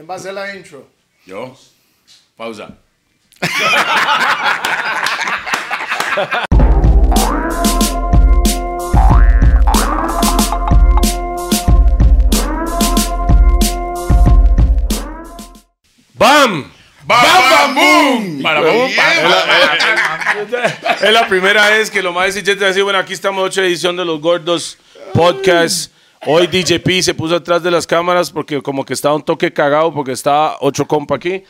va a ser la intro. Yo. Pausa. ¡Bam! ¡Bam, bam, boom! Para, para, Es la- es la primera vez que lo más exigente ha sido, bueno, aquí estamos, otra edición de Los Gordos Podcast. Hoy DJP se puso atrás de las cámaras porque como que estaba un toque cagado porque estaba ocho compa aquí.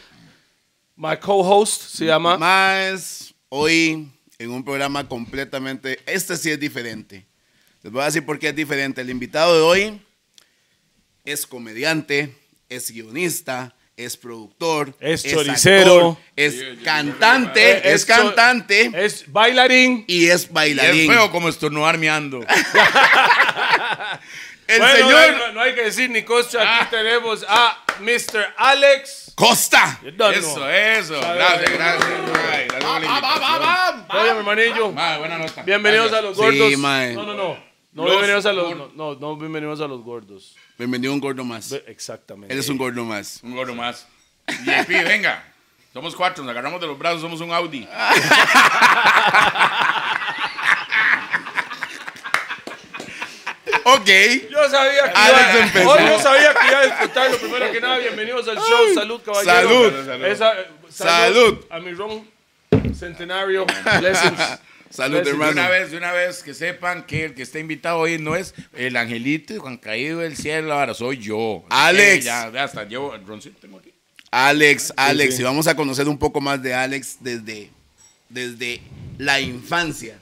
My co-host se llama... Más hoy en un programa completamente, este sí es diferente. Les voy a decir por qué es diferente. El invitado de hoy es comediante, es guionista, es productor, Es choricero. es cantante, es, cho- cantante Es bailarín. y es bailarín. Es feo como estornudar meando. El Bueno, señor no, no hay que decir ni cosa. Aquí tenemos a Mr. Alex. Costa. Dano. Eso, eso. Gracias, gracias. Ay, gracias por la invitación. Oye, mi hermanillo. Mae, buena nota. Bienvenidos Gracias. a los gordos. Sí, mae. No, no, no. No Los bienvenidos a los gor- no, no, no bienvenidos a los gordos. Bienvenido un gordo más. Ve- Exactamente. Eres un gordo más. Un gordo más. JP, venga. Somos cuatro, nos agarramos de los brazos, somos un Audi. Ok. Yo sabía que Alex iba, empezó. hoy yo sabía que iba a disfrutarlo primero que nada. Bienvenidos al show. Salud, caballero. Salud. Salud. Esa- eh, Salud. A mi ron centenario. Blessings. Salud, Gracias. De una hermano. vez, de una vez, que sepan que el que está invitado hoy no es el angelito Juan Caído del Cielo, ahora soy yo. Alex. Eh, ya, ya hasta llevo el roncito tengo aquí. Alex, Alex, y vamos a conocer un poco más de Alex desde, desde la infancia.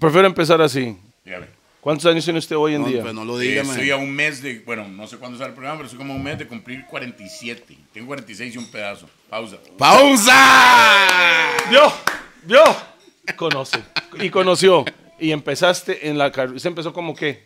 Prefiero empezar así. Dígame. ¿Cuántos años tiene usted hoy en No, día? pues no lo Eh, diga, man. estoy a un mes de, bueno, no sé cuándo sale el programa, pero estoy como a un mes de cumplir 47. Tengo 46 y un pedazo. Pausa. ¡Pausa! Vio, vio, conoce y conoció y empezaste en la carrera. ¿Se empezó como qué?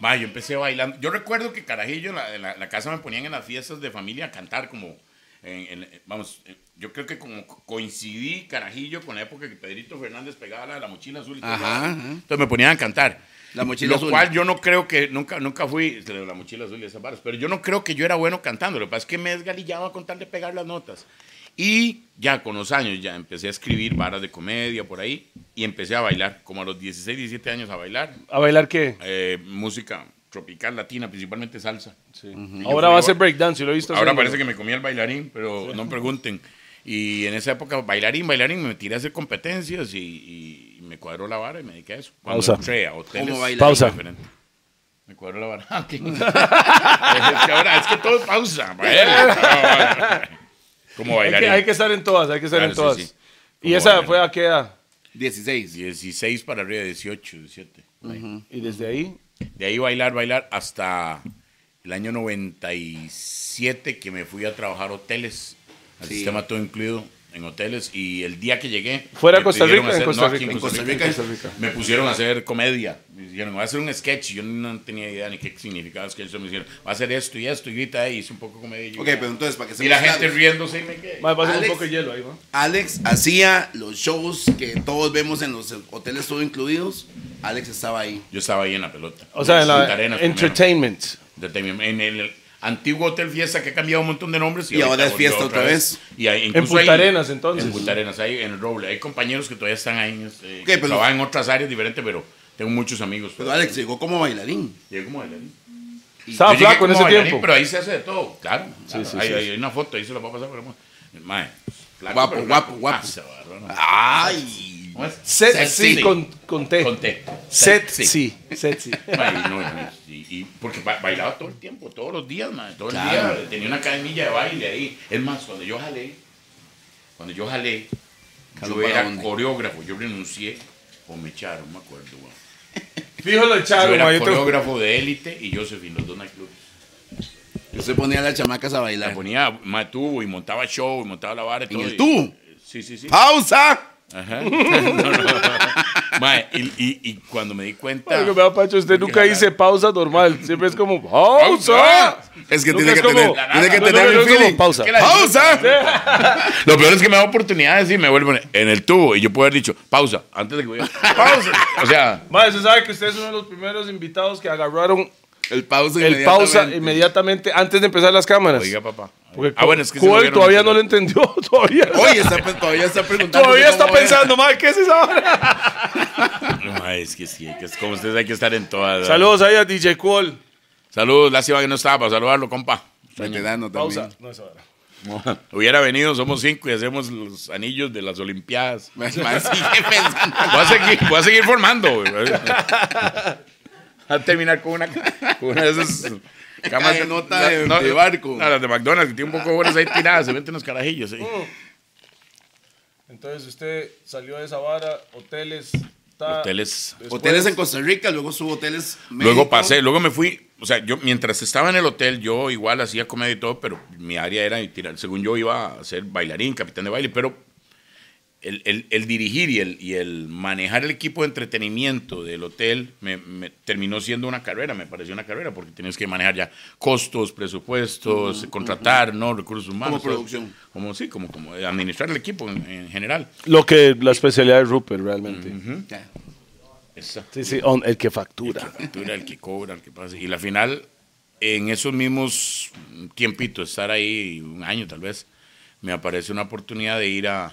Ma, yo empecé bailando. Yo recuerdo que carajillo en la, en la- en la casa me ponían en las fiestas de familia a cantar como, en- en- vamos, eh, yo creo que como co- coincidí carajillo con la época que Pedrito Fernández pegaba la, de la mochila azul. Y todo Ajá, eso. ajá. Entonces me ponían a cantar. La mochila Lo azul. cual yo no creo que, nunca, nunca fui, la mochila azul y esas varas, pero yo no creo que yo era bueno cantando. Lo que pasa es que me desgalillaba con tal de pegar las notas. Y ya con los años ya empecé a escribir varas de comedia por ahí y empecé a bailar, como a los 16, 17 años a bailar ¿A bailar qué? eh, música tropical latina, principalmente salsa. Ahora Yo va a fui- ser breakdance, ¿y lo he visto. Ahora haciendo? parece que me comí el bailarín, pero no pregunten. Y en esa época, bailarín, bailarín, me tiré a hacer competencias y, y me cuadró la vara y me dediqué a eso. Cuando Pausa. entré a hoteles. Como bailarín. Pausa. diferente. Me cuadró la vara. Ah, ok. es, que ahora, es que todo es pausa. para él. Como hay bailarín. que, hay que estar en todas, hay que estar Claro, en sí, todas. sí. ¿Y Como esa bailarín. fue a qué edad? 16. 16 para arriba, 18, 17. por ahí. Y desde ahí, De ahí bailar, bailar hasta el año 97 que me fui a trabajar hoteles, al Sí. sistema todo incluido en hoteles y el día que llegué ¿Fuera me Costa pidieron Rica? En Costa no, aquí Rica. en Costa Rica, me pusieron a hacer comedia, me dijeron, "Va a hacer un sketch", yo no tenía idea ni qué significaba el sketch, me dijeron, "Va a hacer esto y esto", y grita ahí, hice un poco de comedia. y yo, Ok, pero entonces, para que se y la claros, gente riéndose y me quedé. más va a ser un Alex. poco de hielo ahí, ¿no? Alex hacía los shows que todos vemos en los hoteles todo incluidos. Alex estaba ahí. Yo estaba ahí en la pelota. O sea, en la Punta Arenas primero. entertainment. Entertainment, En el antiguo Hotel Fiesta que ha cambiado un montón de nombres. Y ahora ahorita es Fiesta volvió otra Y ahí- incluso Punta ahí- Arenas, entonces. En Punta Arenas, ahí en el Roble. Hay compañeros que todavía están ahí. eh, Ok, que pero- trabajan en otras áreas diferentes, pero tengo muchos amigos. Pero Alex llegó como bailarín. Llegué como bailarín. Yo Estaba llegué flaco en como ese bailarín, tiempo. Pero ahí se hace de todo, claro. claro. sí, hay, sí, hay- sí. hay una foto, ahí se la va a pasar. Pero, mae, flaco, Guapo, pero guapo, flaco. guapo. Ah, se agarró, ¿no? ¡Ay! ¿Cómo es? Sexy con, con T. Con T. Sexy. Sexy. Ma, y no, no, y- y porque ba- bailaba todo el tiempo, todos los días, ma, todo el Claro. día. Tenía una cadenilla de baile ahí. Es más, cuando yo jalé, cuando yo jalé, Jaló yo para era dónde. coreógrafo, yo renuncié o me echaron, no me acuerdo. weón. Fijo lo Yo echaron, era ma, yo te- coreógrafo de élite y Josephine, los dos nightclubs. Yo se ponía a las chamacas a La bailar. ponía ma, tubo y montaba show y montaba la vara y ¿En todo. el Ah. y- tubo? Sí, sí, sí. ¡Pausa! Ajá. No, no, no. Ma, y, y- y cuando me di cuenta. Ay, que me da Pacho, usted nunca Ojalá. dice pausa normal. Siempre es como pausa. Es que Nunca tiene es que tener, como- tiene No, que no, tener no, no, el es como feeling. pausa. Que la- ¡Pausa! Lo peor es que me da oportunidades y me vuelven en el tubo. Y yo puedo haber dicho, pausa, antes de que voy a- Pausa. O sea, Madre, usted sabe que usted es uno de los primeros invitados que agarraron El pausa el pausa inmediatamente. inmediatamente antes de empezar las cámaras. oiga, papá. Porque Ah, bueno, es que se Cuel movieron todavía mucho. no lo entendió. Todavía, Oye, está, pe- todavía está preguntando. todavía está cómo era. pensando, madre, ¿qué es esa hora? No, ay, es que sí, que es como ustedes hay que estar en todas. Saludos ahí a DJ Cuel. Saludos, lástima que no estaba para saludarlo, compa. Veterano también. Pausa. No es ahora. Hubiera venido, somos cinco y hacemos los anillos de las Olimpiadas. Más- más sigue pensando. Voy a seguir, voy a seguir formando, güey. Voy a terminar con una, con una de esas camas de nota de- de barco. no, las de McDonald's, que tiene un poco de buenas ahí tiradas, se meten los carajillos. sí. Mm. Mm. Entonces usted salió de esa vara, hoteles. ta- Hoteles. después- Hoteles en Costa Rica, luego subo hoteles. México. Luego pasé, luego me fui, o sea, yo mientras estaba en el hotel, yo igual hacía comedia y todo, pero mi área era de tirar, según yo iba a ser bailarín, capitán de baile, pero el, el- el dirigir y el, y el manejar el equipo de entretenimiento del hotel me, me terminó siendo una carrera, me pareció una carrera, porque tienes que manejar ya costos, presupuestos, contratar, ¿no? Recursos humanos. todo. producción. Como sí, como, como administrar el equipo en, en general. Lo que la especialidad de Rupert realmente. Ya. Esa. Sí, sí, on- el que factura. factura, el que cobra, el que pasa. Y la final, en esos mismos tiempitos, estar ahí un año tal vez, me aparece una oportunidad de ir a,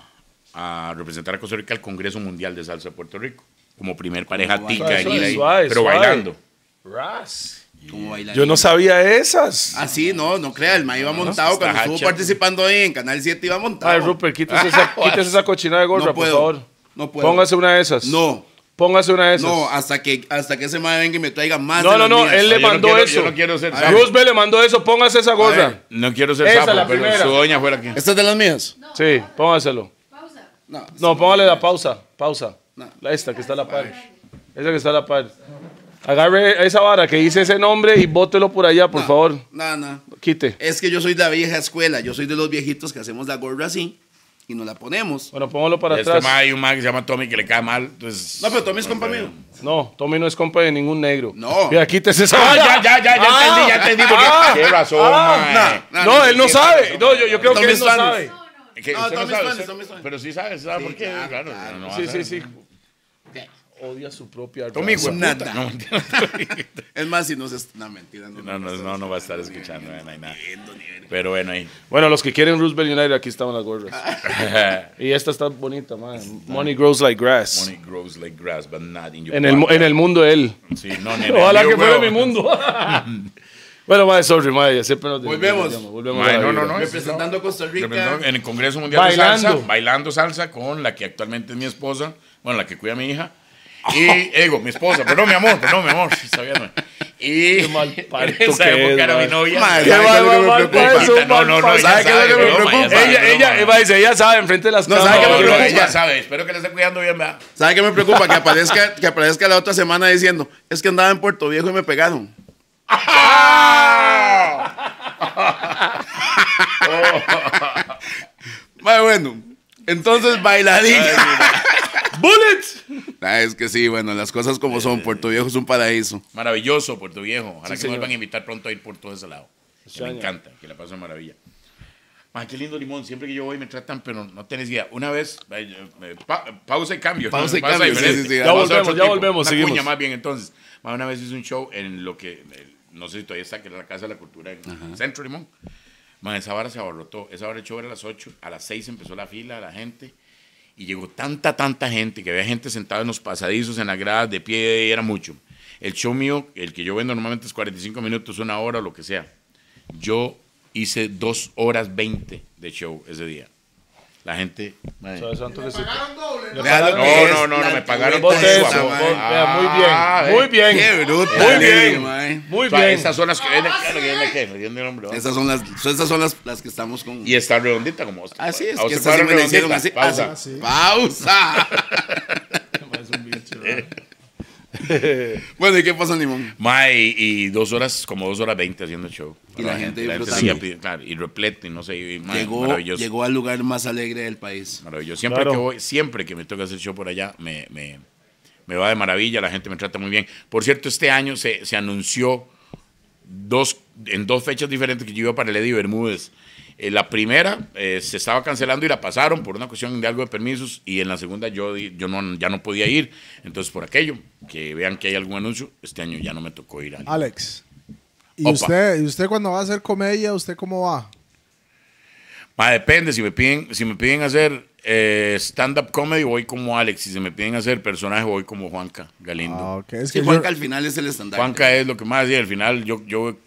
a representar a Costa Rica al Congreso Mundial de Salsa de Puerto Rico, como primer pareja tica en ir ahí, Suave, pero suave. bailando. Ras. Como bailarín. Yo no sabía esas. Ah, sí, no, no crea, el ma iba montado. está Cuando estuvo hacha. participando ahí en Canal 7 iba montado. Ay, Rupert, quítese esa, quítese esa cochinada de gorra, No por puedo, favor. no puedo. Póngase una de esas. No, Póngase una de esas. no, hasta que, hasta que ese ma venga y me traiga más. No, de no, las no, mías. él No, le yo no mandó quiero- eso. yo no quiero ser A ver. Roosevelt le mandó eso, póngase esa gorra. ver. No quiero ser Esa, sapo, la pero primera. su doña fuera que... ¿Estas de las mías? Sí, póngaselo. Pausa. No. No, póngale la pausa, pausa. No. La Esta que está a la par. Esa que está a la par. Agarre esa vara que dice ese nombre y bótelo por allá, por favor. No, no. Quite. Es que yo soy de la vieja escuela, yo soy de los viejitos que hacemos la gorra así y nos la ponemos. Bueno, póngalo para Este atrás. ma, hay un man que se llama Tommy que le cae mal, entonces... No, pero Tommy es compa mío. No, Tommy no es compa de ningún negro. No. Mira, quítese esa Ah, vara. ya, ya, ya, ya Ah, entendí, ya entendí. Porque, ah, qué razón, ah, ma. no, No, él no sí, sabe. No, yo, yo creo que Tommy él no Suárez. sabe. Que usted No, no Tommy sabe, Suárez, usted- Tommy Suárez. Pero sí sabe, sabe por qué. claro, Claro, claro. no va Sí, a sí, saber. sí. Odia su propia Tommy, raza. hijo de Nada. puta. No, mentira. Es más, si no es. No, mentira. No, No, no, no, no va a estar escuchando, eh, no hay nada. Pero bueno, ahí. Bueno, los que quieren Roosevelt United, aquí están las gorras. Ah. Y esta está bonita, man. Money grows like grass. Money grows like grass, but not in your En el, mu- en el mundo de él. pocket. Sí, no, en el Ojalá mío, que fuera mi huevo. mundo. bueno, madre, sorry, madre, siempre nos Volvemos. desviamos, volvemos Mae, a la no, no, vida. no. Representando a Costa Rica. Representó En el Congreso Mundial Bailando. de Salsa, bailando salsa con la que actualmente es mi esposa, bueno, la que cuida a mi hija. Y, eh, digo, mi esposa, pero no, mi amor, pero no, mi amor, está bien. Y Qué mal parto en esa que es, época era mae. mi novia. Mae, Qué ¿Sabe mal- qué es lo que me mal preocupa? parto, No, no, mal no, parto. ella ¿Sabe qué es lo que sabe, me broma, preocupa? ella sabe, Ella, ella, broma. Eva dice, ella sabe, enfrente de las No, cámaras. ¿sabe qué me No, no, preocupa? ella sabe, espero que la esté cuidando bien, ¿verdad? ¿Sabe qué me preocupa? Que aparezca, que aparezca la otra semana diciendo: Es que andaba en Puerto Viejo y me pegaron. Mae, bueno, entonces bailarín. ¡Bullet! Ah, es que sí, bueno, las cosas como son. Puerto Viejo es un paraíso. Maravilloso, Puerto Viejo. Ojalá que señor. me vuelvan a invitar pronto a ir por todo ese lado. Que Este me año. encanta, que la paso de maravilla. Más qué lindo limón. Siempre que yo voy me tratan, pero no tenés idea. Una vez, eh, eh, pa- pausa y cambio. Pausa y Pausa cambio, sí, diferente. sí, sí. Ya Pausa de otro volvemos, ya tipo. volvemos, Una seguimos. cuña más bien, entonces. Ma, Una vez hice un show en lo que, eh, no sé si todavía está, que era la Casa de la Cultura en Centro Limón. Man, esa vara se abarrotó. Esa hora el show era a las 8. A las 6 empezó la fila, la gente. Y llegó tanta, tanta gente que había gente sentada en los pasadizos, en las gradas, de pie, y era mucho. El show mío, el que yo vendo normalmente es 45 minutos, una hora, lo que sea. Yo hice 2 horas 20 de show ese día. La gente. madre. Vea lo que No, es no, no, la no, me pagaron Vos todo antigüedad esa, eso, guapo. vos- mae. vea, Ah, muy bien, Qué muy bien. bruta. Muy Dale, bien. mae. Muy O sea, bien. Estas son las que vienen. claro, que vienen, que me dieron el nombre, ¿va? Esas son las, esas son las, las que estamos con. Y está redondita como vos. Así es, A vos que te estas Ah, sí pagaron me la hicieron redondita. así. Ah, Pausa. así. Pausa. bueno, ¿y qué pasa, Limón? Ma, y, y dos horas, como dos horas veinte haciendo show. Y la gente disfrutando. seguía pidiendo, claro, y repleto, y no sé, y, ma, Llegó, maravilloso. llegó al lugar más alegre del país. Maravilloso. Siempre Claro. que voy, siempre que me toca hacer show por allá, me, me, me va de maravilla, la gente me trata muy bien. Por cierto, este año se, se anunció dos, en dos fechas diferentes que yo iba para el Eddie Bermúdez. Eh, la primera eh, se estaba cancelando y la pasaron por una cuestión de algo de permisos y en la segunda yo, di- yo no, ya no podía ir. Entonces, por aquello, que vean que hay algún anuncio, este año ya no me tocó ir al- Alex. ¿Y Opa. usted, y usted cuando va a hacer comedia, usted cómo va? Ma, depende, si me piden, si me piden hacer eh, stand-up comedy, voy como Alex. Si se me piden hacer personaje, voy como Juanca Galindo. Ah, ok. Es que Sí, yo- Juanca al final es el estándar. Juanca es lo que más, y al final yo, yo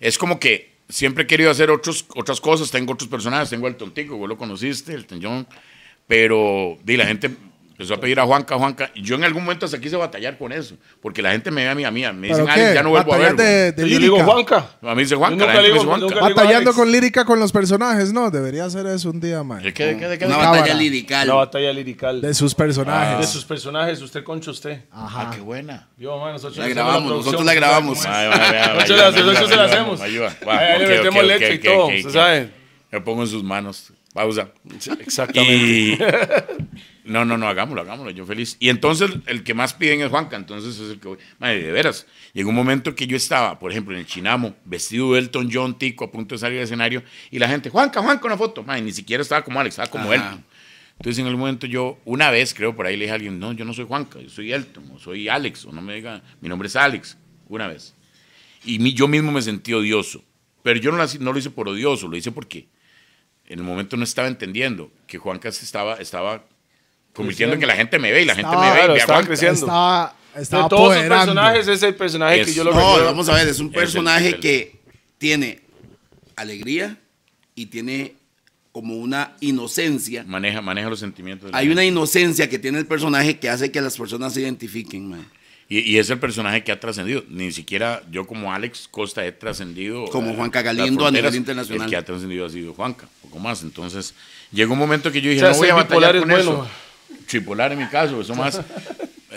es como que siempre he querido hacer otros, otras cosas, tengo otros personajes, tengo al Tontico, vos lo conociste, el Teñón, pero di, la gente empezó a pedir a Juanca, Juanca, y yo en algún momento hasta quise batallar con eso, porque la gente me ve a mí, a mí, me ¿Pero dicen, Alex, qué? ya no vuelvo a Batallas verlo. de, de yo le digo lírica. Juanca. A mí dice Yo Juanca, nunca la gente le me dice digo- Juanca. nunca le- Batallando Alex. con lírica con los personajes, no, debería hacer eso un día, man. ¿De qué, de qué, de qué? Una Cámara. batalla lirical. Una batalla lirical. De sus personajes. Ah, De sus personajes, usted concha usted. Ah, qué buena. Yo, man, nosotros La hacemos grabamos, producción. nosotros la grabamos. Ay, ay, ay, ay, Nosotros ayuda, la- nosotros se la ayuda, hacemos. ayuda. Va, Ahí le ok, metemos ok, leche ok, y ok, todo, ok. ¿se sabe? Me pongo en sus manos. Pausa. Exactamente. Y... No, no, no, hagámoslo, hagámoslo, yo feliz. Y entonces el que más piden es Juanca, entonces es el que voy. Madre, de veras, llegó un momento que yo estaba, por ejemplo, en el Chinamo, vestido de Elton John, tico, a punto de salir al escenario, y la gente, Juanca, Juanca, una foto. Madre, ni siquiera estaba como Alex, estaba como Ajá. Elton. Entonces en el momento yo, una vez creo, por ahí le dije a alguien, no, yo no soy Juanca, yo soy Elton, o soy Alex, o no me diga, mi nombre es Alex, una vez. Y mi- yo mismo me sentí odioso, pero yo no, lo hice- no lo hice por odioso, lo hice porque en el momento no estaba entendiendo que Juanca se estaba, estaba convirtiendo en que la gente me ve y la gente Estaba- me ve y Claro, me estaba aguanta. creciendo. Estaba, De estaba todos sus apoderando. personajes, es el personaje que Es- yo lo No, No, recuerdo. vamos a ver, es un Es el- personaje es el- que tiene alegría y tiene como una inocencia. Maneja, maneja los sentimientos. de la Hay una gente. inocencia que tiene el personaje que hace que las personas se identifiquen, man. y, y es el personaje que ha trascendido. Ni siquiera yo como Alex Costa he trascendido. Como eh, Juanca las Galindo a fronteras. nivel internacional. El que ha trascendido ha sido Juanca, poco más. Entonces llegó un momento que yo dije, O sea, no voy a ser bipolar batallar es con bueno. eso. Tripolar en mi caso, eso más.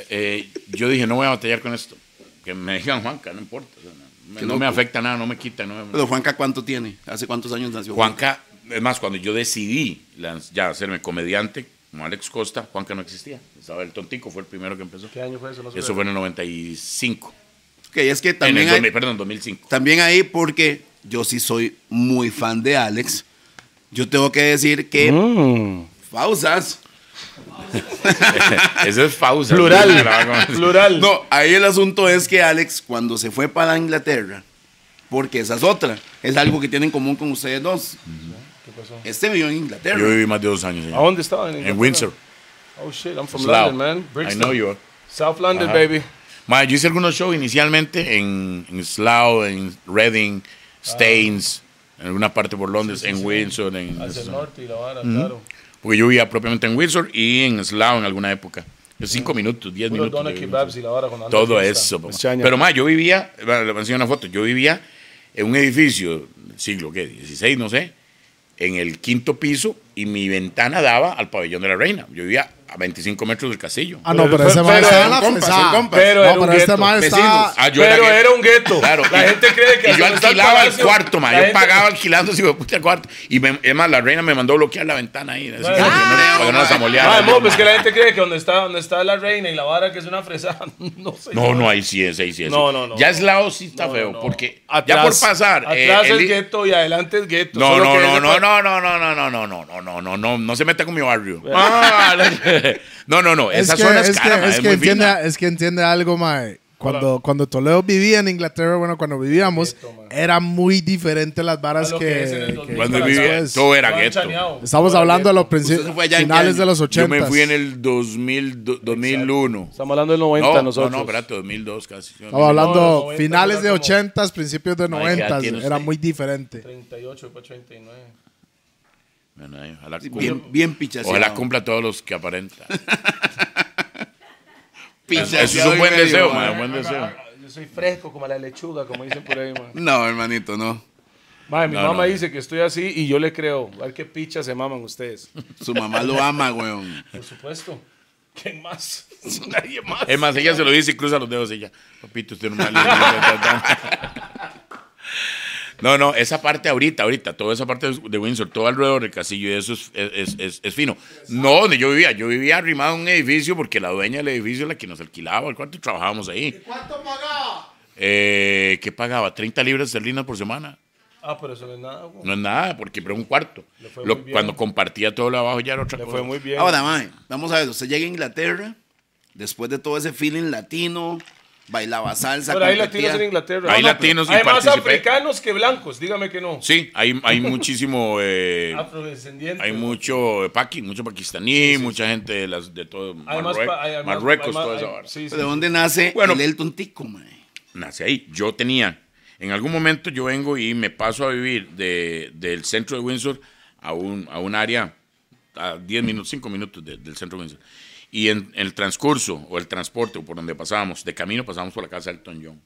eh, yo dije, no voy a batallar con esto. Que me digan Juanca, no importa. o sea, no, me- Qué no me loco. afecta nada, no me quita. No me, Pero Juanca, ¿cuánto tiene? ¿Hace cuántos años nació? Juanca, es más, cuando yo decidí lanz- ya hacerme comediante, como Alex Costa, Juanca no existía. Estaba el tontico, fue el primero que empezó. ¿Qué año fue eso? No sé. Eso fue en el 95. Que es que En también el hay, 2000, perdón, 2005. también ahí porque yo sí soy muy fan de Alex. Yo tengo que decir que Mm. Mm. pausas. Eso es pausa. Plural. Plural. No, ahí el asunto es que Alex cuando se fue para Inglaterra, porque esa es otra, es algo que tienen en común con ustedes dos. Este vivió en Inglaterra. Yo viví más de dos años. señor. ¿A dónde estaba? En Windsor. Oh, shit, I'm from Slough. London, man. I Brixton. know you are. South London, Ajá. baby. Ma, yo hice algunos shows inicialmente en, en Slough, en Reading, Staines, en alguna parte por Londres, en Windsor. En, Hacia el eso. norte y la vara, Mm-hmm. claro. porque yo vivía propiamente en Windsor y en Slough en alguna época. Cinco minutos, diez Puro minutos. doner yo viví en kebabs y la vara con Andrés Todo Fiesta. eso. papá. Este Chaña. Pero más, yo vivía, bueno, le voy a enseñar una foto, yo vivía en un edificio, siglo que, 16, no sé, en el quinto piso y mi ventana daba al pabellón de la reina. Yo vivía a 25 metros del castillo. Ah, no, pero Pero- ese man pero estaba eran en la compas, pesada. son compas. Pero era No, un pero este gueto. man Vecinos. estaba... Ah, yo Pero gay. era un gueto. Claro. La y- gente cree que y yo hasta el alquilaba el palacio- cuarto, ma. la Yo gente- pagaba alquilando ese puta cuarto. Y me, es más, la reina me mandó bloquear la ventana ahí. así, para que no- para que no nos amolearan. Ah, no, pues que la gente cree que donde está, donde está la reina y la vara que es una fresada. No sé. No, no, ahí sí es, ahí sí es. No, no, no. Ya es la sí está No, feo, no. porque ya por Atrás- pasar. eh, Atrás es el- gueto y adelante es gueto. No, solo no, que no, ese no, pa- no, no, no, no, no, no, no, no, no, no, no, no se meta con mi barrio. Ah, la- no, no, no, Es esa que, zona es es, cara, ma, que, es es, que muy fina. entiende, es que entiende algo, mae. Cuando, cuando Toledo vivía en Inglaterra, bueno, cuando vivíamos, era muy diferente las varas A lo que... que es en el 2000 que- Cuando que vivía, después- todo era Juan gueto. Chaneado. Estamos Todo era hablando de gueto. los principios, Usted se fue allá en qué finales año? de los 80. Yo me fui en el 2000, do- 2001. Estamos hablando del 90 No, no, nosotros. no, espérate, 2002 casi. Estamos hablando No, los 90 finales era de como- 80, principios de Mae, ¿qué edad 90, tiene era usted? muy diferente. 38 para 39. Bueno, ahí, ojalá, cumpla, Bien, bien pichaseado. ojalá cumpla todos los que aparenta. Eso Pichaseado es un y buen medio, deseo, man. Ah, man, un buen deseo. Yo soy fresco como la lechuga, como dicen por ahí, man. eh. No, hermanito, no. Mae, mi No, mamá no. dice que estoy así y yo le creo. A ver qué picha se maman ustedes. Su mamá lo ama, weón. Por supuesto. ¿Quién más? Nadie más. Es más, ella se lo dice y cruza los dedos ella. Papito, usted no me ha- No, no, esa parte ahorita, ahorita, toda esa parte de Windsor, todo alrededor del castillo, y eso es, es, es- es fino. No donde yo vivía, yo vivía arrimado en un edificio porque la dueña del edificio es la que nos alquilaba, el cuarto y trabajábamos ahí. ¿Cuánto pagaba? Eh, ¿Qué pagaba? 30 libras esterlinas por semana. Ah, pero eso no es nada, güey. No es nada, porque era un cuarto. Le fue Lo- muy bien. cuando compartía todo lo abajo ya era otra Le cosa. fue muy bien. Ahora, mae, vamos a ver, usted llega a Inglaterra, después de todo ese feeling latino, bailaba salsa. Pero hay competía. latinos en Inglaterra. Hay No, no, latinos y Hay más participé. africanos que blancos, dígame que no. Sí, hay, hay muchísimo. eh, Afrodescendientes. hay mucho eh, paqui, mucho pakistaní, mucha gente de, las, de todo Hay más Marrue- pa- hay- hay más- Marruecos, hay más- toda esa hay- vara. sí, sí. ¿De dónde nace Bueno. el Elton Tico, mae? nace ahí. Yo tenía, en algún momento yo vengo y me paso a vivir de- del centro de Windsor a un, a un área a 10 minutos, 5 minutos de- del centro de Windsor. Y en, el transcurso o el transporte o por donde pasábamos, de camino pasábamos por la casa del Toñón.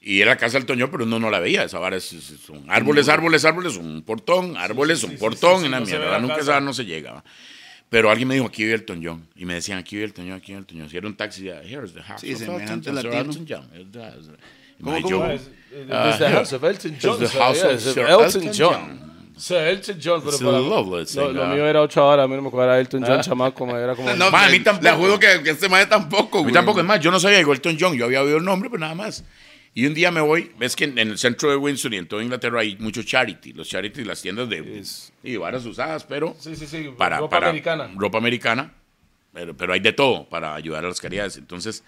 Y era la casa del Toñón, pero uno no la veía. Esa vara es- es- son árboles, árboles, árboles, un portón, árboles, un portón, sí, en la no se ve mierda. la nunca casa. esa vara no se llegaba. Pero alguien me dijo, aquí vive el Toñón. Y me decían, aquí vive el Toñón, aquí vive el Toñón. Si era un taxi, ya, here's the house. "Oh, Sí, of semejante Elton John, Sir latino. Elton John, it does. ¿Cómo, My cómo? Joe. Es- es- es the house of Elton It's John, the sir, Ah. house yeah, of it's Sir Elton Elton John. John. Sir Elton John, pero It's ¿Eh? para- a lovely thing, lo, lo ah. mío era ocho horas, a mí no me cuadraba Elton John, chamaco, mae, era como... No, Ma, a mí le- tampoco. Le juro que, que este mae tampoco, A mí güey. tampoco, es más, yo no sabía de Elton John, yo había oído el nombre, pero nada más. Y un día me voy, ves que en, en el centro de Windsor y en toda Inglaterra hay mucho charity, los charity, las tiendas de... Y varas usadas, pero... Sí, sí, sí, para, ropa para- americana. Ropa americana, pero, pero hay de todo para ayudar a las caridades. Entonces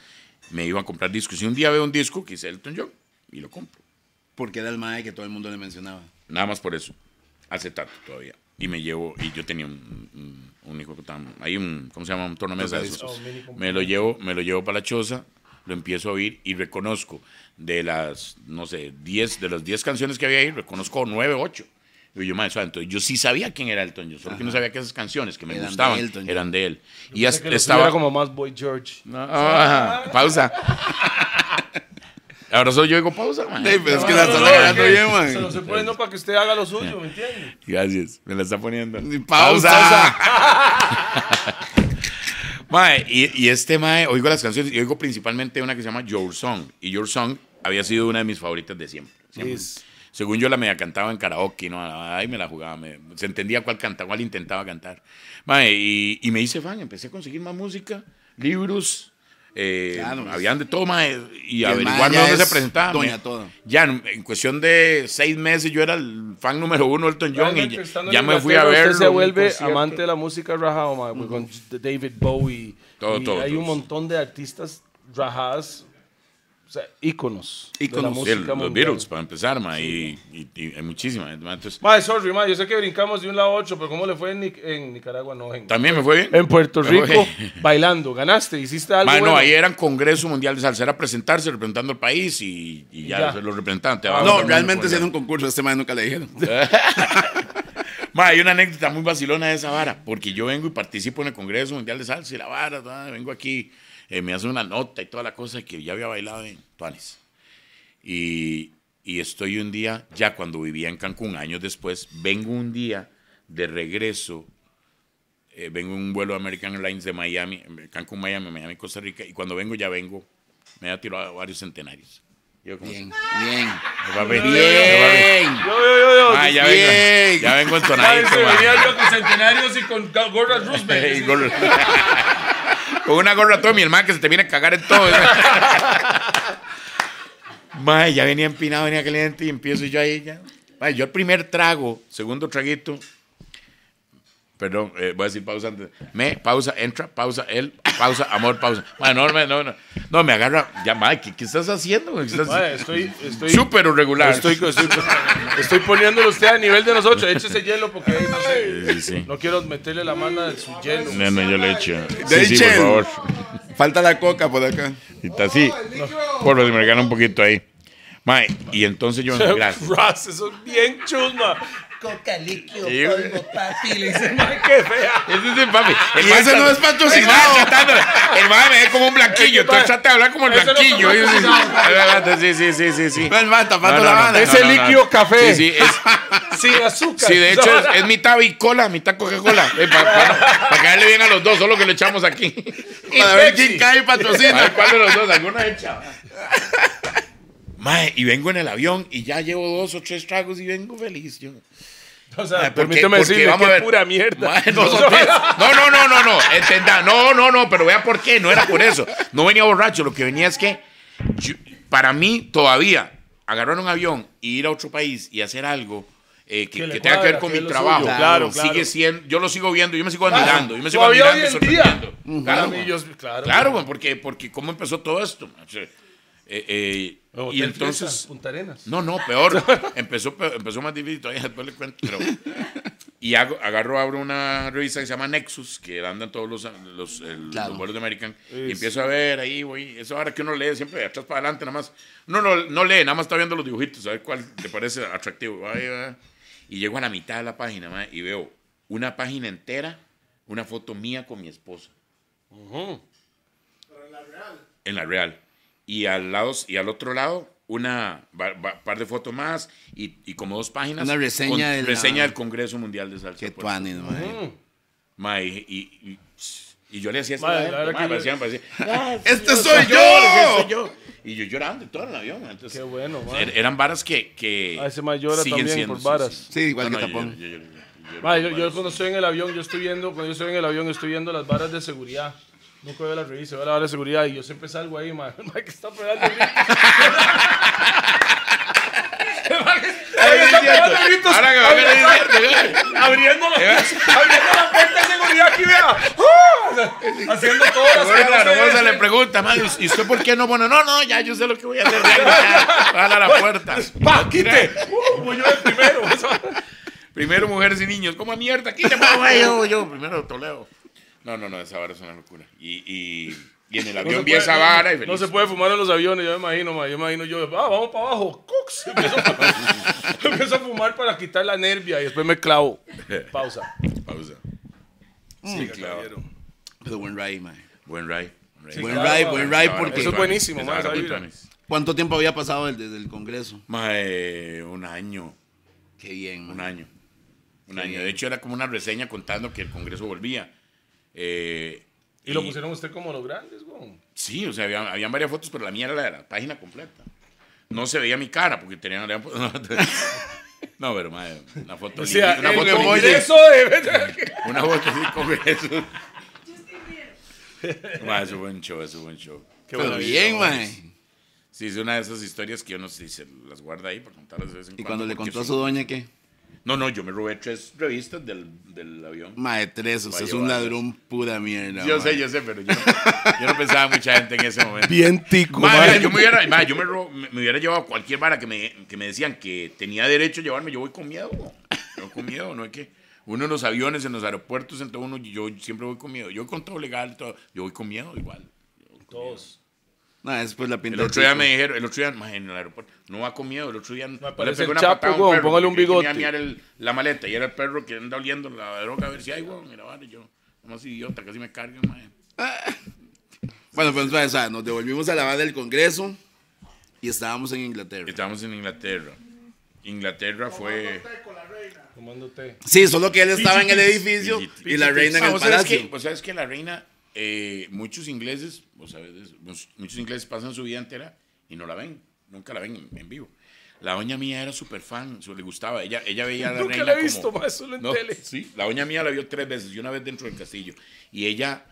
me iba a comprar discos. Y un día veo un disco que dice Elton John y lo compro. Porque era el mae que todo el mundo le mencionaba. Nada más por eso. Acetato todavía. Y me llevo, y yo tenía un, un, un hijo que estaba- hay un, ¿cómo se llama? Un tornamesa de esos. Oh, mini computador. Me lo llevo, me lo llevo para la choza, lo empiezo a oír y reconozco de las, no sé, 10, de las 10 canciones que había ahí, reconozco 9, 8. Y yo, madre, suave, entonces yo sí sabía quién era Elton John, solo que no sabía que esas canciones que me Eran de gustaban Elton John. eran de él. Y Pensé hasta que lo estaba tuviera como más Boy George. Ah, pausa. Ahora soy yo digo pausa, man. Ey, pero es que No, la Ah, no, está no, agarrando es que bien, man. Se lo estoy poniendo para que usted haga lo suyo, ¿me entiende? Gracias, me la está poniendo. Ni pausa. Mae, y, y este mae, oigo las canciones y oigo principalmente una que se llama Your Song. Y Your Song había sido una de mis favoritas de siempre. siempre. Según yo la media cantaba en karaoke, ¿no? Ahí me la jugaba, me- se entendía cuál cantaba, cuál intentaba cantar. Mae, y, y me hice fan, empecé a conseguir más música, libros, eh, Claro. habían de todo, mae, y, el averiguar mae ya dónde se es presentaba. doña mae. todo. Ya, en, en cuestión de seis meses yo era el fan número uno del Elton John y Realmente, ya, estando ya en me fui a Inglaterra, ver. Usted se vuelve amante de la música rajado, mae, pues, con David Bowie. Todo, y todo, Hay todo. un montón de artistas rajadas, o sea, íconos. Íconos. Sí, el- los Beatles, para empezar, ma, y, y- y hay muchísimas. Entonces, Mae, sorry, mae, yo sé que brincamos de un lado a otro, pero ¿cómo le fue en, Nic- en Nicaragua? No, en, también me fue bien. en Puerto Me fue Rico, bien. bailando. ¿Ganaste? ¿Hiciste algo? Ma, no, bueno? ahí eran Congreso Mundial de Salsa, era presentarse representando al país y, y ya, Ya. Ah, ser los representantes. No, realmente siendo un concurso, este mae nunca le dijeron. Ma, hay una anécdota muy vacilona de esa vara, porque yo vengo y participo en el Congreso Mundial de Salsa y la vara, ta, vengo aquí, eh, me hacen una nota y toda la cosa que ya había bailado en Tuanes. Y, y estoy un día, ya cuando vivía en Cancún, años después, vengo un día de regreso, eh, vengo en un vuelo de American Airlines de Miami, Cancún, Miami, Miami, Costa Rica, y cuando vengo ya vengo, me ha tirado varios centenarios. Yo como, Bien, bien. "Papi, Bien. Yo, yo, yo, yo. Ah, ya Bien. vengo, ya vengo Mae, entonadito, se ma. venía yo con centenarios y con ga- gorras Roosevelt. Ey, gol- Con una gorra todo mi hermano que se te viene a cagar en todo. ¿eh? Mae, ya venía empinado, venía caliente y empiezo yo ahí ya. Mae, yo el primer trago, segundo traguito. Perdón, eh, voy a decir pausa antes. Me, pausa, entra, pausa, él, pausa, amor, pausa. Mae, no, no, no, no. No, me agarra. Ya, mae, ¿qué, qué estás haciendo? güey? Estás Mae, estoy, estoy, súper irregular. estoy, estoy, estoy poniéndolo usted a nivel de nosotros. Échese hielo porque ahí no sé. Sí, sí. No quiero meterle la mano en su hielo. No, no, yo le echo. Del Sí, sí, por chel. favor. Falta la coca por acá. Y está así. Por lo que me gana un poquito ahí. Mae, y entonces yo, gracias. Ross, eso es bien chusma. Coca líquido, Sí, güey. polvo, papi. Le dicen, Mae, qué fea. Ese es el papi. El Y mae ese está- no es patrocinado. El mae tratando- El mae me ve como un blanquillo. Ese mae- Entonces trata de hablar como el ese no fue blanquillo. Y yo, sí, patrocinado. Sí, sí, sí, sí, sí. No, el mae tapando No, no, la no. banda. Ese líquido café. Sí, sí, es, Sin azúcar. sí, de hecho es, es mitad bicola, mitad Coca-Cola. Eh, para, caerle bien a los dos, solo que lo echamos aquí. Para ver Pepsi. quién cae y A ver, patrocina. ¿Cuál de los dos? ¿Alguna hecha? Mae, y vengo en el avión y ya llevo dos o tres tragos y vengo feliz. Yo. O sea, Ay, porque- permíteme porque decirle vamos a que ver. pura mierda. Madre, no, son tres. no, no, no, no, no, entendá. No, no, no, pero vea por qué, no era por eso. No venía borracho, lo que venía es que yo- para mí todavía agarrar un avión y ir a otro país y hacer algo eh, eh, que, Que le que tenga que ver cuadra, con que mi es lo trabajo. suyo. Claro, claro. Sigue siendo, yo lo sigo viendo, yo me sigo Claro, admirando, yo me sigo todavía admirando, hoy en día. sorprendiendo. Claro, Claro, man. ellos- claro. Claro, man, porque, porque cómo empezó todo esto. man. O sea, eh, eh, Hotel y Fiesta, entonces, Punta Arenas. no, no, peor. empezó, peor- empezó más difícil todavía, después le cuento. pero- y hago- agarro, abro una revista que se llama Nexus, que andan todos los, los, el- Claro. los vuelos de American. Y empiezo a ver ahí, voy. Eso ahora que uno lee, siempre de atrás para adelante, nada más. No, no, no lee, nada más está viendo los dibujitos, a ver cuál te parece atractivo. Va, ahí va. Y llego a la mitad de la página, mae, y veo una página entera, una foto mía con mi esposa. En la Real. Y al, lado, y al otro lado, una ba- ba- par de fotos más y, y como dos páginas. Una reseña de la- reseña del Congreso Mundial de Salsa. Qué por tuanis, mae. Ma, y, y- y- y yo le hacía esto Ma, a la la gente, verdad ma, que parecían- yo- parecían, ¡Este soy yo! ese soy yo. Y yo llorando y todo en el avión. ma, entonces, Qué bueno, man. er- eran varas que, que A ese ma llora siguen también siendo, por varas. Sí, igual que yo Tapón. lloro, yo lloro, yo lloro Ma, yo, por yo varas. cuando estoy en el avión, yo estoy viendo, cuando yo estoy en el avión, estoy viendo las varas de seguridad. Nunca veo las revistas, veo la vara de seguridad y yo siempre salgo ahí, man. El man que está pegando gritos. El man que- el man que está pegando gritos. Ahora que va a ver, es cierto, güey. Abriendo la, abriendo la puerta de seguridad aquí, vea. ¡Ah! Haciendo todas las Bueno, caras, claro, eh. vos se le pregunta, ma, ¿y usted por qué no? Bueno, no, no, ya yo sé lo que voy a hacer. ya, ya, Jala la puerta. ¡Pa, quite! Uh, Como yo el primero. Primero mujeres y niños. ¿Cómo mierda? Aquí te pongo, güey, yo, yo. Primero Toledo. No, no, no, esa vara es una locura. Y, y, y en el avión vi esa vara y feliz. No se puede fumar en los aviones, yo me imagino, ma, yo me imagino yo, ah, vamos para abajo, cux, empiezo a, fumar, empiezo a fumar para quitar la nervia y después me clavo. Pausa. Pausa. Sí, claro. Pero buen ride, mae. Buen ride. buen ride. Buen claro, ride, mae. buen ride, Esa vara Eso porque es muy buenísimo, tuanis, ma, esa vara esa muy vibra. tuanis. ¿cuánto tiempo había pasado el- desde el Congreso? Mae, eh, un año. Qué bien, Un mae. año. Un año. De hecho, era como una reseña contando que el Congreso volvía. Eh, Y lo pusieron usted como los grandes, güey. Sí, o sea, había- habían varias fotos, pero la mía era la de la página completa. No se veía mi cara porque tenían. No, pero madre, una foto O sea, linda, una el foto emoji, congreso de... Una foto así con eso. Madre, eso fue un show, eso fue un show. Qué Pero buena bien, vida, mae. Sí, es una de esas historias que yo no sé, se las guarda ahí para contarlas de vez en Y cuando. cuando le porque contó a son- su doña que, No, no, yo me robé tres revistas del, del avión. mae, tres, usted es un Vaya, vaya. ladrón pura mierda. Yo mae. sé, yo sé, pero yo, yo no pensaba en mucha gente en ese momento. Bien tico, Madre, madre. yo me hubiera, madre, yo me, ro- me- me hubiera llevado cualquier vara que me, que me decían que tenía derecho a llevarme. Yo voy con miedo. Yo voy con miedo, no es que. Uno en los aviones, en los aeropuertos, en todo uno, yo siempre voy con miedo. Yo con todo legal, todo, yo voy con miedo igual. Todos. No, después la El pinta. de otro día tico. me dijeron, el otro día, madre, en el aeropuerto, no va con miedo. El otro día no parece el Chapo, weón, póngale un bigote. Tenía la maleta y era el perro que anda oliendo la droga a ver si hay, weón. Mira, vale, yo, nomás idiota, casi me cargan, madre. Bueno, pues o sea, nos devolvimos a la banda del Congreso y estábamos en Inglaterra. Estábamos en Inglaterra. Inglaterra fue. Tomando té. Sí, solo que él estaba en el edificio Pichitis. y la reina en Ah, el vos sabés palacio. que- vos sabes que la reina, eh, muchos ingleses, vos sabés de eso, mus- pues, muchos ingleses pasan su vida entera y no la ven, nunca la ven en, en vivo. La doña mía era súper fan, su- le gustaba, ella, ella veía a la Nunca reina la he visto, como- ma, solo en No, tele. Sí, la doña mía la vio tres veces y una vez dentro del castillo. Y ella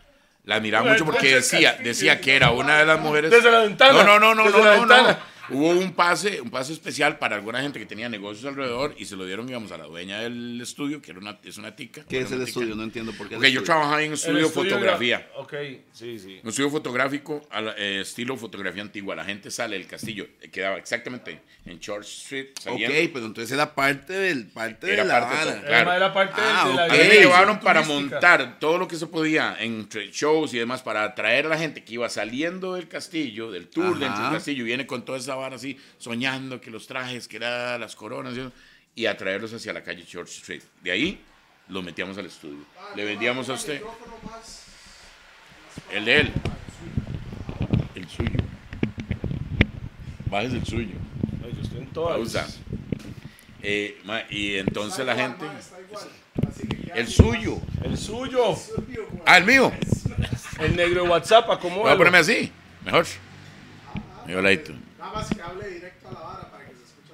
la admiraba Una mucho vez porque dentro del decía, castillo. decía que era una de las mujeres. Desde la ventana, No, no, no, no, desde no, la no, ventana. no. Hubo un pase, un pase especial para alguna gente que tenía negocios alrededor y se lo dieron, digamos, a la dueña del estudio, que era una, es una tica. ¿Qué bueno, es el una tica. estudio? No entiendo por qué. el Ok, yo estudio. trabajaba en un estudio de fotografía. Ok, sí, sí. Un estudio fotográfico al eh, estilo fotografía antigua. La gente sale del castillo. eh, Quedaba exactamente en Church Street. saliendo. Ok, pero entonces era parte del parte Era de la parte de banda. todo. Claro. Claro. Era parte Ah, de la ok. A mí me Ey, llevaron para turística. montar todo lo que se podía entre shows y demás para atraer a la gente que iba saliendo del castillo, del tour Ajá. dentro del castillo, y viene con toda esa vara así, soñando que los trajes, que era las coronas, y eso, y atraerlos hacia la calle Church Street. De ahí los metíamos al estudio. Le vendíamos a usted. El de él. El suyo. Bajes el suyo. Ay, yo estoy en todas. Pausa. Eh, ma- y entonces la gente. El suyo. El suyo. Ah, el mío. El negro de WhatsApp, ¿cómo Voy a ponerme así. Mejor. Yo laito. Nada más que hable directo a la vara para que se escuche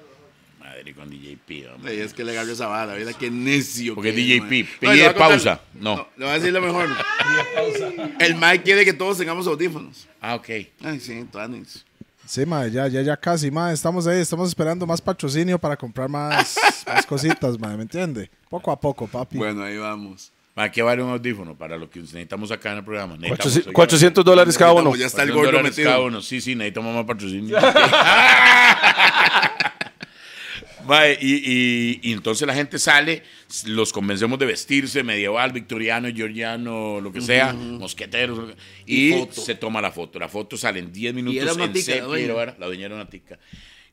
Madre con DJP. hombre. Ey, es que le agarró esa bala, mira qué necio. Porque que es, DJP, man. pide No, y le voy a contar- pausa. No. Le voy a decir lo mejor. El Mike quiere que todos tengamos audífonos. Ah, ok. Ay, sí, Tuanis. Sí, mae, ya, ya, ya casi, mae. Estamos ahí, estamos esperando más patrocinio para comprar más, más cositas, mae, ¿me entiende? Poco a poco, papi. Bueno, ahí vamos. ¿Para qué vale un audífono? Para lo que necesitamos acá en el programa. Necesitamos, Cuatroci- oiga, 400 dólares cada uno. Como ya está el 400 gordo dólares cada metido. uno. Sí, sí, necesitamos más patrocinio. Mae, y, y- y entonces la gente sale, los convencemos de vestirse medieval, victoriano, georgiano, lo que sea, mosqueteros, lo que- y, Y foto. se toma la foto. La foto sale en 10 minutos era una en tica, sepia, doña. era- la dueña era una tica,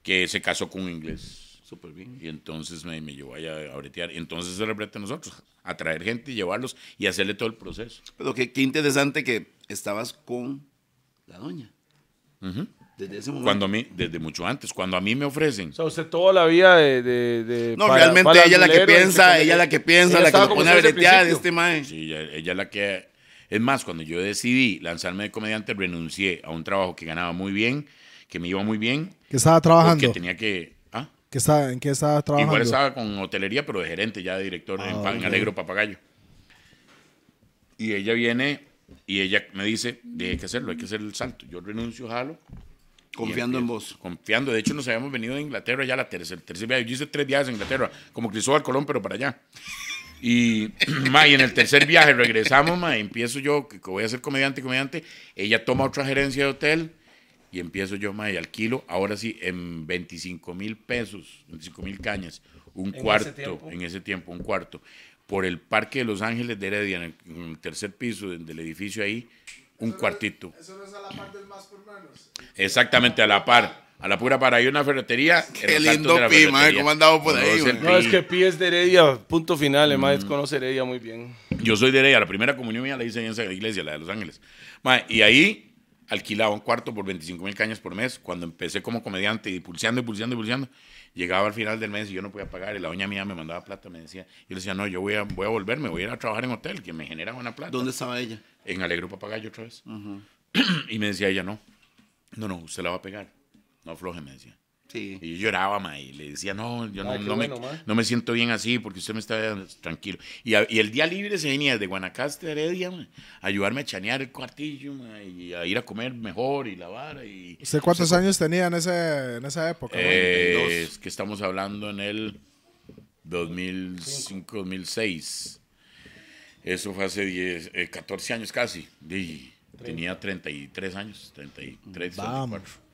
que se casó con un inglés. Súper bien. Y entonces me, me llevó allá a bretear. Y entonces se le brete a nosotros, a traer gente y llevarlos y hacerle todo el proceso. Pero qué, qué interesante que estabas con la doña. Desde ese momento. Cuando a mí, desde mucho antes, cuando a mí me ofrecen. O sea, usted toda la vida de... de- de- no, para- realmente para ella la que alburero, piensa, este- ella la que piensa, Ella la que estaba lo como pone a usted desde el bretear, principio. este mae. Sí, ella, ella es la que... Es más, cuando yo decidí lanzarme de comediante, renuncié a un trabajo que ganaba muy bien, que me iba muy bien, ¿Qué estaba porque trabajando? tenía que... ¿ah? ¿Qué estaba, ¿En qué estaba trabajando? Ah, Igual estaba con hotelería, pero de gerente, ya de director en, Pa- en Alegro Papagayo. Y ella viene y ella me dice, "De, hay que hacerlo, hay que hacer el salto. Yo renuncio, jalo. y Confiando en empiezo. vos. Confiando. De hecho, nos habíamos venido de Inglaterra ya la tercera, tercer viaje. Yo hice tres viajes en Inglaterra, como Cristóbal Colón, pero para allá. Y, ma, y en el tercer viaje regresamos, ma, y empiezo yo, que que voy a ser comediante, comediante. Ella toma otra gerencia de hotel y empiezo yo, ma, y alquilo, ahora sí, en 25 mil pesos, 25 mil cañas, un cuarto, en ese tiempo, un cuarto, por el Parque de Los Ángeles de Heredia, en el, en el tercer piso del, del edificio ahí, un cuartito. Exactamente, a la par. A la pura par, hay una ferretería. en los altos lindo de la pi, madre, ferretería. cómo andamos por ahí, Conoce güey. el No, es pi. que Pi es de Heredia, punto final. El mae conoce Heredia muy bien. Yo soy de Heredia, la primera comunión mía la hice en esa iglesia, la de Los Ángeles. Ma, y ahí alquilaba un cuarto por 25 mil cañas por mes. Cuando empecé como comediante y pulseando y pulseando y pulseando, llegaba al final del mes y yo no podía pagar. Y la doña mía me mandaba plata, me decía. Yo le decía, no, yo voy a, voy a volverme, voy a ir a trabajar en hotel, que me genera buena plata. ¿Dónde estaba ella? En Alegro Papagayo otra vez. y me decía ella, no, no, no, usted la va a pegar. No afloje, me decía. Sí. Y yo lloraba, ma, y le decía, no, yo no, Ay, qué no bueno, me, ma. no me siento bien así porque usted me está tranquilo. Y, a- y el día libre se venía desde Guanacaste, Heredia, ma, a ayudarme a chanear el cuartillo, ma, y a ir a comer mejor y la vara. Y, ¿Usted cuántos años tenía en, ese, en esa época? Eh, 92. es que estamos hablando en el 2005, 2006. Eso fue hace 10, eh, 14 años casi. Y tenía 33 años, 33, Vamos. 34. mae?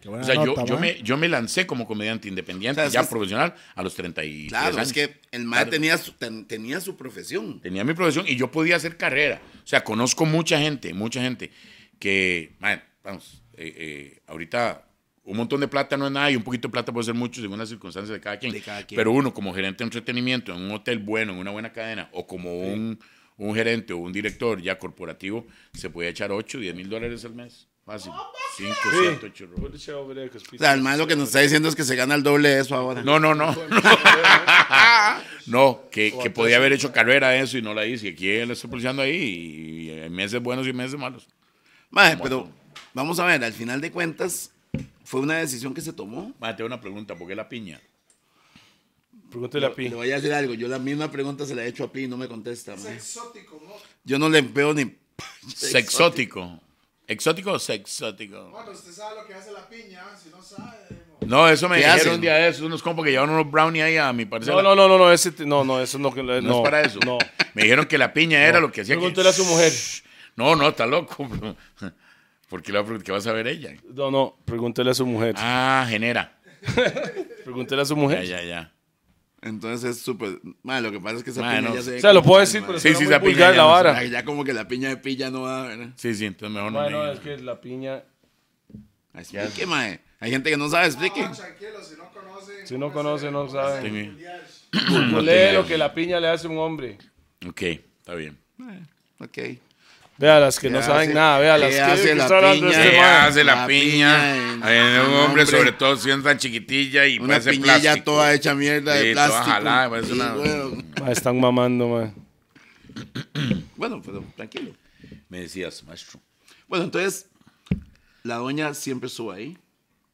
Qué buena O sea, yo, nota, yo, mae. me, yo me lancé como comediante independiente, O sea, ya es- profesional, a los 33 Claro, años. es que el mae Claro. tenía, su, ten- tenía su profesión. Tenía mi profesión y yo podía hacer carrera. O sea, conozco mucha gente, mucha gente que, man, vamos, eh, eh, ahorita un montón de plata no es nada y un poquito de plata puede ser mucho según las circunstancias de cada quien. De cada quien. Pero uno como gerente de entretenimiento en un hotel bueno, en una buena cadena, o como un, un gerente o un director ya corporativo, se puede echar 8, 10 mil dólares al mes. Fácil. 5, 7, 8 O sea, el mae lo que nos está diciendo es que se gana el doble de eso ahora. No, no, no. No, que, que podía haber hecho carrera de eso y no la hice. Y Aquí él está pulsando ahí y hay meses buenos y meses malos. Mae, pero vamos a ver, al final de cuentas, fue una decisión que se tomó. Mate, una pregunta, ¿por qué la piña? Pregúntele a Pi. Le voy a decir algo. Yo la misma pregunta se la he hecho a Pi y no me contesta. mae. Yo no le veo ni. Sexótico. ¿Exótico o sexótico? usted sabe lo que hace la piña, si no sabe. No, eso me ¿Qué dijeron hacen? un día de esos, unos compas que llevaron unos brownie ahí a mi parcela. No, no, no, no, no, ese, t- no, no, eso no, que- no, No es para eso. No. Me dijeron que la piña era lo que hacía que... Pregúntele a su mujer. No, no, está loco, bro. ¿Por qué, la, ¿Qué vas a ver ella? No, no, pregúntele a su mujer. Ah, genera. Pregúntele a su Ya, mujer. ya, ya. Entonces es súper. Mae, lo que pasa es que esa Mae, piña no. ya se. ve O sea, lo como- puedo decir, pero Mae, Sí, sí, sí, sí, esa muy piña vulgar ya la no se vara. Ya como que la piña de pi ya no va, ¿verdad? Sí, sí, entonces mejor no Bueno, me- es que la piña, Explique, mae. Hay gente que no sabe, explique. si no conoce, no sabe. Tengo- No Lee tenía- lo que la piña le hace a un hombre. Ok, está bien. Ok. Vea las que no ¿Qué saben hace- nada, vea las qué que hace que la está hablando piña? este ¿Qué man. hace la, la piña? piña en en- un hombre, hombre. sobre todo si es tan chiquitilla y Una parece piñilla plástico. toda hecha mierda Sí, de toda plástico. jalada, parece Sí, una- weón. Ma, Están mamando, man. Bueno, pero tranquilo. Me decías, maestro. Bueno, entonces, la doña siempre estuvo ahí.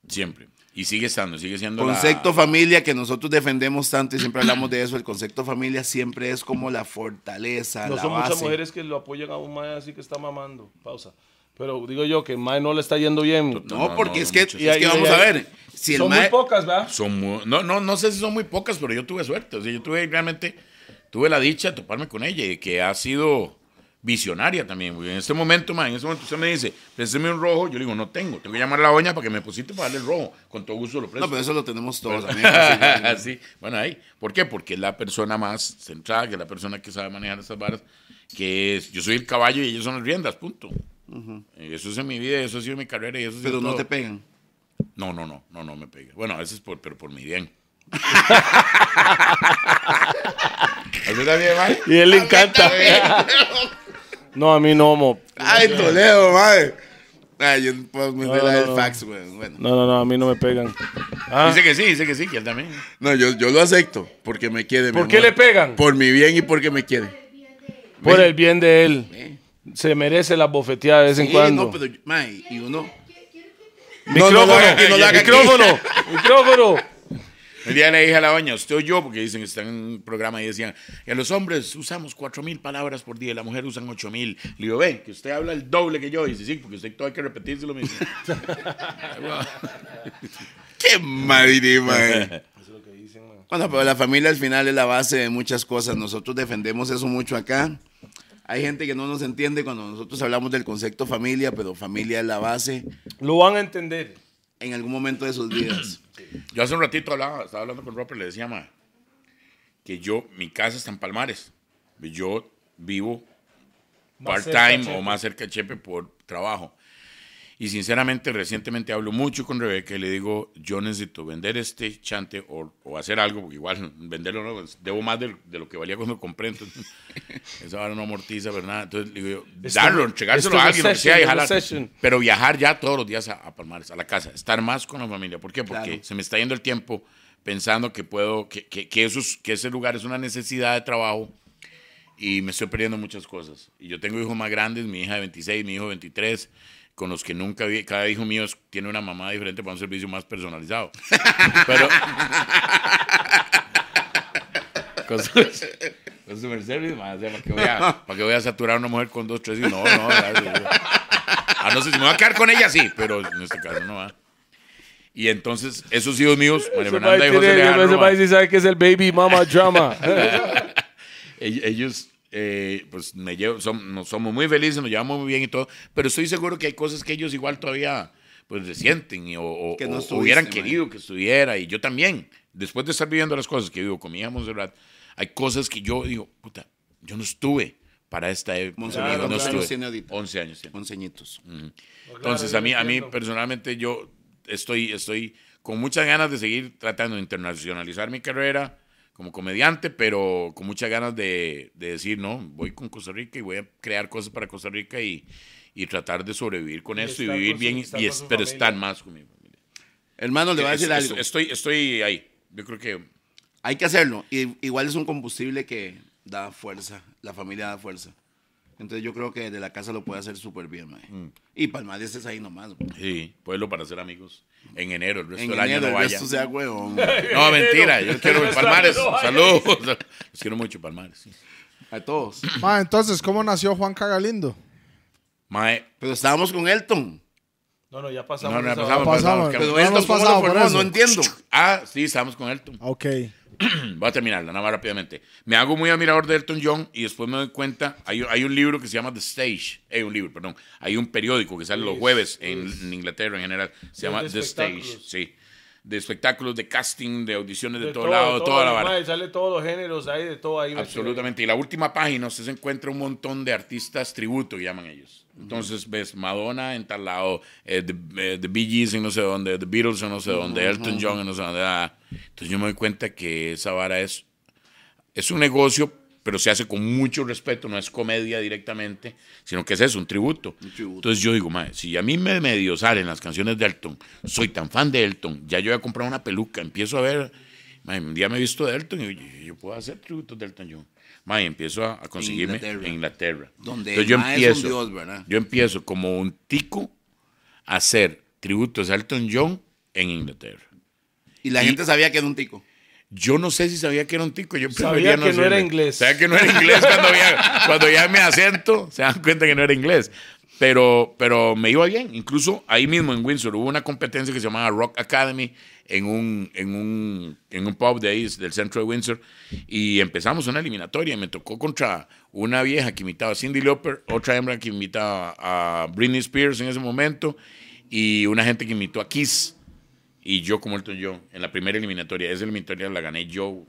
Siempre. Y sigue estando, sigue siendo la- Concepto familia que nosotros defendemos tanto y siempre hablamos de eso. El concepto familia siempre es como la fortaleza, No la son base. muchas mujeres que lo apoyan a un man así que está mamando. Pausa. Pero digo yo que el mae no le está yendo bien. No, No, no, porque no, es que, mucho. es Y ahí- que vamos y a ahí- ver. Si el Son muy mae- pocas, ¿verdad? Son mu- no, no, no sé si son muy pocas, pero yo tuve suerte. O sea, yo tuve realmente, tuve la dicha de toparme con ella y que ha sido visionaria también. güey. En este momento, man, en este momento usted me dice, présteme un rojo. Yo le digo, no tengo. Tengo que llamar a la doña para que me pusiste para darle el rojo. Con todo gusto lo presto. No, pero eso lo tenemos todos, amigos. Pero- Sí, bueno, ahí. ¿Por qué? Porque es la persona más centrada, que es la persona que sabe manejar esas varas, que es, yo soy el caballo y ellos son las riendas, punto. Y Eso es en mi vida, eso ha sido mi carrera y eso ha sido Pero no todo. te pegan. No, no, no, no, no me pegué. Bueno, a veces por, pero por mi bien. ¿A usted también, Mae? Y él le encanta. No, a mí no, mo. Ay, Toledo, madre. Ay, yo puedo meter no, el no. fax, güey. Bueno. No, no, no, a mí no me pegan. Ah, Dice que sí, dice que sí, que él también. No, yo, yo lo acepto. Porque me quiere. mi ¿Por qué amor. le pegan? Por mi bien y porque me quiere. Por el bien de él. Se merece la bofeteada de vez en Sí, cuando. No, pero, yo- mae, y uno. No, no Micrófono, lo haga aquí, no lo haga aquí. micrófono, micrófono. El día le dije a la doña, usted o yo, porque dicen que están en un programa y decían, y a los hombres usamos cuatro mil palabras por día, y la mujer usan ocho mil. Le digo, ve, que usted habla el doble que yo. Y dice, sí, porque usted todo hay que repetírselo. Me dice, Qué madre, mae. Bueno, pero la familia al final es la base de muchas cosas. Nosotros defendemos eso mucho acá. Hay gente que no nos entiende cuando nosotros hablamos del concepto familia, pero familia es la base Lo van a entender. en algún momento de sus vidas. Yo hace un ratito hablaba, estaba hablando con Roper, le decía, ma, que yo, mi casa está en Palmares. y Yo vivo Más cerca, oh part-time Chepe. o más cerca de Chepe por trabajo. Y sinceramente, recientemente hablo mucho con Rebeca y le digo, yo necesito vender este chante o, o hacer algo, porque igual venderlo no, pues, debo más del- de, lo que valía cuando compré. Entonces, esa ahora no amortiza, pero nada. Entonces, le digo, yo, Esto- darlo, entregárselo esto es a alguien, lo que session, sea, y es jalar. session. Pero viajar ya todos los días a, a Palmares, a la casa, estar más con la familia. ¿Por qué? Porque Claro. se me está yendo el tiempo pensando que puedo, que, que, que esos, que ese lugar es una necesidad de trabajo y me estoy perdiendo muchas cosas. Y yo tengo hijos más grandes, mi hija de 26, mi hijo de 23, con los que nunca vi, cada hijo mío es- tiene una mamá diferente para un servicio más personalizado. Pero... Con su, con su Mercedes, ma, o sea, para que, voy a, para que voy a saturar a una mujer con dos, tres y no, no. gracias. Ah, no sé si me voy a quedar con ella, sí, pero en este caso no va. Y entonces, esos hijos míos, María Ese Fernanda mae y José tiene- Alejandro, ese ma, mae sí sabe que es el baby mama drama. Ell- ellos eh, pues me llevo, son- nos somos muy felices, nos llevamos muy bien y todo, pero estoy seguro que hay cosas que ellos igual todavía pues resienten y, o, o- Que no o estuviste, hubieran man. querido que estuviera y yo también, después de estar viviendo las cosas que vivo con mi hija Montserrat, hay cosas que yo digo, puta, yo no estuve para esta época. Montserrat, no ¿cuántos estuve. años tiene ahorita? 11 años tiene. Onceñitos. Pues Entonces, a mí, a mí personalmente, yo estoy, estoy con muchas ganas de seguir tratando de internacionalizar mi carrera como comediante, pero con muchas ganas de, de decir, no, voy con Costa Rica y voy a crear cosas para Costa Rica y, y tratar de sobrevivir con esto y estar vivir con su- bien, estar y con es- su pero familia. estar más con mi familia. Hermano, le voy a Es- decir es- algo. Estoy, estoy ahí. Yo creo que Hay que hacerlo. Y, igual es un combustible que da fuerza. La familia da fuerza. Entonces yo creo que desde la casa lo puede hacer súper bien, mae. Mm. Y Palmares es ahí nomás. mae. sí, pueblo para ser amigos. En enero, el resto En del año enero no el vaya. resto sea huevón. No, mentira, yo quiero El resto del Palmares. año no vaya. Saludos. Los quiero mucho, Palmares. A todos. Ma, entonces, ¿cómo nació Juan Cagalindo? Mae, Pero estábamos con Elton. No, no, ya no, pasamos. no, esa pasamos, vara. pasamos. Pasamos. que- Pero No Elton, hemos ¿cómo pasado lo por formó? eso. No entiendo. Ah, sí, estábamos con Elton. Ok. Voy a terminarla, nada más rápidamente. Me hago muy admirador de Elton John y después me doy cuenta, hay, hay un libro que se llama The Stage, eh, un libro, perdón, hay un periódico que sale los jueves en, en Inglaterra en general, se Es llama de The Stage, espectáculos. sí, de espectáculos, de casting, de audiciones de, De todo, todo, lado, de todo, toda la y, vara. mae, Sale todos los géneros ahí, de todo ahí. mae. Absolutamente. Y la última página, usted se encuentra un montón de artistas tributo, que llaman ellos. Entonces ves Madonna en tal lado, eh, the, eh, The Bee Gees en no sé dónde, The Beatles en no sé dónde, Elton John en no sé dónde. ah. Entonces yo me doy cuenta que esa vara es, es un negocio, pero se hace con mucho respeto, no es comedia directamente, sino que es eso, un tributo. tributo. Entonces yo digo, "Mae, si a mí me medio salen las canciones de Elton, soy tan fan de Elton, ya yo voy a comprar una peluca, empiezo a ver, "Mae, un día me he visto de Elton y yo, yo- yo puedo hacer tributos de Elton John. Mae, empiezo a, a conseguirme Inglaterra. en Inglaterra. Donde Entonces el yo mae es un empiezo, dios, ¿verdad? yo empiezo como un tico a hacer tributos a Elton John en Inglaterra. Y la Y- gente sabía que era un tico. Yo no sé si sabía que era un tico. Yo Sabía prefería que no era decirle. inglés. Sabía que no era inglés cuando ya, cuando ya me acento. Se dan cuenta que no era inglés. Pero, pero me iba bien. Incluso ahí mismo en Windsor hubo una competencia que se llamaba Rock Academy en un, en un, en un pub de ahí, del centro de Windsor. Y empezamos una eliminatoria. Me tocó contra una vieja que imitaba a Cindy Lauper, otra hembra que imitaba a Britney Spears en ese momento y una gente que imitó a Kiss. Y yo como Elton John, en la primera eliminatoria, esa eliminatoria la gané yo.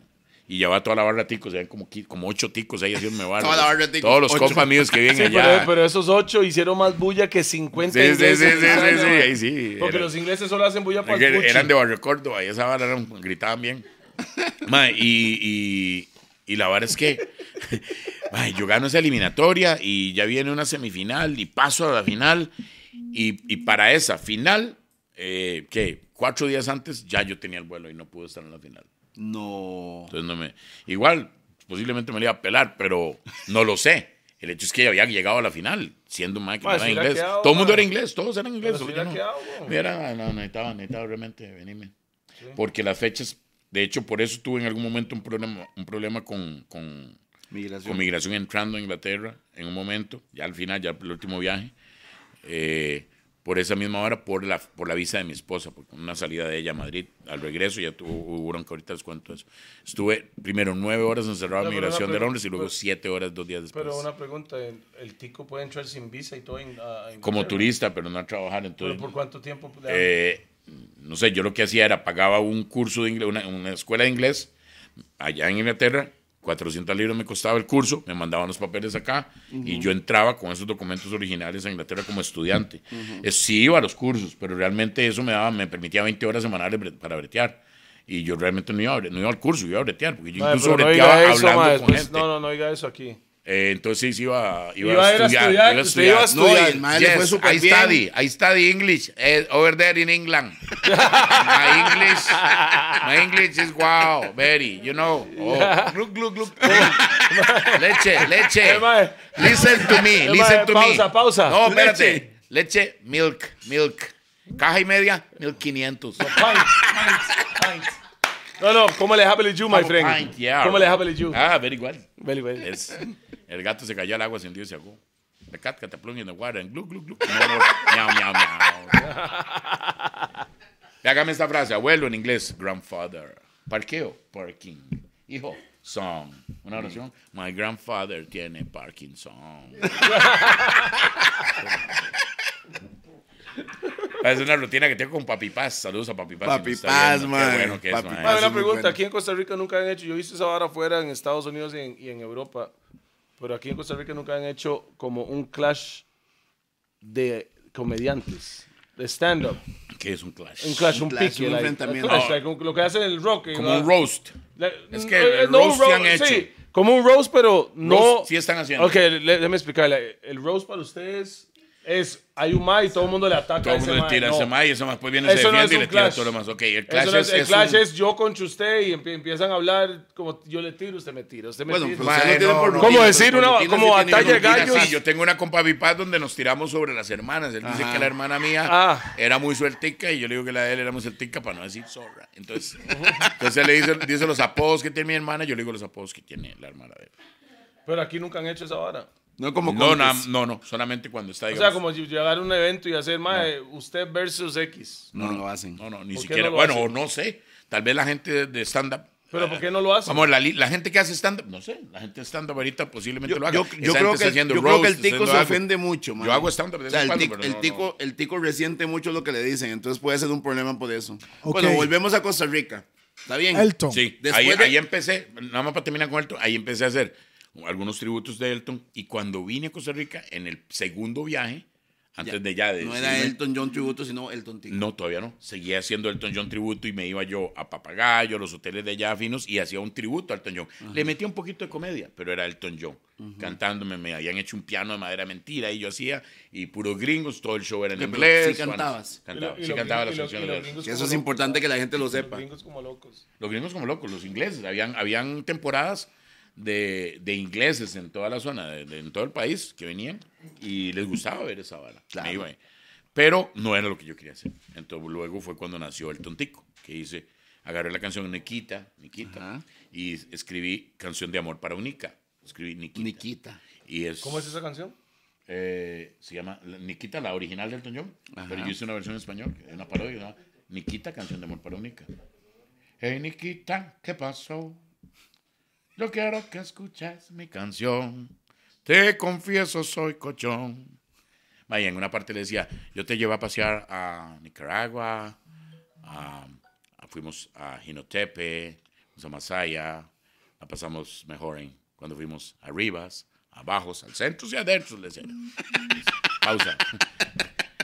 Y llevaba toda la barra de ticos, eran como, qui- como ocho ticos ahí haciéndome barra. Toda la barra de ticos, Todos los ocho. compas míos que vienen allá. pero, eh, pero esos ocho hicieron más bulla que 50 Sí, sí, ingleses. sí, sí, ¿sabes? sí, sí, ahí sí, Porque era- los ingleses solo hacen bulla para Es que el eran de Barrio Córdoba y esa vara eran- gritaban bien. Mae, y, y- y la vara es que mae, yo gano esa eliminatoria y ya viene una semifinal y paso a la final. Y, y para esa final, eh, ¿qué? Cuatro días antes ya yo tenía el vuelo y no pude estar en la final. No. Entonces no me. Igual, posiblemente me lo iba a pelar, pero no lo sé. El hecho es que ya había llegado a la final, siendo un mae que no Mae, era si hubiera inglés. quedado, Todo el mundo mae. era inglés, todos eran ingleses. Pero si yo hubiera no. quedado, mae. Mira, no, necesitaba, necesitaba realmente venirme. Porque las fechas, de hecho, por eso tuve en algún momento un problema, un problema con, con, con Migración. migración entrando a Inglaterra en un momento, ya al final, ya el último viaje, eh, por esa misma hora, por la, por la visa de mi esposa, por una salida de ella a Madrid, al regreso ya tuvo, hubo bronca, ahorita les cuento eso. Estuve primero nueve horas encerrado en No, pero migración una de pre- Londres y luego pero- siete horas dos días después. Pero una pregunta, ¿el, el tico puede entrar sin visa y todo? en- a- a Inglaterra? Como turista, pero no a trabajar, entonces... ¿Pero por cuánto tiempo? le dan? Eh, no sé, yo lo que hacía era pagaba un curso de inglés, una, una escuela de inglés allá en Inglaterra, 400 libras me costaba el curso, me mandaban los papeles acá y yo entraba con esos documentos originales a Inglaterra como estudiante. Eh, sí iba a los cursos, pero realmente eso me daba, me permitía 20 horas semanales bre- para bretear. Y yo realmente no iba, a bre- no iba al curso, iba a bretear, porque yo Mae, incluso pero no breteaba diga eso, hablando mae, con después- gente. No, no, no diga eso aquí. Eh, entonces sí, iba, iba, Iba a a ir a estudiar. estudiar, usted iba a No, y el mae le Yes, fue súper I bien. study, I study English eh, over there in England. my English, my English is wow, very, you know. Oh. Glug, glug, glug. leche, leche. Eh, mae. Listen to me, Eh, listen mae, to me. pausa, pausa. No, espérate. Leche. Leche, milk, milk. Caja y media, 1500. Pints, pints, pints. No, no, ¿cómo le happily you, my friend? Pint, yeah. ¿Cómo le happily you? Ah, very well. Very well. Es- el gato se cayó al agua, sentido y se ahogó. The cat got a plunge in the water and glu, glu, glu. No more. Miau, miau, miau. Hágame esta frase, abuelo en inglés, grandfather. Parqueo, parking. Hijo, song. Una oración. My grandfather tiene Parkinson. es una rutina que tengo con Papi Paz. Saludos a Papi Paz. Papi nos está Paz, viendo. man. Qué bueno que es, Papi man. Paz. Mae, eso una es muy pregunta, bueno. aquí en Costa Rica nunca han hecho, yo he visto esa vara afuera en Estados Unidos y en, y en Europa, pero aquí en Costa Rica nunca han hecho como un clash de comediantes, de stand-up, ¿Qué es un clash? un clash, un, clash, pique, un like, enfrentamiento. clash, like, un- lo que hacen en el rock. Como ¿verdad? un roast. La- Es mm, que el roast sí han hecho. sí, como un roast, pero no. Roast sí están haciendo. Ok, le- déjame explicarle. El roast para ustedes es. Hay un ma y todo el mundo le ataca. Todo a el ese mundo le ma, tira no. ese mae y ese mae después viene se Eso no defiende y es un le tira clash. todo lo demás. Ok, el clash Eso no es, es, el es clash un- es yo contra usted y empie- empiezan a hablar como yo le tiro, usted me tira, usted me Bueno, tira. pero Mae, usted no tiene no, por no. rutina, ¿Cómo pero decir por una- rutina como sí tiene batalla de Mira, rutina, gallos? sí, yo tengo una compa vipaz donde nos tiramos sobre las hermanas. Él dice Ajá. que la hermana mía Ah. era muy sueltica y yo le digo que la de él era muy sueltica para no decir zorra. Entonces, entonces él le dice, dice los apodos que tiene mi hermana, yo le digo los apodos que tiene la hermana de él. Pero aquí nunca han hecho esa vara. No como No, contes. na- no, no, solamente cuando está, O digamos, sea, como si llegar a un evento y hacer, mae, usted versus X. No, lo hacen. No, no, ni ¿Por qué siquiera. no lo bueno, hacen? o no sé. Tal vez la gente de- de stand-up. Pero, ¿por qué no lo hacen? Vamos, la, li- la gente que hace stand-up, no sé. La gente de stand-up ahorita posiblemente Yo, lo haga. yo- Esa yo gente creo, está que, haciendo yo creo que roast, el tico haciendo se algo. ofende mucho, man. Yo hago stand-up de O sea, vez en el, cuando, tic- pero el no, tico, el tico resiente mucho lo que le dicen, entonces puede ser un problema por eso. Ok. Bueno, volvemos a Costa Rica. ¿Está bien? Elton. Sí, Después ahí, de- ahí empecé, nada más para terminar con Elton, ahí empecé a hacer algunos tributos de Elton. Y cuando vine a Costa Rica, en el segundo viaje, antes de ya de... No era irme, Elton John tributo, sino Elton Tico. No, todavía no. Seguía haciendo Elton John tributo y me iba yo a Papagayo, a los hoteles de allá finos y hacía un tributo a Elton John. Le metía un poquito de comedia, pero era Elton John. Cantándome, me habían hecho un piano de madera mentira y yo hacía, y puros gringos, todo el show era en Ok, pero inglés. sí bueno, cantabas. cantaba, Y lo- y sí lo- cantaba y las lo- y canciones lo de Elton. gringos Que eso como es locos. importante que la gente lo Los sepa. gringos como locos. Los gringos como locos, los ingleses. Habían, habían temporadas de, de ingleses en toda la zona, de- de- en todo el país, que venían y les gustaba ver esa vara. Claro. Me iba ahí. Pero no era lo que yo quería hacer. Entonces luego fue cuando nació El Tontico, que hice, agarré la canción Nikita, Nikita, Ajá. y escribí Canción de Amor para Unica. Escribí Nikita. Nikita. Y es, ¿Cómo es esa canción? eh, se llama la- Nikita, la original de Elton John, pero yo hice una versión en español, una parodia, que se llama Nikita, canción de amor para Unica. Hey Nikita, ¿qué pasó? Yo quiero que escuches mi canción. Te confieso, soy cochón. Ma, y en una parte le decía, yo te llevé a pasear a Nicaragua, a- a- fuimos a Jinotepe, fuimos a Masaya, la pasamos mejor en, cuando fuimos a Rivas, a Bajos, al centro y adentro, le decía. Pausa.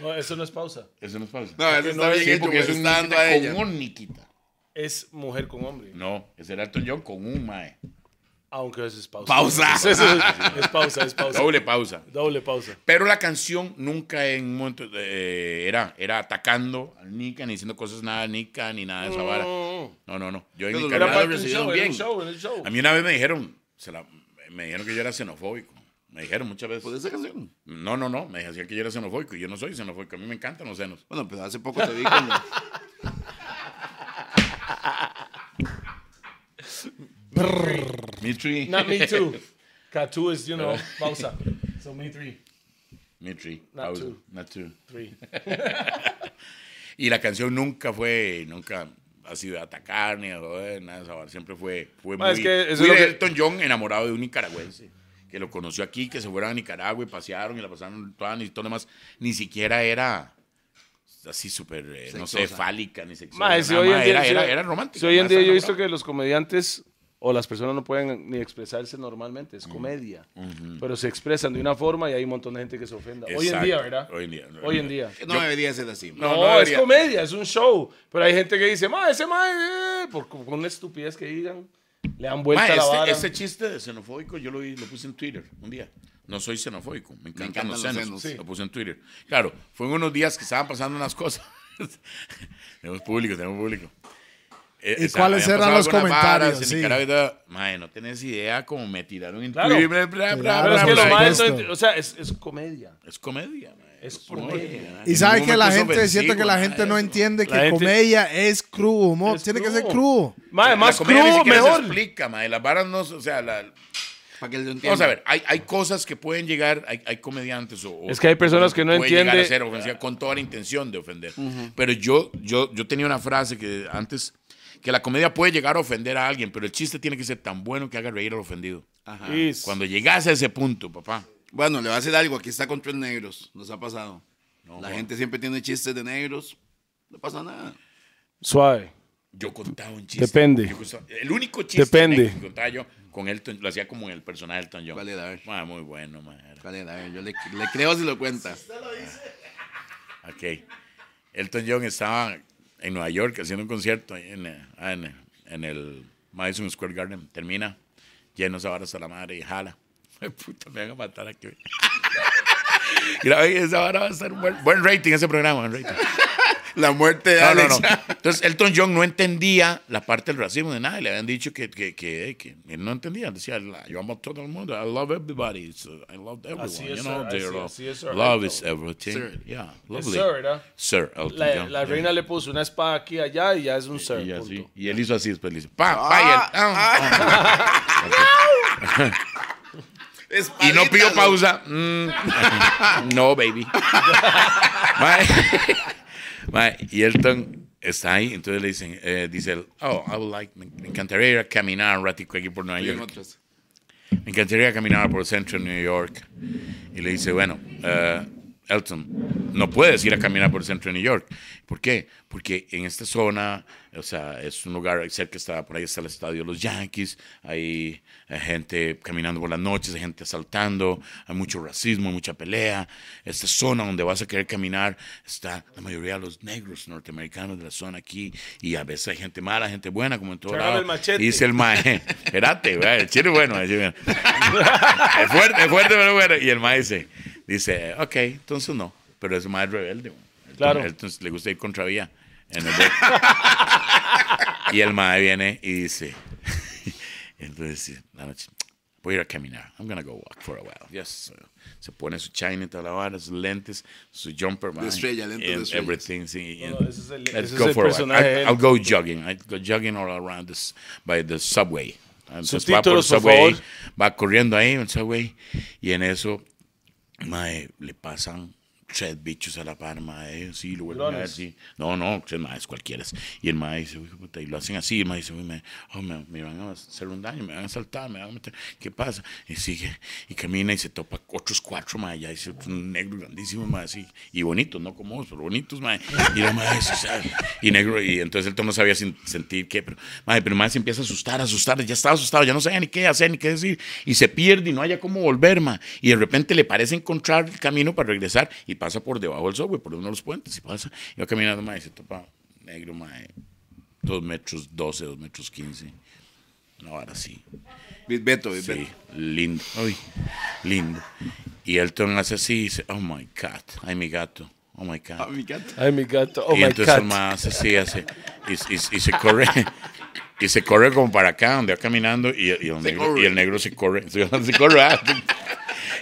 No, eso no es pausa. Eso no es pausa. No, eso está bien Sí, hecho, porque porque es un está dando a Nikita ella. con un Nikita. Es mujer con hombre. No, ese era Elton John con un mae. Aunque eso es pausa. Pausa. Eso es, es pausa, es pausa. Doble pausa. Doble pausa. Pero la canción nunca en un momento eh, era, era atacando al Nika, ni diciendo cosas nada al Nika, ni nada de esa vara. No, no, no. Yo en Pero Nicaragua Era Carnal, parte lo del recibieron show, era bien. un show, era un show. A mí una vez me dijeron, se la- me dijeron que yo era xenofóbico. Me dijeron muchas Pues Por veces. esa canción. No, no, no. Me decían que yo era xenofóbico. y Yo no soy xenofóbico. A mí me encantan los senos. Bueno, pero hace poco te vi cuando. Me three. Not me too. Catu is, you know, pausa. So me three. Me three. Not Pausa. two. Not two. Three. Y la canción nunca fue, nunca ha sido de atacar ni de joder, nada de esa vara. Siempre fue, fue Ma, muy, es que eso muy es lo de que- Elton John enamorado de un nicaragüense que lo conoció aquí, que se fueron a Nicaragua y pasearon y la pasaron toda y todo lo demás. Ni siquiera era así súper, eh, no sé, Sexosa. fálica ni sexual. Ma, si hoy en día- era, si era, hoy- era romántica. Si hoy en más día yo he enamorado. visto que los comediantes o las personas no pueden ni expresarse normalmente, Mm. es comedia. Pero se expresan de una forma y hay un montón de gente que se ofenda. Hoy en Exacto, día, ¿verdad? hoy en día. Hoy en día. No debería ser así. No, no es debería. comedia, es un show. Pero hay gente que dice, ma, ese ma, eh", por con una estupidez que digan, le dan vuelta Ma, a la este, vara. este chiste de xenofóbico yo lo, vi- lo puse en Twitter un día. No soy xenofóbico, me encantan, encantan los los senos. senos. Sí. Lo puse en Twitter. Claro, fue en unos días que estaban pasando unas cosas. tenemos público, tenemos público. Eh, ¿Y o sea, cuáles habían eran pasado los algunas varas comentarios? en Sí. Nicaragua y todo. Mae, no tenés idea cómo me tiraron en Claro. Twitter. bla, bla, bla, Claro, Pero es bla, que bla. lo Por más, supuesto. ento- o sea, es, es comedia. Es comedia, mae. Es comedia. Y sabe que la gente, siento que la gente no entiende que La gente- comedia es crudo humor. Es Tiene que ser crudo. crudo. Ma, más ni crudo, siquiera mejor. Se explica, mae. Las varas no, o sea, la, Para que lo entiendan. Vamos a ver, hay, hay cosas que pueden llegar, hay, hay comediantes o, o- Es que hay personas que no pueden llegar entiende- a ser ofensiva con toda la intención de ofender. Pero yo, yo, yo tenía una frase que antes, que la comedia puede llegar a ofender a alguien, pero el chiste tiene que ser tan bueno que haga reír al ofendido. Ajá. Is. Cuando llegas a ese punto, papá, Bueno, le voy a hacer algo. Aquí está con tres negros. Nos ha pasado. la Juan. gente siempre tiene chistes de negros. No pasa nada. Suave. yo contaba un chiste. Depende. Yo contaba- el único chiste Depende. que contaba yo con Elton, lo hacía como el personaje de Elton John. ¿Cuál era? A ver. Ah, muy bueno, man. era- Vale, a ver, yo le, le creo si lo cuenta. Ok. Elton John estaba en Nueva York haciendo un concierto en, eh, ah, en, en el Madison Square Garden. Termina lleno esa vara hasta la madre y jala. Ay, Puta, me van a matar aquí. Graba y esa vara va a ser un buen, buen rating ese programa. buen rating. La muerte de No, no, Alex. no. Entonces, Elton John no entendía la parte del racismo de nada. y Le habían dicho que, que, que, que él no entendía. Decía, "La- yo amo a todo el mundo. I love everybody. It's, uh, I love everyone. Así es, you know, sir. they Así love- es, así es, sir. Love Elton. is everything. Sir. Yeah, Es lovely. sir, ¿verdad? Sir Elton La, John. la Yeah. reina le puso una espada aquí y allá y ya es un sir. Y, así. punto. Y él hizo así después, le hizo, pa, pa, y él, ah, ah. Y no pidió pausa. Mm. no, baby. Mae. Mae, Y Elton está ahí, entonces le dicen, eh, dice él, oh, I would like, me, me encantaría ir a caminar un ratico aquí por Nueva York. Me encantaría caminar por el centro de New York. Y le dice, bueno, eh, Elton, no puedes ir a caminar por el centro de New York. ¿Por qué? Porque en esta zona, o sea, es un lugar cerca, está, por ahí está el estadio de los Yankees, hay eh, gente caminando por las noches, hay gente asaltando, hay mucho racismo, hay mucha pelea. Esta zona donde vas a querer caminar está la mayoría de los negros norteamericanos de la zona aquí y a veces hay gente mala, gente buena, como en todo Trágame lado. el machete. Y dice el mae, espérate, vea, el chile es bueno, el chile es bueno. Es fuerte, es fuerte, pero bueno. Y el mae dice, dice, ok, entonces no. Pero ese mae es rebelde. güey. Entonces, Claro. Él, entonces, le gusta ir contravía. En el bote. y el mae viene y dice, entonces dice, la noche, voy a ir a caminar. I'm gonna go walk for a while. Yes. Se pone su china y toda la vara, sus lentes, su jumper, mae. estrella, lentes de and estrellas. Everything, sí. and No, no, ese es el- let's ese go es el for a while. personaje de I- él. I'll go jogging. I'll go jogging all around this, by the subway. Entonces, Subtítulos, por subway, favor. va corriendo ahí en el subway y en eso Mae, le pasan tres bichos a la par, mae. Sí, lo vuelven a ver, sí. No, no, tres maes, cualquiera. Y el mae dice, uy, hijo de puta, y lo hacen así. El mae dice, uy, mae, oh, me, me van a hacer un daño, me van a saltar, me van a meter. ¿Qué pasa? Y sigue, y camina y se topa otros cuatro, mae. Ya dice, otro negro grandísimo, mae, así. Y bonitos, no como vos, pero bonitos, mae. Y la mae, dice, "Ah". y negro, y entonces el tono no sabía sin sentir qué, pero, mae, pero mae se empieza a asustar, a asustar. Ya estaba asustado, ya no sabía ni qué hacer, ni qué decir. Y se pierde y no haya cómo volver, mae. Y de repente le parece encontrar el camino para regresar y pasa por debajo del subway, por uno de los puentes, y pasa. Y va caminando, mae, y se topa negro, mae. Dos metros doce, dos metros quince. No, ahora sí. Bit Beto, Bit Sí, Beto. lindo. Ay, lindo. Y Elton hace así y dice, oh my God, ay mi gato, oh my Ah, God. me encanta. Ay, mi gato. Oh, y my entonces God. el mae hace así, hace, y, y- y se corre, y se corre como para acá, donde va caminando, y, y el, negro, corre. y el negro se corre, se, se corre, ah,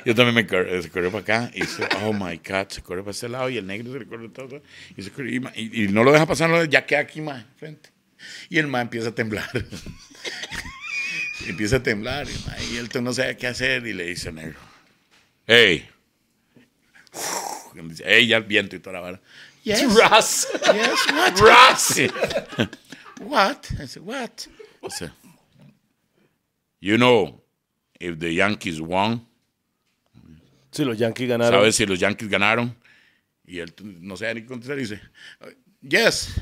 yo también me corre, se corre para acá, y dice, oh my God, se corre para este lado, y el negro se le corre todo, todo, y, se corre, y, ma- y- y no lo deja pasar, no, ya queda aquí, más frente. Y el mae empieza a temblar. empieza a temblar y, ma, y Elton no sabe qué hacer y le dice al negro, hey, dice, hey, ya el viento y toda la vara. Yes, Ras. yes, what? Ross. what? I said, what? I said, you know, if the Yankees won, Sí, los Yankees ganaron. ¿sabes si los Yankees ganaron? Y Elton no sabe ni contestar y dice, yes,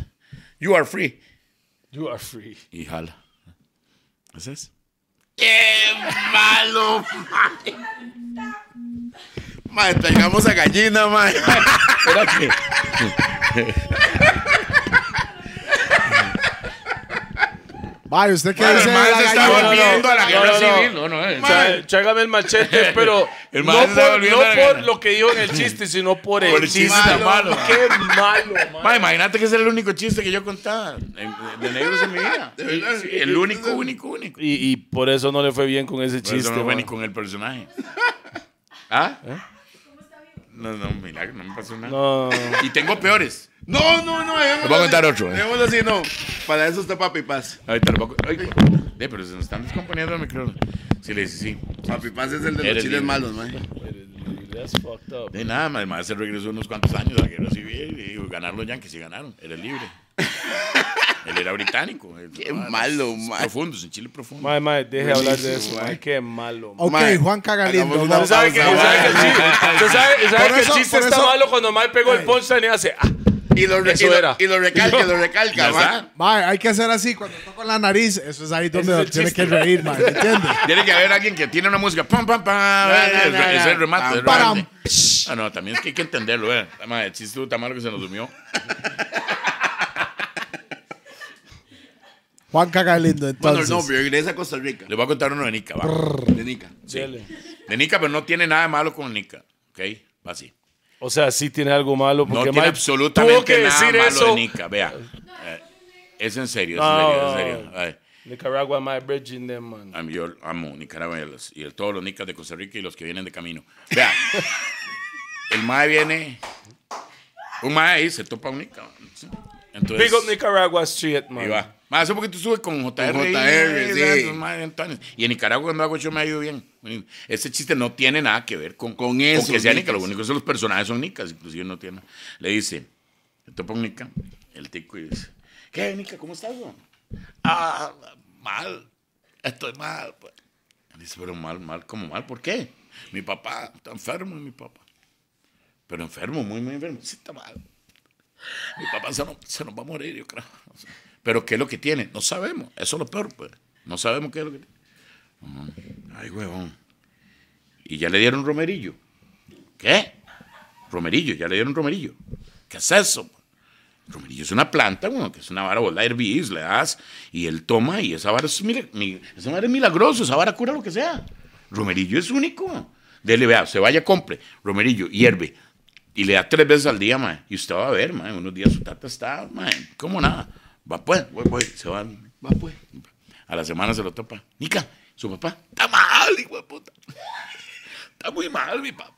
you are free. You are free. y jala. ¿Haces? ¡Qué malo! Mae, traigamos a gallina, mae. Espérate. Mae, ¿usted qué El dice? de mae la se está gallina? no, volviendo a la no, guerra no, no. civil. No, no, eh. O sea, Chágame el machete, pero El no mae se está por, volviendo no a la por gana. lo que dijo en el chiste, sino por el, Por el chiste. chiste tan malo, mae. Qué malo, mae. Ma, imagínate que ese era el único chiste que yo contaba en- de negros en mi vida. verdad. Sí, El único, único, único. Y, y por eso no le fue bien con ese Por eso chiste. no fue mae. ni con el personaje. ¿Ah? No, no, milagro, no me pasó nada. No, Y tengo peores. No, no, no. Te voy a contar otro, eh. Dejémoslo así, no. Para eso está Papi Paz. Ay, tampoco. Ay, eh, pero se nos están descomponiendo el micrófono. Sí, le dice sí. Papi Paz es el de los Eres libre. chiles malos, mae. That's fucked up. De nada, ma, el mae se regresó unos cuantos años a la guerra civil y ganar los Yankees y ganaron. Era libre. él era británico. Él- Qué ma, malo, es ma. Profundo, sin chile profundo. Mae, mae, deje de hablar de Buenísimo, eso, mae. mae. Qué malo, mae. Ok, Mae, Juan Cagalindo. hagamos una vamos. pausa. ¿Sabe que, sabe que el chiste, usted sabe- sabe Por que el eso- chiste por está eso- malo cuando Mae pegó el punchline y hace... ah. Y lo, re- Eso y lo- era. y lo recalca, lo Ya recalca, mae. está. Mae, hay que hacer así cuando toco la nariz. Eso es ahí Ese donde es el tiene chiste. que reír, mae. ¿me ¿Entiende? Tiene que haber alguien que tiene una música. Pam, pam, pam. no, no, es no. el remate. es el Pam, remate. Ah, no, también es que hay que entenderlo, eh. La madre, el chiste estuvo tan malo que se nos durmió. Juan Cagalindo, Bueno, entonces. no, pero regresa a Costa Rica. Les voy a contar uno de Nica, va. De Nica. Sí. Dele. De Nica, pero no tiene nada de malo con Nica. ¿Ok? Va así. O sea, sí tiene algo malo. No Porque tiene mae absolutamente tuvo que nada decir malo eso. de Nica, vea. Eh, es en serio, es en serio, es en serio. Oh. A ver. Nicaragua, my bridge in them, man. Am- Yo amo Nicaragua y, a los- y a todos los nicas de Costa Rica y los que vienen de camino. Vea, el mae viene, un mae ahí se topa un nica. ¿sí? Entonces, Big up Nicaragua Street, man. y pues. va. Mae, hace poquito estuve con JR. Con y- JR, sí. esos maes, entonces. Y en Nicaragua cuando hago yo me ha ido bien. Este chiste no tiene nada que ver con, Con esos que sea nica. nicas. Lo único es que los personajes son nicas, inclusive no tiene. Le dice, se topa un nica, el tico y dice, ¿qué, nica, cómo estás, güey? Ah, mal. Estoy mal. pues. Él Dice, pero mal, mal, como mal, ¿por qué? Mi papá está enfermo, mi papá. Pero enfermo, muy, muy enfermo. Sí, está mal. Mi papá se nos, se nos va a morir, yo creo. O sea, pero ¿qué es lo que tiene? No sabemos. Eso es lo peor, pues. No sabemos qué es lo que tiene. Ujú. Ay, huevón. Y ya le dieron romerillo. ¿Qué? Romerillo, ya le dieron romerillo. ¿Qué es eso? Romerillo es una planta, bueno, que es una vara, vos la hervís, le das, y él toma, y esa vara es, mila- mi- esa vara es milagrosa, esa vara cura lo que sea. Romerillo es único. Dele, vea, se vaya, compre. Romerillo, hierve. Y le da tres veces al día, mae. Y usted va a ver, mae. Unos días su tata está, mae, como nada. Va pues, voy, voy, se va. Va, pues. A la semana se lo topa. Nica, su papá, está mal, hijo de puta. Está muy mal, mi papá.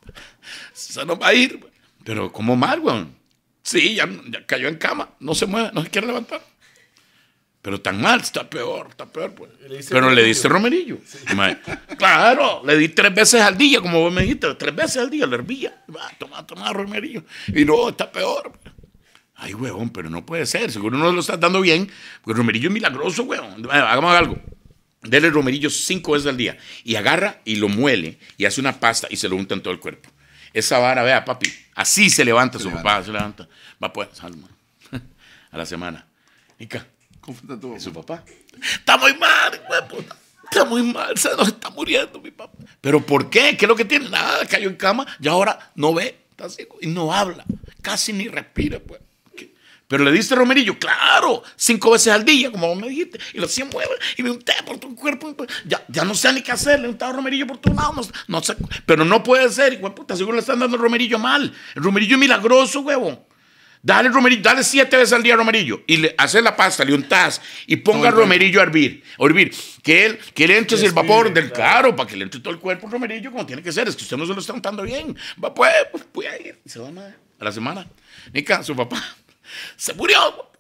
Se nos va a ir. güey. Pero, ¿cómo mal, weón? Sí, ya, ya cayó en cama. No se mueve, no se quiere levantar. Pero tan mal, está peor, está peor. pues. le diste Pero le romerillo. diste romerillo. Mae, Claro, le di tres veces al día, como vos me dijiste, tres veces al día, la hervía. Va, Toma, toma romerillo. Y no, está peor. pues". Ay, huevón, pero no puede ser. Seguro no lo estás dando bien, porque el romerillo es milagroso, huevón. Mae, Hagamos algo. Dele romerillo cinco veces al día. Y agarra y lo muele y hace una pasta y se lo unta en todo el cuerpo. Esa vara, vea, papi. Así se levanta su papá, se levanta. Va pues, alma. A la semana. Ica, Confronta tu es su papá. Está muy mal, hijo de puta. Está muy mal, se nos está muriendo mi papá. ¿Pero por qué? ¿Qué es lo que tiene? Nada, cayó en cama y ahora no ve, está ciego y no habla. Casi ni respira, pues. ¿Qué? Pero le diste romerillo, claro, cinco veces al día, como vos me dijiste, y lo hacía mueve, y me unté por tu cuerpo, y pues, ya, ya no sé ni qué hacer, le untaba romerillo por todos lados, no, sé- no sé, pero no puede ser, hijo de puta, seguro le están dando el romerillo mal, el romerillo es milagroso, huevón. Dale romerillo, dale siete veces al día romerillo. Y le haces la pasta, le untas y ponga romerillo a hervir. A hervir. Que él, que le entre el vapor del caro para que le entre todo el cuerpo el romerillo como tiene que ser. Es que usted no se lo está untando bien. Va, pues, pues, voy a ir. Se va madre, a la semana. Nica, su papá. Se murió.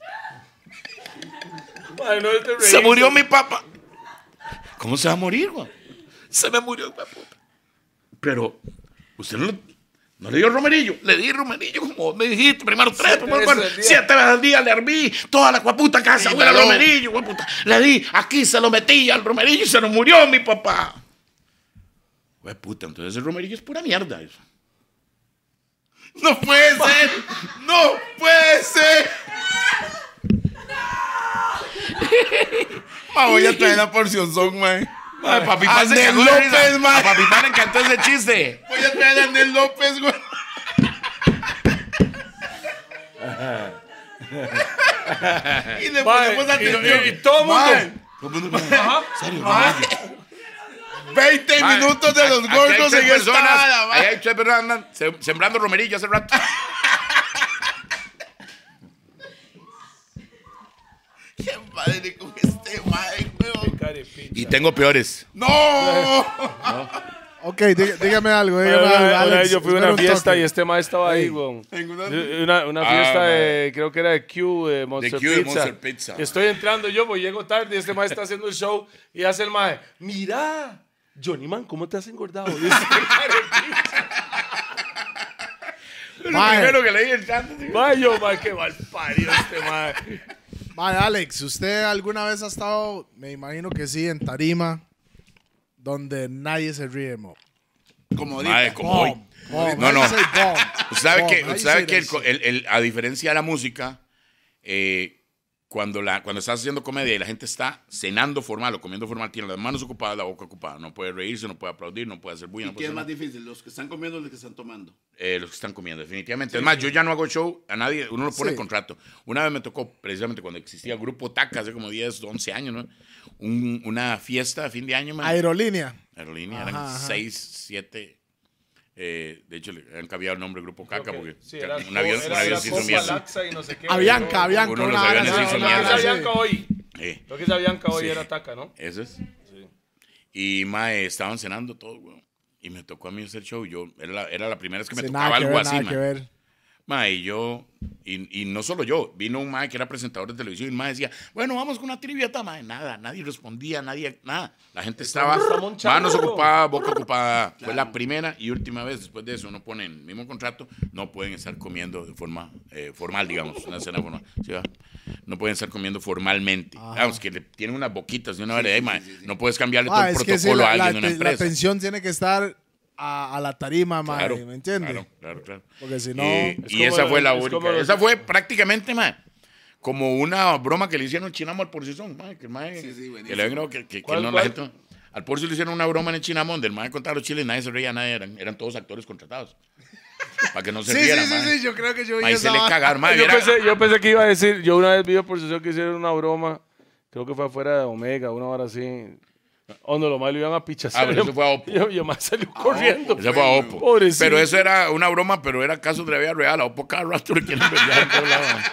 este Se murió mi papá. ¿Cómo se va a morir, güey? Se me murió, hijo de puta. Pero, usted no, lo- no le dio romerillo. Le di romerillo, como vos me dijiste, primero tres, primero veces cuatro. al día. Siete veces al día le herví toda la guaputa casa, güey, Inhaló. romerillo, guaputa. Le di, aquí se lo metí al romerillo y se nos murió mi papá. Güey, puta, entonces el romerillo es pura mierda. Eso. No puede ser. No puede ser. Ma, voy a traer la porción son, man. Ay, papi, Pan se cagó de risa. man. A papi, Pan le encantó ese chiste. Voy Pues a traer a Anel López, güey. y le Mae, ponemos y- Eh, atención. y- y todo el mundo. Mae, Mae, 20 ah, minutos de los gordos en esta hora, mae. Ahí hay tres personas andan sem- sembrando romerillo hace rato. Qué padre con este mae, weón. Y tengo peores. No. Ok, dí- dígame algo, dígame Una, algo. una Alex, vez yo fui a espera una un fiesta toque. y este mae estaba ahí, weón. En una- Una, una Ah, fiesta mae. de, creo que era de Q, de Monster, Q, de Pizza. Monster Pizza. Estoy entrando yo, pues llego tarde, este mae está haciendo el show y hace el mae, mira, Johnny Man, ¿cómo te has engordado? Dice el Mae, que leí el tanto. mae, yo, mae, qué mal parido este mae. mae, Alex, ¿usted alguna vez ha estado, me imagino que sí, en tarima, donde nadie se ríe, mo? Como Mae, ahorita. como hoy. Bomb, bomb. No, How no. you say bomb? ¿Sabe Bomb, que, how you sabe say que el that co- shit? el- el- a diferencia de la música, eh, cuando, la, cuando estás haciendo comedia y la gente está cenando formal o comiendo formal, tiene las manos ocupadas, la boca ocupada, no puede reírse, no puede aplaudir, no puede hacer bulla, no ¿Y qué puede es hacer más nada. difícil? ¿Los que están comiendo o los que están tomando? Eh, los que están comiendo, definitivamente. es más, yo ya no hago show a nadie, uno lo pone Sí. en contrato. Una vez me tocó, precisamente cuando existía el Grupo Taca, hace como 10, 11 años, ¿no? Un- una fiesta a fin de año, man. Aerolínea. aerolínea, Ajá, eran ajá. seis, siete. eh, de hecho, le han cambiado el nombre Grupo Caca porque Sí, era un avión, co- un era- avión era se hizo Copa mierda. Laxa y no sé qué. Avianca, Pero- Avianca. Uno de una los vara aviones así, hizo una Lo vara que es mierda. así. Avianca hoy. Eh, Lo que es Avianca hoy Sí. era Taca, ¿no? eso es. Y mae, estaban cenando todo, weón. Y me tocó a mí hacer show. Yo, era, la, era la primera vez que me Sí, tocaba nada que algo ver, así, nada mae. que ver. Mae, y yo, y, y no solo yo, vino un mae que era presentador de televisión y mae decía, bueno, vamos con una triviata, mae. Nada, nadie respondía, nadie, nada. La gente estaba, estamos chando. manos ocupadas, boca ocupada. Fue la primera y última vez, después de eso, no ponen el mismo contrato, no pueden estar comiendo de forma eh, formal, digamos, una cena formal. ¿sí va? No pueden estar comiendo formalmente. Ah. Vamos, que le tienen unas boquitas de una variedad, mae. No puedes cambiarle todo Ah, el es que sí, protocolo a la, alguien la, de una te- la empresa. atención tiene que estar a, a la tarima, mae, Claro, ¿me entiendes? Claro, claro, claro. Porque si no- Eh, Es y como esa lo- fue la es como única. lo- Esa fue prácticamente, más como una broma que le hicieron Chinamo al Porcisón. mae, que el mae- Sí, sí, buenísimo. que le habían grabado que, que- que ¿Cuál, no, la cuál? gente- al Porcio le hicieron una broma en el Chinamo donde el mae contaba los chiles, nadie se reía, nadie eran, eran todos actores contratados. Para que no se Sí, sí, rieran, sí, mae. sí, yo creo que yo vi Mae, se esa le vara. cagaron, mae, yo, viera- pensé, yo pensé que iba a decir, yo una vez vi por supuesto que hicieron una broma, creo que fue afuera de Omega, una hora así, donde lo más lo iban a pichar. Ah, pero eso fue a Oppo. Yo, yo más salí corriendo. Esa fue a Oppo. Pobrecito. Pero eso era una broma, pero era caso de la vida real. A Oppo cada rato le quieren pelear en todos lados.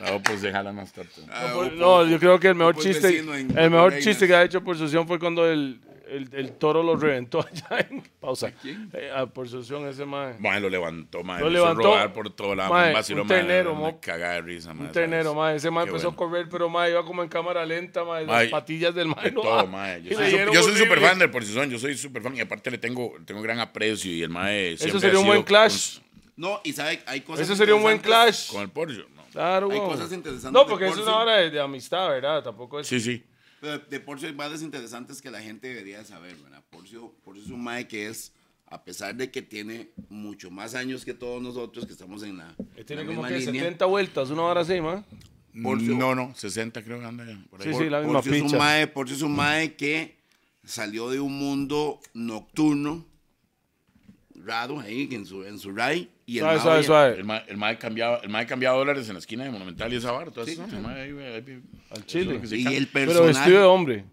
A Oppo se jala más tarde. Ah, pues, No, yo creo que el mejor Oppo es chiste, vecino en el mejor Reinas. chiste que ha hecho por sucesión fue cuando el, el, el toro lo reventó allá en pausa. Eh, a por solución ese mae. Mae, lo levantó, mae. Lo Lo levantó. levantó. robar por todo lado. Mae, un vacilón, un mae, ternero, una mo- cagada de risa, mae. Un ternero, mae. Ese mae Qué empezó bueno. a correr, pero mae iba como en cámara lenta, mae. Las Mae, patillas del mae. De no- todo, mae. Yo y le soy, dieron yo soy horrible. super fan del Por si son, yo soy super fan y aparte le tengo, tengo gran aprecio y el mae siempre Eso ha sería un buen sido clash. No, y sabe, hay cosas. Eso sería un buen interesantes. clash. Con, con el Porsche, no. Claro, Hay weón. cosas interesantes No, de porque es Porcio. una hora de, de amistad, ¿verdad? Tampoco es. Sí, sí. Pero de Porcio hay más interesantes que la gente debería de saber, ¿verdad? Porcio, Porcio es un mae que es, a pesar de que tiene mucho más años que todos nosotros que estamos en la. que la Eh, Tiene como misma que línea, 70 vueltas, una hora así, mae. Porcio. No, no, 60 creo que anda por ahí. Sí, Por- sí, la misma Porcio es, picha. un mae, Porcio es un mae que salió de un mundo nocturno, raro ahí, en su, en su ray. Y el Suave, mae suave, hoy- suave. El mae, el mae cambiaba, el mae cambiaba dólares en la esquina de Monumental y esa barra. Entonces, Sí, no, sí. el mae ahí, ahí, ahí- Al chile. eso es lo que se Y canta. el Pero vestido de personaje. hombre.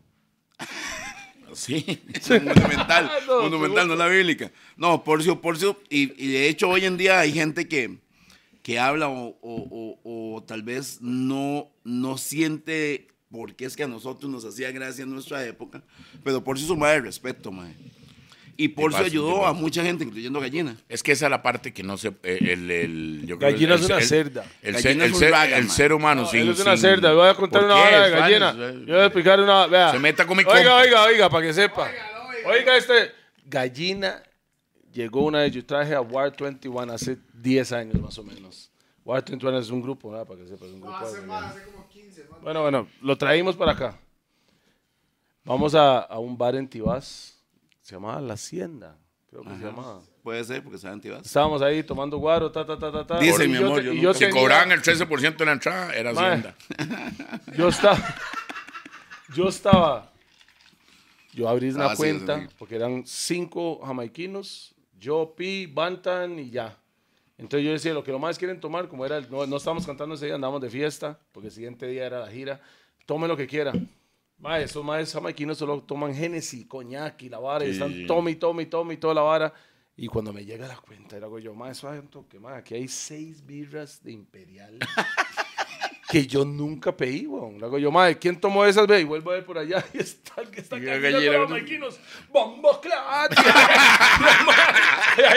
Sí. monumental, No, monumental, no la bíblica. No, Porcio, Porcio, y, y de hecho hoy en día hay gente que, que habla o, o- o- o tal vez no, no siente por qué es que a nosotros nos hacía gracia en nuestra época, pero Porcio es un madre de respeto, mae. Y Porcio pasa, ayudó te a pasa. mucha gente, incluyendo Gallina. Es que esa es la parte que no se. El, el, el- yo creo Gallina el- es una el- cerda. El, Gallina ser, es el, un ser, raga, el man. ser humano, No, sin. él es una sin- cerda. Voy a contar ¿Por una qué? hora de Es fan, gallina. es- Yo voy a explicar una. Vea. Se meta con mi Oiga, compa. oiga, oiga, para que sepa. Oiga, este. Gallina llegó una vez. Yo traje a War 21 hace 10 años más o menos. War 21 es un grupo, ¿verdad? Para que sepa. Es un grupo de gallina. Bueno, bueno, lo traímos para acá. Vamos a, a un bar en Tibás. Se llamaba La Hacienda. Creo que se llamaba. Puede ser, porque saben, tibas. Estábamos ahí tomando guaro, ta, ta, ta, ta, ta. Dice, Y mi yo amor, te- yo y nunca- Si tenía- cobraban el 13% de la entrada, era Mae. Hacienda. Yo estaba. Yo estaba. Yo abrí una Ah, sí, cuenta sí, sí. porque eran cinco jamaiquinos, yo, Pi, Bantan y ya. Entonces yo decía, lo que los más quieren tomar, como era, el- no, no estábamos cantando ese día, andábamos de fiesta, porque el siguiente día era la gira, tomen lo que quieran. Mae, esos maes jamaiquinos solo toman Genesis, coñac y la vara, y Sí, están sí. tome, y tome, y tome, y toda la vara. Y cuando me llega la cuenta, era yo, mae, suave un toque, mae, aquí hay seis birras de Imperial que yo nunca pedí, weón. Le hago yo, madre, ¿quién tomó esas, ve? Y vuelvo a ver por allá y está el que está Y acá, llega mira, y era los uno- maquinos. ¡Bombos clavados!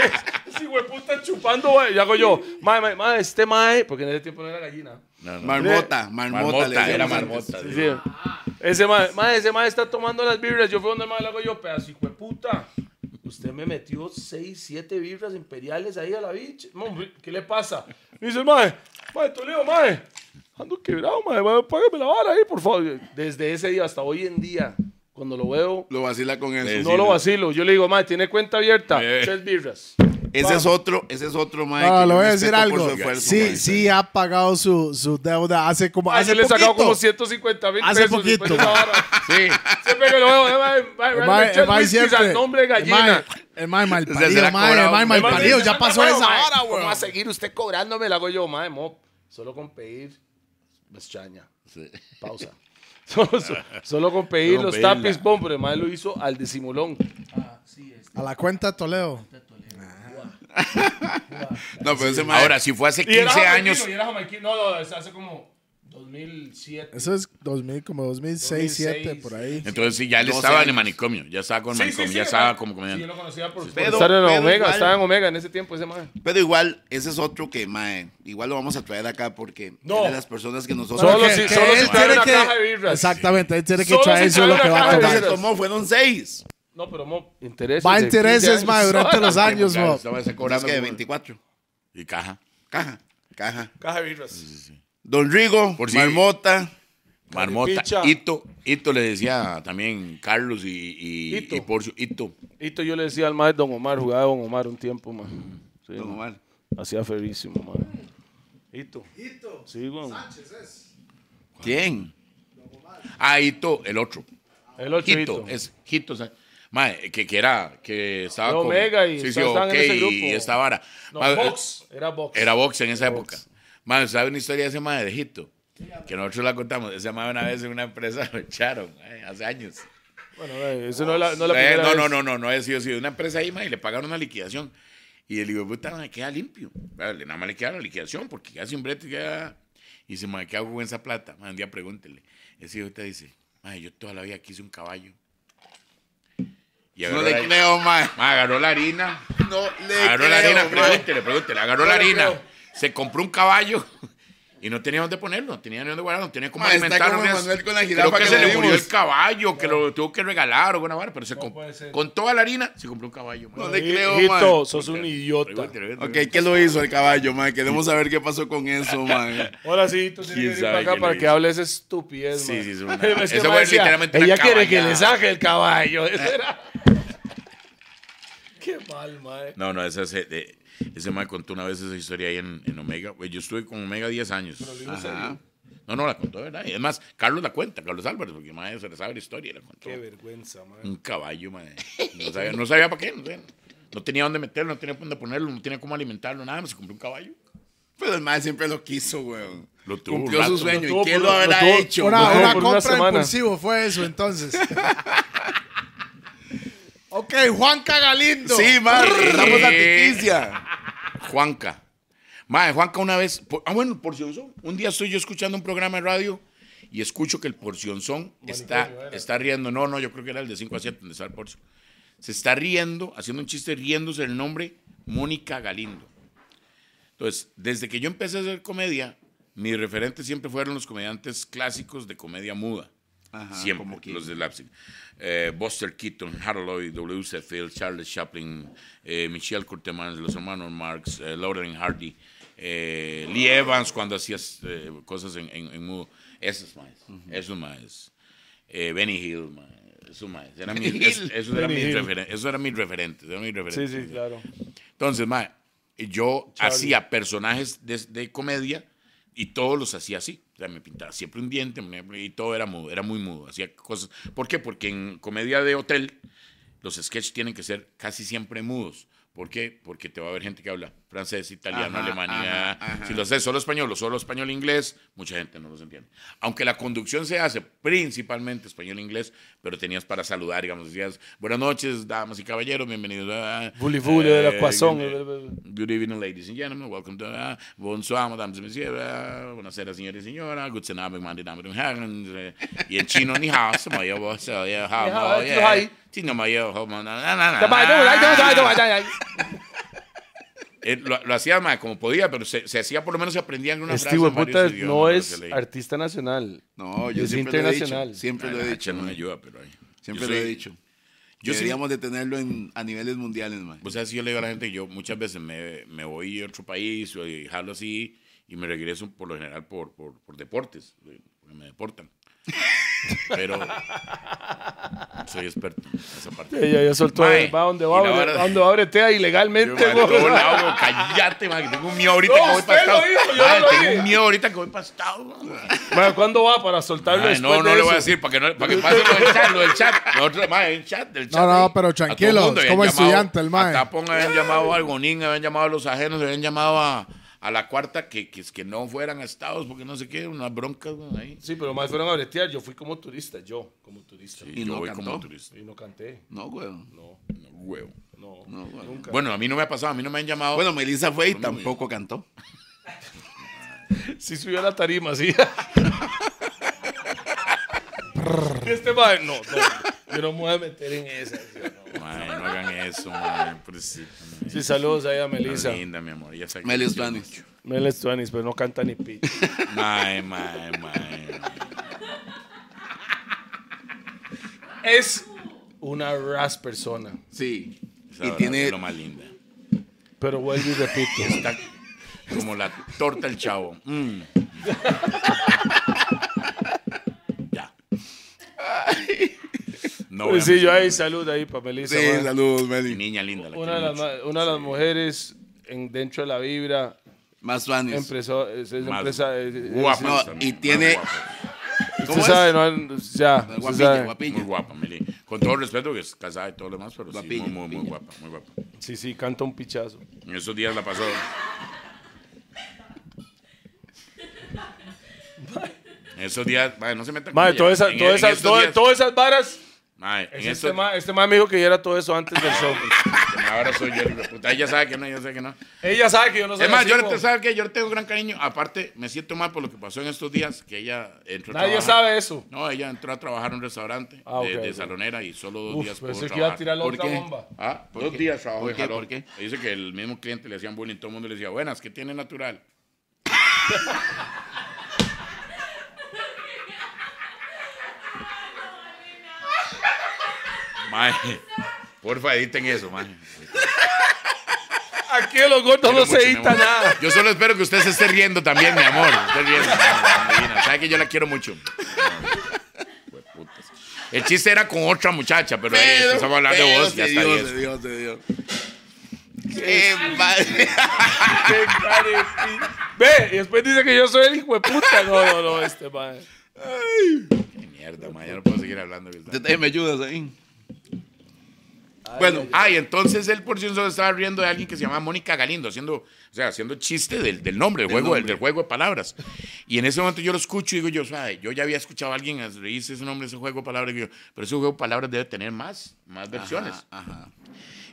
Ese hueputa chupando, güey. Y hago yo, madre, madre, madre, este madre, porque en ese tiempo no era gallina. No, no. Marmota, Marmota, marmota, le decíamos era antes. marmota. Sí, sí. Ese madre, madre, ese madre está tomando las birras. Yo fui donde el madre le hago yo, pedazo, hijo de puta. Usted me metió 6, 7 birras imperiales ahí a la bicha. Mo, ¿Qué le pasa? Me dice, madre, madre, Toledo, madre. Ando quebrado, madre, madre, págame la vara ahí, por favor. Desde ese día hasta hoy en día, cuando lo veo, Lo vacila con eso. Sí, no lo vacilo. Yo le digo, madre, tiene cuenta abierta, Eh. 3 birras. Ese es otro, ese es otro mae. No, que le yo voy a respeto decir por algo. su esfuerzo, sí, mae. sí ha pagado su, su deuda hace como Madre, hace se le he poquito. sacado como 150 mil pesos. Hace después de poquito. esa vara. Sí. Siempre que lo veo, eh, madre, madre, El me mae- echa el el mae whisky siempre. al nombre de gallina. El mae mal Se- se la parido, ha mae, cobrado. el mae mal El mae parido. dice, Ya pasó "Mae, esa mae, hora, ¿Cómo va a weón. seguir usted cobrándome? Le hago yo, mae, mo, solo con pedir chaña. Pausa. Solo, so- solo con pedir Solo los pedirla. tapis, pom, pero el mae lo hizo al disimulón. A la cuenta Toledo. No, pero ese mae. Ahora, si fue hace 15 años. Y era jamaiquino, no, no, es hace como 2007. Eso es 2000, como 2006, 2007, 2006, por ahí. Entonces sí, ya él 12 estaba en el años. manicomio. Ya estaba con el manicomio. ya estaba estaba como Sí, yo comediante. lo conocía por, por Pero- estar en pero Omega, igual- estaba en Omega en ese tiempo ese mae. Pero igual, ese es otro que, mae, igual lo vamos a traer acá porque No. es de las personas que nosotros... Solo Que- si- que solo si él trae tiene una que- caja de birras. Exactamente, él tiene que Solo traer si eso trae lo que una va caja a de Lo que se cobrar. birras. tomó fueron seis. No, pero mo, intereses. Va a de 15 intereses, mae, años. durante los años, Ya mo. Estaba se Más cobrando. que de como- 24. Y caja. Caja, caja. Caja de birras. Don Rigo, Por Por si- Marmota, Marmota, Picha. Ito, Ito le decía también Carlos y, y, Ito. y Porcio, Ito. Esto yo le decía al maestro Don Omar, jugaba Don Omar un tiempo, más. Don Omar. Hacía ferísimo, man. Hito. Sí, güey. ¿Quién? Ah, Ito, el otro. El ocho Hito, Hito. es Hito. o sea, Mae, que, que era, que estaba De con... Omega y sí, sí, está- estaban en ok, ese grupo. y esta vara. No, Mae, box. Era box. Ah, Era box en esa época. Mae, ¿sabe una historia de ese mae de Hito? Que nosotros la contamos. Ese mae una vez en una empresa lo echaron, mae, hace años. Bueno, eh, eso no es la, no es la Eh, primera no, vez. no, no, no, no es sí, sí, una empresa ahí, ma, y le pagaron una liquidación. Y el hijo de puta, ma, queda limpio. Vale, nada más le queda la liquidación, porque ya sin brete, ya. Y dice, ma, ¿qué hago con esa plata? Ma, un día pregúntele. Ese hijo de puta dice, ma, yo toda la vida quise un caballo. Y agarró No la- le creo, mae. Ma, agarró la harina. No le Agarró la creo, harina, mae. pregúntele, pregúntele. Agarró la No le harina. creo. Se compró un caballo y no tenía dónde ponerlo, no tenía ni dónde guardarlo, no tenía cómo Ma, está alimentarlo. como ni nada. Manuel con la Creo jirafa que, que se le le murió dimos. el caballo, que lo tuvo que regalar o alguna vara, pero se comp- puede ser. con toda la harina se compró un caballo. ma. No le creo, Hijito, mae. sos un idiota. Pregúntele, Ok, pregúntele. ¿qué lo hizo el caballo, mae? Queremos saber qué pasó con eso, mae. Ahora sí, tú ¿Quién tienes que venir sabe para acá quién lo para que hizo? hables esa estupidez, Sí, man. sí, es una- Es que Ese me fue decía, literalmente una Ella quiere que caballada". le saque el caballo. Eso era. Qué mal, madre. No, no, esa se- de- ese man contó una vez esa historia ahí en, en Omega. Güey, Yo estuve con Omega 10 años. Ajá. No, no, la contó, de ¿verdad? Y además, Carlos la cuenta, Carlos Álvarez, porque madre se le sabe la historia, la contó. Qué vergüenza, madre. Un caballo, madre. No sabía, no sabía para qué, no, sé. No tenía dónde meterlo, no tenía dónde ponerlo, no tenía cómo alimentarlo, nada, más se compró un caballo. Pero el mae siempre lo quiso, weón. Lo tuvo un Cumplió rato, su lo sueño. tuvo ¿Y qué por- lo lo habrá tuvo- hecho? Lo Una, tuvo una por una compra semana. impulsiva fue eso, entonces. ok, Juanca Galindo. Sí, mae, regresamos a Eh. Tiquicia. Juanca. Madre, Juanca una vez. por- ah, bueno, Porción Son. Un día estoy yo escuchando un programa de radio y escucho que el Porción Son está, está riendo. No, no, yo creo que era el de 5 a 7 donde está el Porcio. Se está riendo, haciendo un chiste, riéndose del nombre Mónica Galindo. Entonces, desde que yo empecé a hacer comedia, mis referentes siempre fueron los comediantes clásicos de comedia muda. siempre, los de Leipzig. Eh, Buster Keaton, Harold Lloyd, W.C. Fields, Charles Chaplin, eh, Michelle Curtemans, los hermanos Marx, eh, Lauren Hardy, eh, Lee Evans cuando hacías eh, cosas en, en- en mudo. Esos más, esos más. Eh, Benny Hill, ma, esos más. Eran mis- Benny es- Hill. esos eran Benny mis Hill. referen- esos eran mis referentes. eran mis Sí, referentes. sí, claro. Entonces, mae, yo Charlie. hacía personajes de, de comedia y todos los hacía así. O sea, me pintaba siempre un diente me- y todo era mudo, era muy mudo. Hacía cosas. ¿Por qué? Porque en comedia de hotel los sketches tienen que ser casi siempre mudos. ¿Por qué? Porque te va a haber gente que habla francés, italiano, Ajá, alemania. ajá, ajá. Si lo haces solo español o solo español-inglés, mucha gente no los entiende. Aunque la conducción se hace principalmente español-inglés, pero tenías para saludar, digamos, decías, buenas noches, damas y caballeros, bienvenidos. ah, a... Bully Bully de la Cuazón. Eh, Good evening, ladies and gentlemen. Welcome to uh, Bonsoir, madame et messieurs. uh, Buonasera, signore e signora. Guten Abend, meine Damen und Herren. uh, Y en chino, ni hao, se me llevo, se me llevo, Ni hao, eh, no, tu yeah. hai. Sí, eh. no me llevo, ho, na, na, na, na, na. Steve Eh, Lo lo hacía más como podía, pero se se hacía, por lo menos se aprendía alguna frase. en varios puta idiomas, no pero es se leía. artista nacional. No, yo Es siempre lo he dicho. internacional. Siempre Ay, lo he la hacha dicho. Ah, no me mae. ayuda, pero ay. Siempre Yo lo he soy- dicho. Yo soy- Deberíamos de tenerlo en, a niveles mundiales, man. O sea, si yo le digo a la gente que yo muchas veces me, me voy a otro país o y jalo así y me regreso por lo general por, por, por deportes, eh, porque me deportan. Pero soy experto en esa parte. Ya, ya, ya soltó. Mae, Va donde y va, la donde- vara- va donde va, bretea Yo, ilegalmente. man, güey. todo lado, cállate, man, que tengo un miedo ahorita No, que voy usted lo pastado. dijo, yo no lo tengo dije. un miedo ahorita que voy pastado. man. Mae, ¿Cuándo va para soltarlo Ay, después no, no de le voy a eso? decir para que, no, para que pase lo del chat, lo del chat. Nosotros, mae, el chat, el chat. No, no, ahí. pero A todo el tranquilo, mundo, es habían como llamado estudiante el mae. A Tapón habían llamado a Algonín, habían llamado a los ajenos, habían llamado a, a la cuarta que, que, que no fueran a Estados porque no sé qué, unas broncas güey, ahí. Sí, pero más fueron a bretear. Yo fui como turista, yo como turista. Sí, Y yo no voy cantó. como turista. Y no canté. No, weón. No, No, huevo. no, No, güey. nunca. Bueno, a mí no me ha pasado, a mí no me han llamado. Bueno, Melissa fue y tampoco cantó. Sí subió a la tarima, sí. este mae, no, no. Yo no me voy a meter en esa. sí, no. Mae, no hagan eso, mae, pobrecita, mae. Sí, saludos ahí a Melissa. Tan linda, mi amor. Ya sé que- Melis Planes. Mel Stuanis, pero no canta ni pi. Mae, mae, mae. es una ras persona. Sí. Esa Y verdad es tiene. lo más linda. Pero vuelvo y repito. Está como la torta del chavo. Mm. ya. No, Pues sí, obviamente, yo ahí salud ahí para Melissa. Sí, ma. saludos, Meli. Niña linda. La una, de las, ma- una de las mujeres en, dentro de la vibra, Más Suanes. empresó, es, es empresa. es- es- guapa. no, y tiene- Usted ¿Cómo sabe, es? no, ya. usted Guapilla, sabe. Muy guapilla. guapa, Meli. Con todo respeto, que es casada y todo lo demás, pero Guapilla, sí, muy, muy, muy guapilla. guapa, muy guapa. Sí, sí, canta un pichazo. En esos días la pasó. En esos días, mae, no se metan Madre, con todas ella. esas, En- todas en esas, estos todas- días- todas esas varas. Mae, en Este estos- ma, este ma me dijo que ya era todo eso antes del show. Mae, ahora soy yo el hijo de puta. Ella sabe que no, ella sabe que no. Ella sabe que yo no soy Es más, así, yo le, po. te- ¿sabe qué? yo le tengo gran cariño. Aparte, me siento mal por lo que pasó en estos días, que ella entró a Nadie trabajar. sabe eso. No, ella entró a trabajar en un restaurante Ah, de, ok, de ok. salonera y solo dos Uf, días pudo pensé que iba a trabajar. tirar la ¿Por otra qué? bomba. ¿Ah? Dos días trabajó ¿Por y qué? jaló. ¿Por qué? Dice que el mismo cliente le hacían bullying, todo el mundo le decía, buenas, ¿qué tiene natural? Mae, porfa, editen eso, mae. Aquí en los gordos no Quiero se mucho, mi edita amor. nada. Yo solo espero que usted se esté riendo también, mi amor. Esté riendo, mi amor, divina. Sabe que yo la quiero mucho. Hueputas. El chiste era con otra muchacha, pero, ahí empezamos a hablar de pero vos y ya de está Dios, bien. de Dios, de Dios. Qué madre. Qué carepi. Ve, y después dice que yo soy el hijo de puta. No, no, no, este man. Qué mierda, ma, ya no puedo seguir hablando. ¿verdad? Usted también me ayudas ahí. Bueno, ay, Ah, entonces él por sí solo estaba riendo de alguien que se llamaba Mónica Galindo, haciendo, o sea, haciendo chiste del, del nombre, del, juego, del- del juego de palabras. Y en ese momento yo lo escucho y digo yo, "Sabe, yo ya había escuchado a alguien reírse ese nombre, ese juego de palabras, y digo, pero ese juego de palabras debe tener más, más versiones.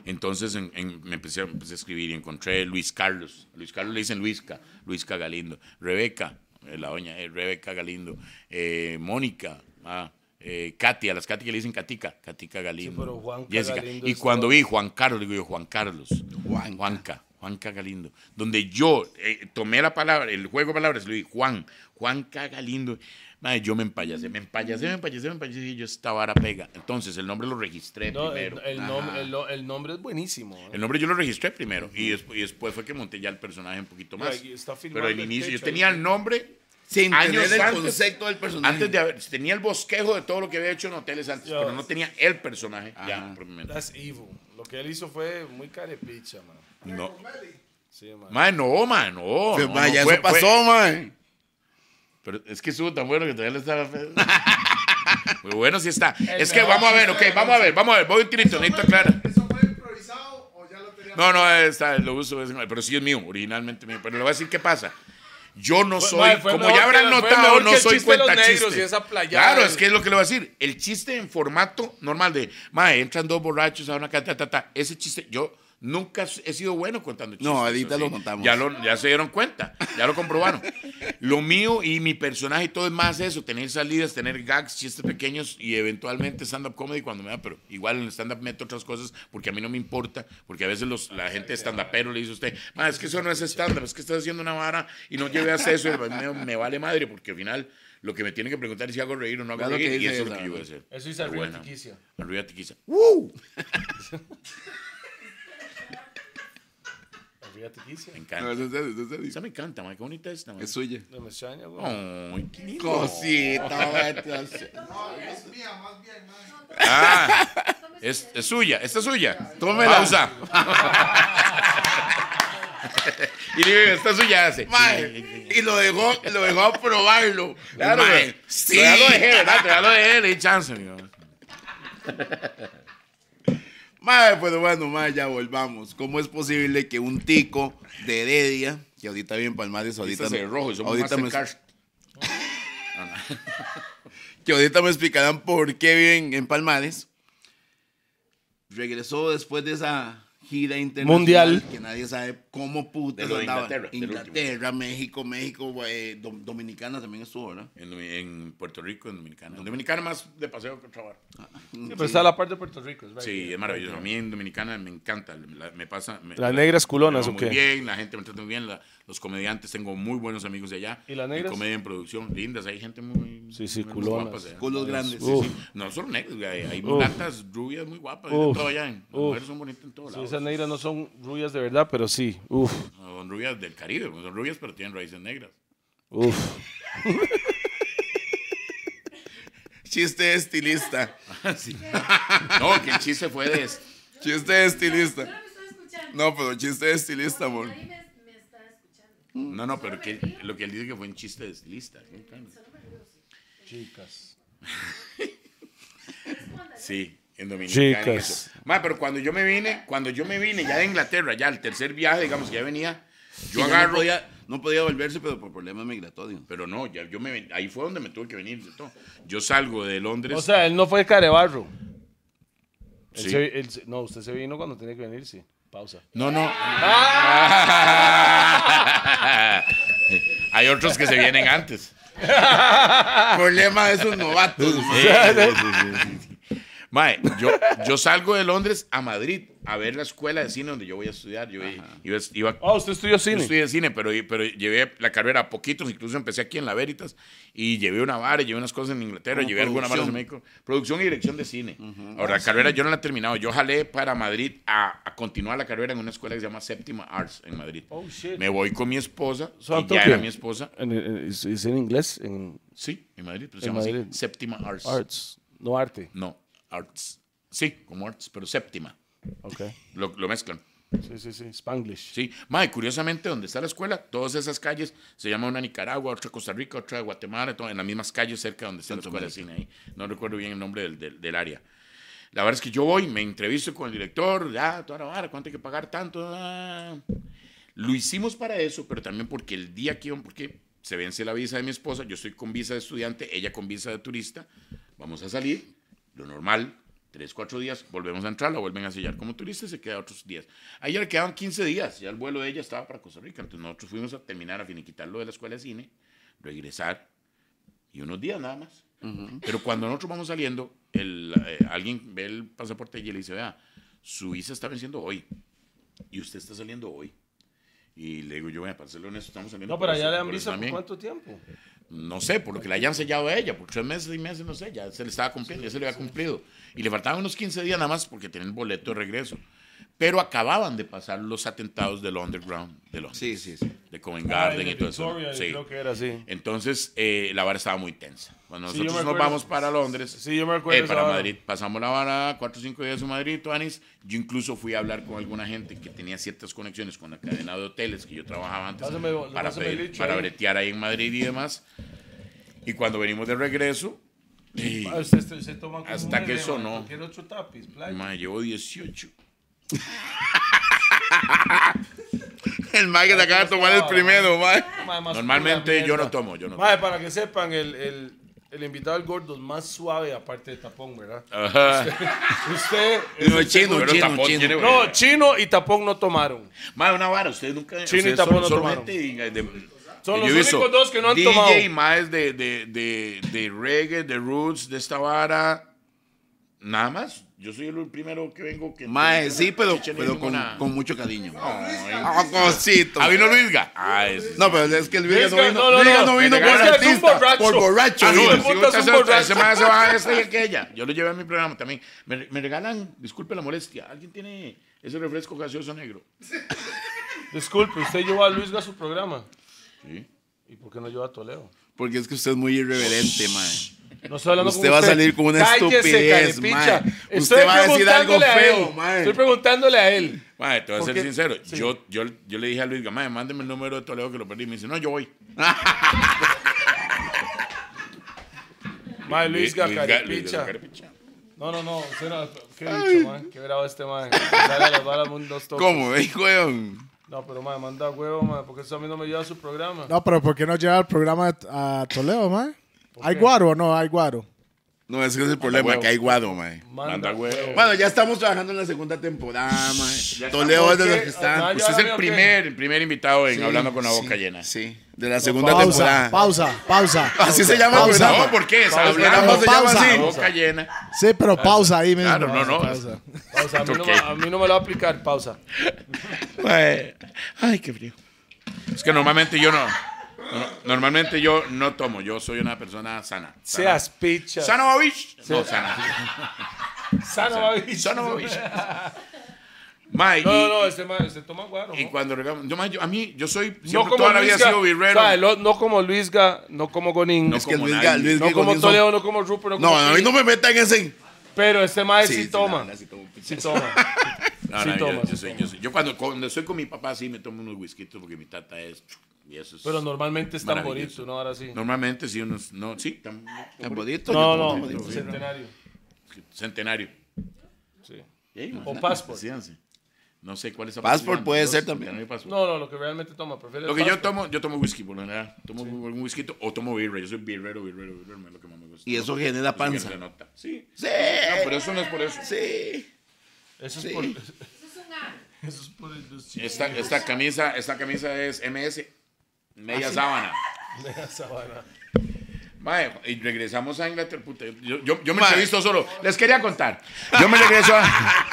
Entonces en- en- me empecé, a- empecé a escribir y encontré Luis Carlos. Luis Carlos le dicen Luisca, Luisca Galindo. Rebeca, eh, la doña, eh, Rebeca Galindo. Eh, Mónica, ah, eh, Katy, a las Katy que le dicen Katica, Katica Galindo. pero Juanca Jessica. Galindo y es cuando vi Juan Carlos, digo yo, Juan Carlos. Juanca. Juanca. Galindo, donde yo eh, tomé la palabra, el juego de palabras, le dije Juan, Juanca Galindo. Madre, yo me empayasé, me empayasé, me empayasé, me empayasé, y yo esta vara pega. Entonces el nombre lo registré No, el, primero. el nom- el no- el nombre es buenísimo. ¿eh? El nombre yo lo registré primero y después, y después fue que monté ya el personaje un poquito Mira, más. aquí está Pero firmando al el inicio yo techo, tenía el nombre Sin Años tener el antes- concepto del personaje. antes de haber, tenía el bosquejo de todo lo que había hecho en hoteles antes, Dios. pero no tenía el personaje ya propiamente. That's evil. Lo que él hizo fue muy carepicha, man. No, Sí, man. man, no, man, no. Pues, no, ma, no, ya fue- eso fue- pasó, man. pero es que estuvo tan bueno que todavía le estaba fe- Muy bueno sí está. es que vamos a ver, ok, vamos a ver, vamos a ver. Voy un tirito, necesito aclarar. ¿Eso fue improvisado o ya lo tenía? No, no, está, lo uso, es- pero sí es mío, originalmente mío. Pero le voy a decir qué pasa. Yo no Fue- soy, madre, fue como mejor ya habrán que la- fue notado, mejor no que el soy chiste de los cuenta negros chiste. y esa playada. claro, es que es lo que le voy a decir. El chiste en formato normal de, mae, entran dos borrachos a una cata, ta, ta. Ese chiste, yo nunca he sido bueno contando chistes. No, ahorita así. lo contamos. Ya, lo- ya se dieron cuenta, ya lo comprobaron. lo mío y mi personaje y todo es más eso, tener salidas, tener gags, chistes pequeños y eventualmente stand-up comedy cuando me da, pero igual en el stand-up meto otras cosas porque a mí no me importa, porque a veces los, la gente stand-upero le dice a usted, "Ma, es que eso no es stand-up, es que estás haciendo una vara y no lleves eso, y me, me vale madre porque al final lo que me tienen que preguntar es si hago reír o no hago Claro que reír y dice eso es lo esa, que yo voy a ¿no? hacer. Eso dice Qué arriba buena. tiquicia. Arriba tiquicia. Arriba tiquicia. Me No, encanta. eso es serio, eso es serio. Esa me encanta, ma, qué bonita esta. ma. Es suya. No me extraña, güey. Ay, qué lindo. Cosita, Ah, es, es suya, esta es suya. Tómela. Pausa. y digo, esta es suya. Hace. Y lo dejó, lo dejó a probarlo. Claro, Mae, güey. sí. Todavía lo dejé, eh, ¿verdad? Todavía lo dejé, eh, le di chance, amigo. Mae, pero bueno, mae, ya volvamos. ¿Cómo es posible que un tico de Heredia, que ahorita vive en Palmares, ahorita, Ahorita se rojo, somos ahorita me, Mastercard. que ahorita me explicarán por qué viven en Palmares, regresó después de esa gira internacional Mundial. que nadie sabe cómo puta De lo de andaba. Inglaterra, del último. Inglaterra, México, México, eh, Dom- Dominicana también estuvo, ¿verdad? En, en Puerto Rico, en Dominicana. En Dominicana más de paseo que trabajo. Sí, pues, pero está la parte de Puerto Rico. es right Sí, here. es maravilloso. A mí en Dominicana me encanta. la- me pasa. me- Las negras culonas, me va ¿o Muy qué? bien, la gente me trata muy bien. la- los comediantes, tengo muy buenos amigos de allá. ¿Y las En negras? comedia en producción, lindas. Hay gente muy. Sí, sí, muy culonas. guapas allá. Con los grandes. Uf. No solo negras, güey, hay mulatas rubias muy guapas. de Uf. todo allá. Las Uf. mujeres son bonitas en todos Sí, lados. esas negras no son rubias de verdad, pero sí. Uf, No, son rubias del Caribe, pues, son rubias, pero tienen raíces negras. uf. Chiste de estilista. Ah, No, que el chiste fue de. Chiste de estilista. No me estoy escuchando. No, pero chiste de estilista, amor. Nadie me, me está escuchando. Mm. No, no, pero que, lo que él dice que fue un chiste de estilista. ¿no? Claro. Chicas. Sí, en Dominicana. y Chicas. eso. Ma, pero cuando yo me vine, cuando yo me vine ya de Inglaterra, ya el tercer viaje, digamos, que ya venía, yo Que ya No agarro ya. podía, no podía volverse, pero por problemas migratorios. Pero no, ya yo me ven- ahí fue donde me tuve que venir. de todo. Yo salgo de Londres. O sea, él no fue carebarro. Él Sí. se- él se- no, usted se vino cuando tenía que venirse. Pausa. No, no. Hay otros que se vienen antes. Problema de esos novatos. Sí, sí, sí, sí, sí. Mae, yo, yo salgo de Londres a Madrid a ver la escuela de cine donde yo voy a estudiar. Yo iba, iba- Ah, usted estudió yo cine. estudié cine, pero, pero llevé la carrera a poquitos. Incluso empecé aquí en La Veritas y llevé una vara, llevé unas cosas en Inglaterra, Como llevé algunas varas en México. Producción y dirección de cine. Ahora, Ah, la carrera yo no la he terminado. Yo jalé para Madrid a, a continuar la carrera en una escuela que se llama Séptima Arts en Madrid. Oh, shit. Me voy con mi esposa, So, y ya Tokio. era mi esposa. En- en- ¿Es es en inglés? En Sí, en Madrid, pero se En llama así, Madrid. Séptima Arts. arts. No arte. No, Arts. Sí, como Arts, pero séptima. Ok. Lo, lo mezclan. Sí, sí, sí. Spanglish. Sí. Mae, curiosamente, donde está la escuela, todas esas calles, se llama una Nicaragua, otra Costa Rica, otra Guatemala, todo en las mismas calles cerca donde está la escuela de cine ahí. No recuerdo bien el nombre del, del- del área. La verdad es que yo voy, me entrevisto con el director, ya, toda la vara, cuánto hay que pagar tanto. Ah. Lo hicimos para eso, pero también porque el día que iban, porque se vence la visa de mi esposa, yo estoy con visa de estudiante, ella con visa de turista, vamos a salir, lo normal, tres, cuatro días, volvemos a entrar, la vuelven a sellar como turista y se queda otros días. Ahí ya le quedaban 15 días, ya el vuelo de ella estaba para Costa Rica, entonces nosotros fuimos a terminar, a finiquitar lo de la escuela de cine, regresar y unos días nada más. Pero cuando nosotros vamos saliendo, el, eh, alguien ve el pasaporte y le dice, vea, su visa está venciendo hoy y usted está saliendo hoy. Y le digo yo, bueno, para serle honesto, estamos saliendo. No, pero por allá eso- le han por eso visto por también". cuánto tiempo. No sé, por lo que le hayan sellado a ella, por tres meses y meses, no sé, ya se le estaba cumpliendo, ya se le había cumplido. Y le faltaban unos 15 días nada más porque tenía el boleto de regreso. Pero acababan de pasar los atentados del underground de Londres. Sí, sí, sí. De Covent Garden Ah, y todo eso. ¿no? Sí. Creo que era así. Entonces, eh, la vara estaba muy tensa. Cuando Sí, yo me nosotros nos acuerdo. vamos para Londres, Sí, yo me acuerdo eh, esa para vara. Madrid, pasamos la vara cuatro o cinco días en Madrid, Tuanis. Yo incluso fui a hablar con alguna gente que tenía ciertas conexiones con la cadena de hoteles que yo trabajaba antes Pásame- para, pásame pedir- el hecho para ahí. bretear ahí en Madrid y demás. Y cuando venimos de regreso, y, Ah, usted- usted- usted toma como Hasta un que lema, sonó. cualquier otro tapiz, playa. ma, llevo 18. El Mike se acaba de tomar el primero, Mike. Mae, más Mm. Normalmente pura yo mierda. no tomo, yo no Mae, para que sepan, el, el, el invitado del gordo es más suave, aparte de tapón, ¿verdad? Ajá. Usted. No, chino, Pero chino, tapón tiene, chino. güey. No, chino y tapón no tomaron. Mae, una vara, ustedes nunca. Chino y ustedes tapón solo- no solo tomaron. gente y- de- Son yo los he visto únicos dos que no han DJ tomado. y maes de, de, de, de reggae, de roots, de esta vara. Nada más. Yo soy el primero que vengo que. Mae, sí, pero, Chichen y pero con, ninguna- con mucho cariño. Ay. Ah, cosito. Ah, vino Luisga. Ah, ese sí. No, pero es que el Villa Es no que- vino, no, no, Villa no, no vino es que por es un artista, borracho. por borracho. Ah, no, vino. Hijo de puta, es un ese- borracho. ese mae se va a esta y aquella. Yo lo llevé a mi programa también. Me, me regalan, disculpe la molestia, ¿alguien tiene ese refresco gaseoso negro? Disculpe, usted llevó a Luis a su programa. Sí. ¿Y por qué no lleva a Toledo? Porque es que usted es muy irreverente, mae. No estoy hablando con Usted va a salir con una Cállese, estupidez, carepicha. mae. Estoy Usted va a decir algo preguntándole a feo, él. mae. Estoy preguntándole a él. Mae, te voy a ser Porque- sincero. Yo, yo, yo le dije a Luis Gamay, mándeme el número de Toledo que lo perdí. Me dice, no, yo voy. Mae, Luis Luis- Luis Ga- Luis Gacarepicha. Ga- Carepicha. No, no, no. usted no- Qué dicho, man. Qué bravo este man. Dale las balas un dos toques. ¿Cómo, eh, weón? No, pero man, manda huevo, man. Porque eso a mí no me lleva a su programa. No, pero ¿por qué no lleva el programa a Toledo, mae? ¿Hay guaro o no? Hay guaro. No, ese es el problema, huevo. que hay guado, mae. Manda huevo. Bueno, ya estamos trabajando en la segunda temporada, mae. Toledo es de los ¿Qué? que están. Ah, Usted es ya, el ok. primer, el primer invitado en Sí, Hablando con la sí, Boca Llena. Sí, de la segunda Pausa, temporada. pausa, pausa. Así se llama el Pausa. No, programa. ¿por qué? Es Pausa. Hablando Pausa. con Pausa. la Boca Llena. Sí, pero pausa ahí mismo. Claro, no, no. Pausa. Pausa, a, mí no, Ok. me- a mí no me lo va a aplicar, pausa. Mae, Ay, qué frío. Es que normalmente yo no. no- Normalmente yo no tomo, yo soy una persona sana. sana. Seas picha. Sano Babich. No, sana. Sano, baby. Sano Babich. Mae, No, y- no, este man, usted toma guaro. y ¿no? cuando regamos. Yo, mae, yo- a mí, yo soy. No Siempre, como toda la vida he Luisga, sido birrero. o sea, lo- no como Luisga, no como Gonin, no, Es que como Luis nadie. Ga- Luis Ga- como González- Toledo, no como Rupert, no como No, a mí Pete. no me metan ese. Pero este maestro sí, Sí, sí, toma. la verdad, sí pues, tomo. Sí toma. No, Sí no, yo- toma, yo, sí soy- yo soy- yo cuando, cuando estoy con mi papá sí me tomo unos whiskitos porque mi tata es. Y eso es Pero normalmente es maravilloso. tamborito, ¿no? Ahora sí. No, Normalmente sí unos. No, sí, tam- Tamborito, yo no, tomo tamborito. centenario. centenario. Sí. Ey, O man, passport. decídanse. No sé cuál es la Passport posibilidad, puede dos, ser también. centenario y passport. No, no, lo que realmente toma. Prefiero el Lo que yo passport. tomo, yo tomo whisky por lo general. Tomo algún whisky o tomo birra. Yo soy birrero, birrero, birrero, es lo que más me gusta. Y eso genera Eso genera panza. nota. Sí. Sí. No, pero eso no es por eso. Sí. Eso es Sí. por, Eso es un A. eso es por el- los Esta, esta camisa, esta camisa es MS, media sábana. Mae, y regresamos a Inglaterra. puta, yo, yo- yo me Mae. entrevisto solo. Les quería contar. Yo me regreso a,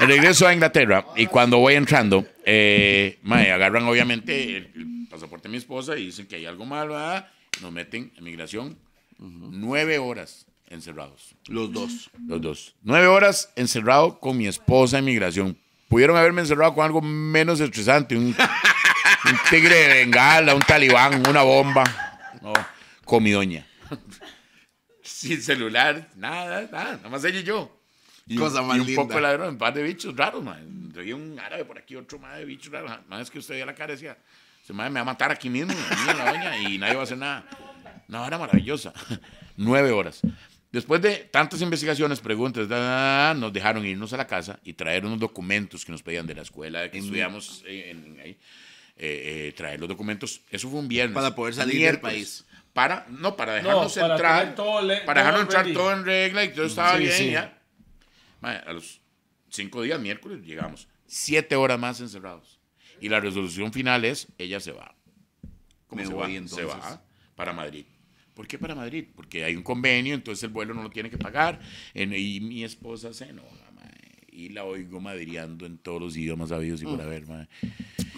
me regreso a Inglaterra y cuando voy entrando, eh, mae, agarran obviamente el, el pasaporte de mi esposa y dicen que hay algo malo. ¿verdad? Nos meten en migración nueve horas encerrados. Los dos. Los dos. Nueve horas encerrado con mi esposa en migración. Pudieron haberme encerrado con algo menos estresante. Un, un tigre de bengala, un talibán, una bomba. No, con mi doña. Sin celular, nada, nada. Nada más ella y yo. Y, Cosa un- más y un linda. poco de ladrón, un par de bichos raros, man. Había un árabe por aquí, otro más de bichos raros. Más que usted veía la cara y decía, se me va a matar aquí mismo, a mí, a la doña, y nadie va a hacer nada. Una hora maravillosa. Nueve horas. Después de tantas investigaciones, preguntas, da, da, da, nos dejaron irnos a la casa y traer unos documentos que nos pedían de la escuela, de que estudiamos eh, en- ahí. Eh, eh, traer los documentos. Eso fue un viernes. Para poder salir del Miércoles. país. Para, no, para dejarnos para entrar. tener todo le- para dejarnos todo entrar ready. todo en regla y todo estaba Sí, bien. sí. ya. Mae, a los cinco días, miércoles, llegamos. Siete horas más encerrados. Y la resolución final es, ella se va. ¿Cómo Me se voy, va? Se entonces. va para Madrid. ¿Por qué para Madrid? Porque hay un convenio, entonces el vuelo no lo tiene que pagar. En- y mi esposa se enoja, mae, Y la oigo madriando en todos los idiomas habidos y Mm. por haber, mae.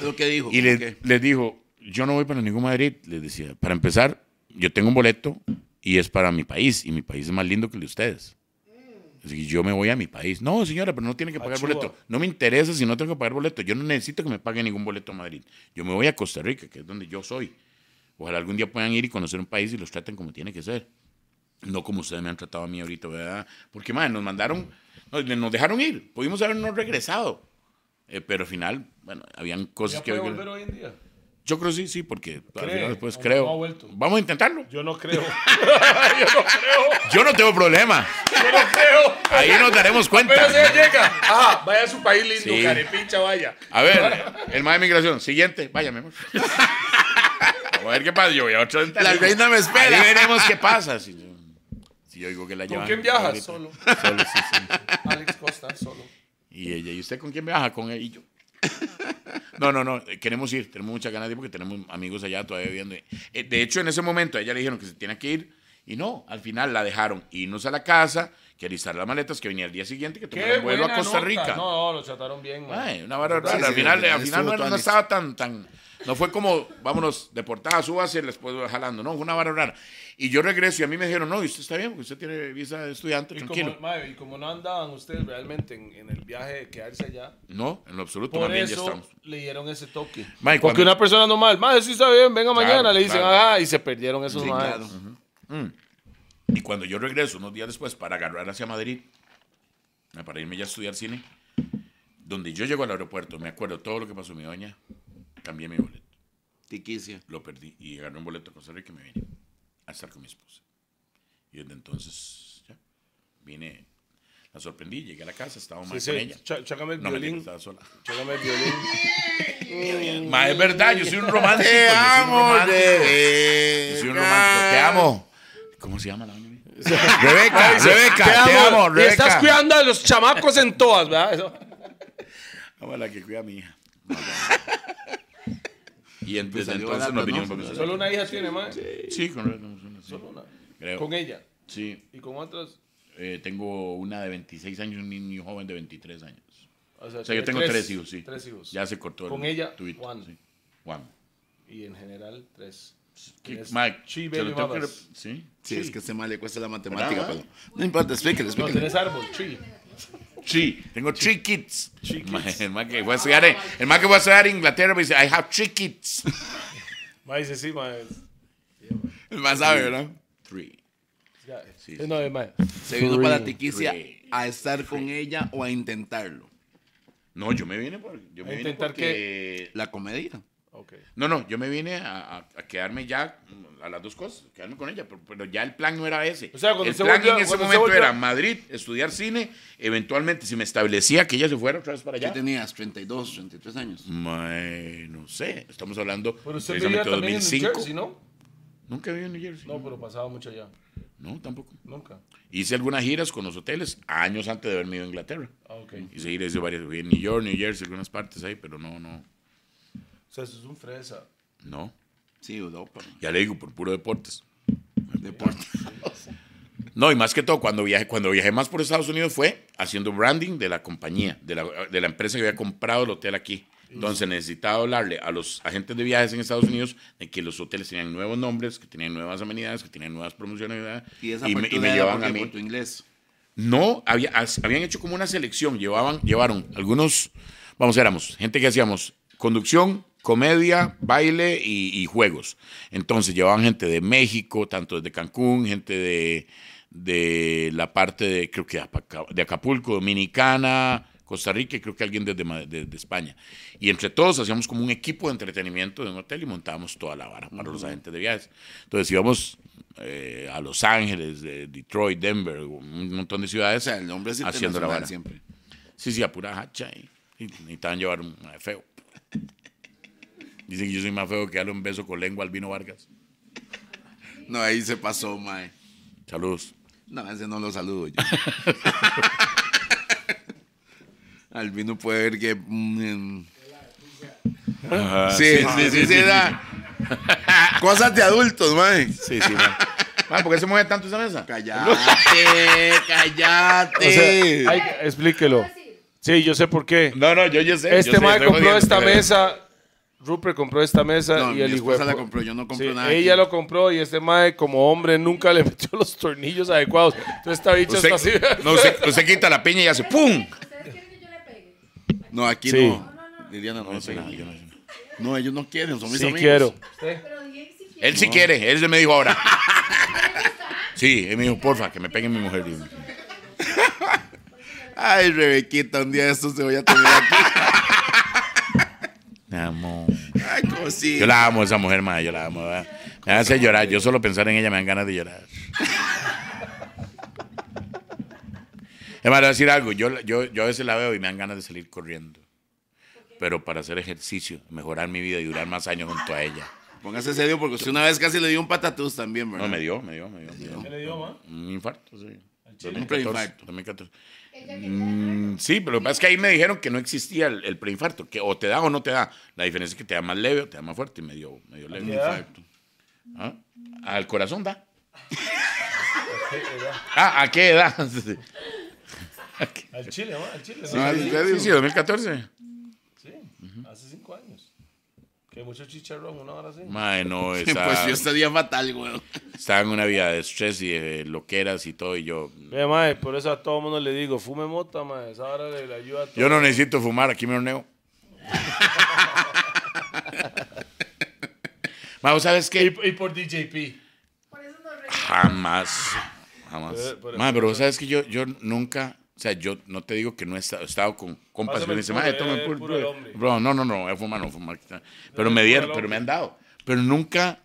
¿Lo que dijo? Y le- ¿Qué? les dijo, yo no voy para ningún Madrid. Les decía, para empezar, yo tengo un boleto y es para mi país. Y mi país es más lindo que el de ustedes. Mm. Así que yo me voy a mi país. No, señora, pero no tiene que pagar Achúa. boleto. No me interesa si no tengo que pagar boleto. Yo no necesito que me pague ningún boleto a Madrid. Yo me voy a Costa Rica, que es donde yo soy. Ojalá algún día puedan ir y conocer un país y los traten como tiene que ser. No como ustedes me han tratado a mí ahorita, ¿verdad? Porque, madre, nos mandaron, nos, nos dejaron ir. Pudimos habernos regresado. Eh, pero al final, bueno, habían cosas ¿Ya que... puede volver hoy en día? Yo creo sí, sí, porque al ¿Cree? final después ¿O no creo. ha vuelto? Vamos a intentarlo. Yo no creo. Yo no tengo problema. Yo no creo. Ahí nos daremos cuenta. Pero si ella llega. Ajá, vaya a su país lindo, Sí. carepincha, vaya. A ver, el más de migración. Siguiente. Vaya, mi amor. Vamos a ver qué pasa. Yo voy a otro La entrenamiento. reina me Ahí espera. veremos qué pasa. Si yo, si yo digo que la ¿Con llevan quién viajas? ahorita. Solo. Solo, sí, sí. Alex Costa, solo. Y ella, ¿y usted con quién viaja? Con él y yo. No, no, no, eh, queremos ir, tenemos muchas ganas de ir porque tenemos amigos allá todavía viviendo. Eh, De hecho, en ese momento a ella le dijeron que se tiene que ir y no, al final la dejaron irnos a la casa, que alistar las maletas, que venía el día siguiente, que tomara el vuelo a buena Costa nota. Rica. No, no, lo trataron bien, man. Ay, una vara rara. sí, al final, sí, al sí, final estuvo no, no tuanis. estaba tan, tan. No fue como, vámonos, deportada, súbase, les puedo jalando. No, fue una vara rara. Y yo regreso y a mí me dijeron, no, y usted está bien, porque usted tiene visa de estudiante, Y tranquilo. como, mae, y como no andaban ustedes realmente en, en el viaje de quedarse allá, No, en lo absoluto, más por bien ya eso estamos. le dieron ese toque. Mae, Porque cuando- una persona normal, madre, sí está bien, venga Claro, mañana, le dicen, claro. ah, y se perdieron esos Sí, maes. claro. Y cuando yo regreso unos días después para agarrar hacia Madrid, eh, para irme ya a estudiar cine, donde yo llego al aeropuerto, me acuerdo todo lo que pasó mi doña, cambié mi boleto, Tiquicia. lo perdí y agarré un boleto a Costa Rica y me vine a estar con mi esposa. Y desde entonces ya, vine, la sorprendí, llegué a la casa, estaba mal Sí, con sí, ella. chá- chácame el No me violín. estaba sola. Chácame el violín. Ma, es verdad, yo soy un romántico. Te yo soy un amo, romántico. Rebeca. Yo soy un romántico, te amo. ¿Cómo se llama la doña? Rebeca, Rebeca, te amo, Y Rebeca. estás cuidando a los chamacos en todas, ¿verdad? Eso. Vamos a la que cuida a mi hija. y en- Pues desde salió entonces barato, nos ¿no? vinimos para Costa Solo una hija tiene, más. Rica. Sí, con Rebeca tenemos una. sí. Solo una. Creo. Con ella. Sí, Y con otras. eh, tengo una de 26 años y un niño joven de 23 años. O sea, tiene yo tengo tres, hijos, sí. Eh, Tres hijos. Ya se cortó Con ella, tubito, Juan. sí. Juan. Y en general, tres. ¿Qué- Tres Mike, chi se lo baby tengo que mamas. re- Sí. Sí, es que este mal le cuesta la matemática, ¿Verdad? pero no importa, explíquele, No, explíquele. tres árbol, sí. Chi. Tengo three kids. Ma, El más que voy a estudiar, en- el más que voy a estudiar en Inglaterra me dice, I have three kids. Ma dice, sí, ma. es- El más sabe, ¿verdad? Three. ya, Sí, eh, No, es ma. Se vino para Tiquicia Free. a estar con ella o a intentarlo. No, yo me vine por... Yo me vine intentar porque- La comedia. Ok. No, no, yo me vine a, a- a quedarme ya mm, a las dos cosas, quedarme con ella, pero, pero ya el plan no era ese. O sea, cuando el se plan volvió- en ese cuando se momento volvió- era Madrid, estudiar cine, eventualmente si me establecía que ella se fuera otra vez para ¿Qué allá. tenías? 32, 33 años. Mae, no sé, estamos hablando Pero usted vivía precisamente también en New 2005. Jersey, ¿no? Nunca viví en New Jersey. No, pero pasaba mucho allá. No, tampoco. Nunca. Hice algunas giras con los hoteles años antes de haberme ido a Inglaterra. Ah, ok. Hice giras de varias, en New York, New Jersey, algunas partes ahí, pero no, no, O sea, eso es un fresa. no. Sí, Europa. Ya le digo, por puro deportes. Deportes. No, y más que todo, cuando viajé, cuando viajé más por Estados Unidos fue haciendo branding de la compañía, de la, de la empresa que había comprado el hotel aquí. Entonces necesitaba hablarle a los agentes de viajes en Estados Unidos de que los hoteles tenían nuevos nombres, que tenían nuevas amenidades, que tenían nuevas promociones. ¿verdad? Y esa me- apertura me era llevaban porque a mí. por tu inglés. No, había, as- habían hecho como una selección. Llevaban, llevaron algunos, vamos, éramos gente que hacíamos conducción, comedia, baile y, y juegos. Entonces llevaban gente de México, tanto desde Cancún, gente de, de la parte de, creo que de Apaca- de Acapulco, Dominicana, Costa Rica y creo que alguien desde Ma- de- de España. Y entre todos hacíamos como un equipo de entretenimiento de un hotel y montábamos toda la vara para los agentes de viajes. Entonces íbamos eh, a Los Ángeles, de Detroit, Denver, un montón de O ciudades. sea, el nombre es Haciendo la internacional vara. siempre. Sí, sí, a pura hacha. Y, y necesitaban llevar un mae feo. Dicen que yo soy más feo que darle un beso con lengua al Vino Vargas. No, ahí se pasó, mae. Saludos. No, ese no lo saludo yo. Albino puede ver que... mm, mm. sí, Ah, sí, sí, sí, da. Cosas de adultos, mae. Sí, sí, man. Man, ¿Por qué se mueve tanto esa mesa? Cállate, cállate. O sea, hay- explíquelo. Sí, yo sé por qué. No, no, yo ya sé. Este mae compró esta mesa. Rupert compró esta mesa no, y el mi hijo. de esposa la pu- compró, yo no compré Sí, nada. ella aquí. lo compró y este mae, como hombre, nunca le metió los tornillos adecuados. Entonces, esta bicha Usted, está así. no, usted, usted quita la piña y hace ¡pum! ¿Ustedes quieren que yo le pegue? No, aquí Sí. no. Liliana no, sé. No, ellos no quieren, son mis Sí, amigos. quiero. Pero bien si quieren. Él sí quiere, él se me dijo ahora. ¿Les gusta? Sí, él me dijo, porfa, que me pegue mi mujer. Digo, Ay, Rebequita, un día de estos se voy a tener aquí. Amor. Ay, como si. Yo la amo a esa mujer, más, yo la amo. ¿verdad? Me hace llorar, yo solo pensar en ella me dan ganas de llorar. Es más, le voy a decir algo, yo, yo, yo a veces la veo y me dan ganas de salir corriendo. Pero para hacer ejercicio, mejorar mi vida y durar más años junto a ella. Póngase serio porque usted una vez casi le dio un patatús también, ¿verdad? No, me dio, me dio, me dio. me dio. Un infarto, sí. Un preinfarto. 2014. Ella que Mm, sí, pero lo que pasa es que ahí me dijeron que no existía el, el preinfarto, que o te da o no te da. La diferencia es que te da más leve o te da más fuerte y me dio, me dio leve. qué edad? Infarto. ¿Ah? Al corazón da. ah, ¿a qué edad? Sí, Al Chile, ¿no? Al Chile. ¿no? Ah, ¿en serio? sí, sí, 2014. Sí, hace cinco años. Que mucho chicharrón, una hora así. Madre, no, Sí, estaba, Pues yo estaría fatal, güey. estaba en una vida de estrés y de loqueras y todo. Y yo, Ve, mae, por eso a todo mundo le digo, fume mota, mae. Esa hora le, le ayuda a todo. yo no necesito fumar, aquí me horneo. Mae, ¿vos ¿sabes qué? Y, y por DJP. Por eso nos reímos. Jamás. Jamás. Pero- pero- Ma, pero vos sabes que yo, eh, yo nunca, o sea, yo no te digo que no he esta- he estado, con compas Pásame que me el dicen, puro, "Mae, toma eh, el puro, puro el bro". hombre. Bro, no, no, no, voy a fumar, no voy a fumar. Pero el me puro dieron, el pero me hombre. han dado. Pero nunca,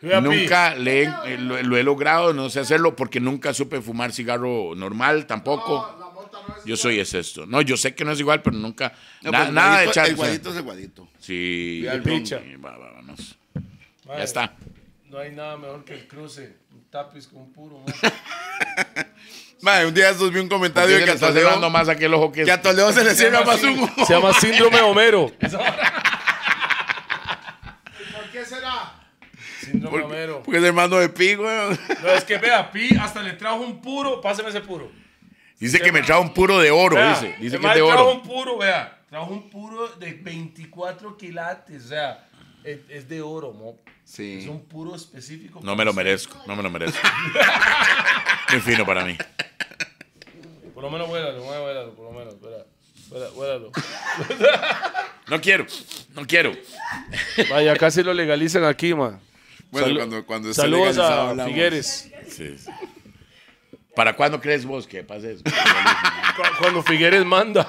Cuida, pi. nunca le he- eh, lo, lo he logrado, no sé hacerlo, porque nunca supe fumar cigarro normal tampoco. yo soy es esto. No, yo sé que no es igual, pero nunca, No, na- pues, el nada de guadito- echar. El o sea, guadito es el guadito. Sí, Cuida el picha. y va, va, vamos. Mae, Ya está. No hay nada mejor que el cruce. Un tapiz con un puro, mae. Madre, un día de estos vi un ¿Por comentario qué se de que le a está cerrando Toledo, más aquel ojo que que a este? Toledo se le cierra más un ojo. Se llama síndrome Homero. ¿Por qué será? Síndrome Homero. Porque es hermano de Pi, güey. No, es que vea, Pi hasta le trajo un puro. Páseme ese puro. Dice que me trajo un puro de oro, Vea, dice. Dice el que es mae de trajo oro. un puro, vea. Trajo un puro de 24 quilates, o sea, es, es de oro, mo. Sí. Es un puro específico. No me lo merezco, no me lo merezco. Muy fino para mí. Por lo menos huélalo, hué- huélalo, por lo menos, huélalo. huélalo, Huélalo. No quiero, no quiero. Vaya, casi lo legalizan aquí, ma. Bueno, Salu- cuando, cuando esté Saludos legalizado a hablamos. Figueres. Sí, sí. ¿Para cuándo crees vos que pase eso? Cu- Cuando Figueres manda.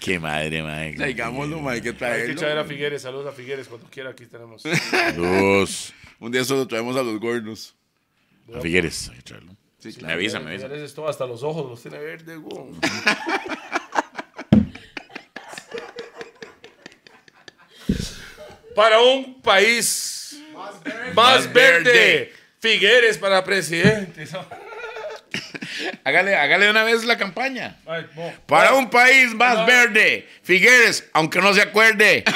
Qué madre, madre. Traigámoslo, madre, que Hay que traer a traerlo. Figueres, saludos a Figueres, cuando quiera aquí tenemos. Dos. Un día solo traemos a los gordos. A Figueres, hay que traerlo. me avisa, me avisa. Figueres es todo, hasta los ojos los tiene verde, güey. Para un país más verde. verde. Figueres para presidente. Hágale, hágale de una vez la campaña. Para un país más verde, Figueres, aunque no se acuerde.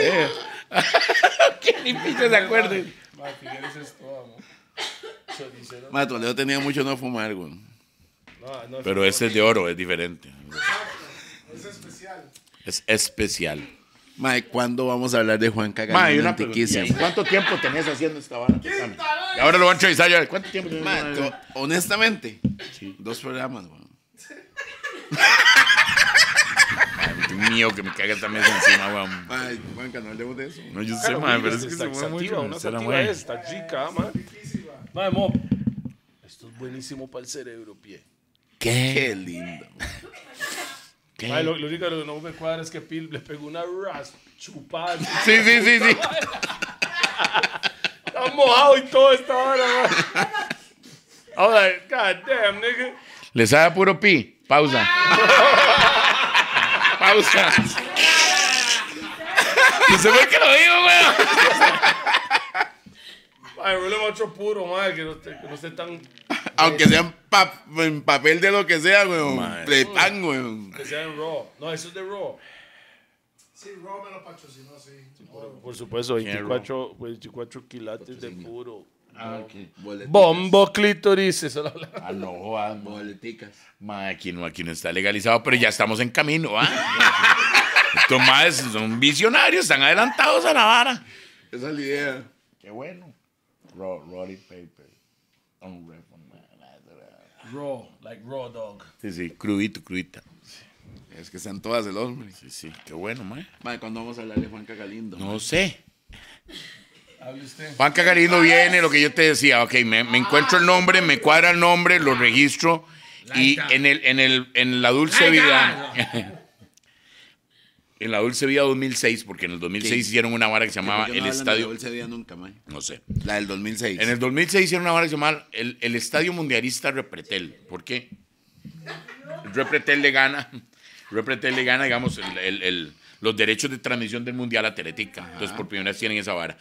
Eh. Que ni pinche se acuerde. Figueres es todo, ¿no? Ma, Toledo tenía mucho no fumar, güey. No, no, Pero ese es de oro, es diferente. Es especial. Es especial. Mae, ¿cuándo vamos a hablar de Juan Cagallón? Ma, y una Antiquísimo? pregunta, ¿y ¿Cuánto tiempo tenés haciendo esta vara? Y ahora lo van a entrevistar yo. ¿Cuánto tiempo tenés? Ma, to- honestamente, dos programas, güey. Dios mío, que me caga esta mesa encima, weón. Mae, Juan, no hablemos de eso. No, yo sé, Claro, man, pero Figueres es que es se mueve taxativa, mucho. una será, taxativa weón. es, está chica, man. Mae, mo, Esto es buenísimo para el cerebro, pie. Qué lindo. ¿Qué? Mae, lo, lo único que no me cuadra es que Pil le pegó una ras chupada. Sí, sí, sí, sí. Está mojado y todo esta hora, man. I'm like, god damn, nigga. Les haga puro pi. Pausa. Pausa. Y se ve que lo digo, weón. Mae, rule macho puro, mae, que no, esté- que no esté tan... Aunque sean pa- en papel de lo que sea, güey. Mae. De pan, güey. que sea en Raw. No, eso es de Raw. Sí, Rome lo patrocinó, sí. Por supuesto, 24, 24 quilates de puro. Bolet- Bombo clítoris, eso lo hablaba. Ah, no, jodas, mo. Boleticas. Ma, aquí no, aquí no está legalizado, pero ya estamos en camino, ¿ah? Estos madres son visionarios, están adelantados a la vara. Esa es la idea. Qué bueno. Roddy Paper. Raw, like raw dog. Sí, sí, crudito, crudita. Es que sean todas del hombre. Sí, sí, qué bueno, ma. Mae, ¿cuándo vamos a hablar de Juan Cagalindo? No sé. Hable usted. Juan Cagarino viene, lo que yo te decía, ok, me, me encuentro el nombre, me cuadra el nombre, lo registro y en, el, en, el, en la dulce vida... En la Dulce Vida 2006, porque en el 2006 Sí. hicieron una vara que se llamaba Porque no El hablan de La Estadio. Dulce Vida nunca, mae. No sé. La del 2006. En el 2006 hicieron una vara llamada el, el Estadio Mundialista Repretel. ¿Por qué? Repretel le gana, Repretel le gana, digamos, el- el- el- los derechos de transmisión del Mundial Atlética. Entonces, por primera vez tienen esa vara.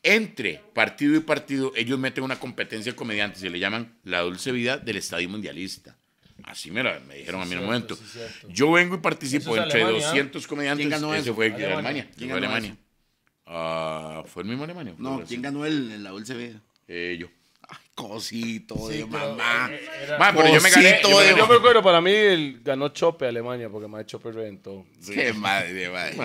Entre partido y partido, ellos meten una competencia de comediantes y le llaman la dulce vida del Estadio Mundialista. Así me, la- me dijeron a mí en un momento. Yo vengo y participo Eso es entre Alemania. 200 comediantes. ¿Quién ganó Ese eso? fue Alemania. Alemania. Alemania. ¿Quién fue ganó Alemania. eso? Ah, ¿Fue el mismo Alemania? ¿Fue No, Brasil? ¿quién ganó el, en la Dulce Vida? Eh, yo. Cosito de mamá. Ma, pero yo me gané. Cosito Yo me de gané- Yo me acuerdo, para mí el- ganó Chope Alemania, porque más Chope reventó. Qué madre, mae.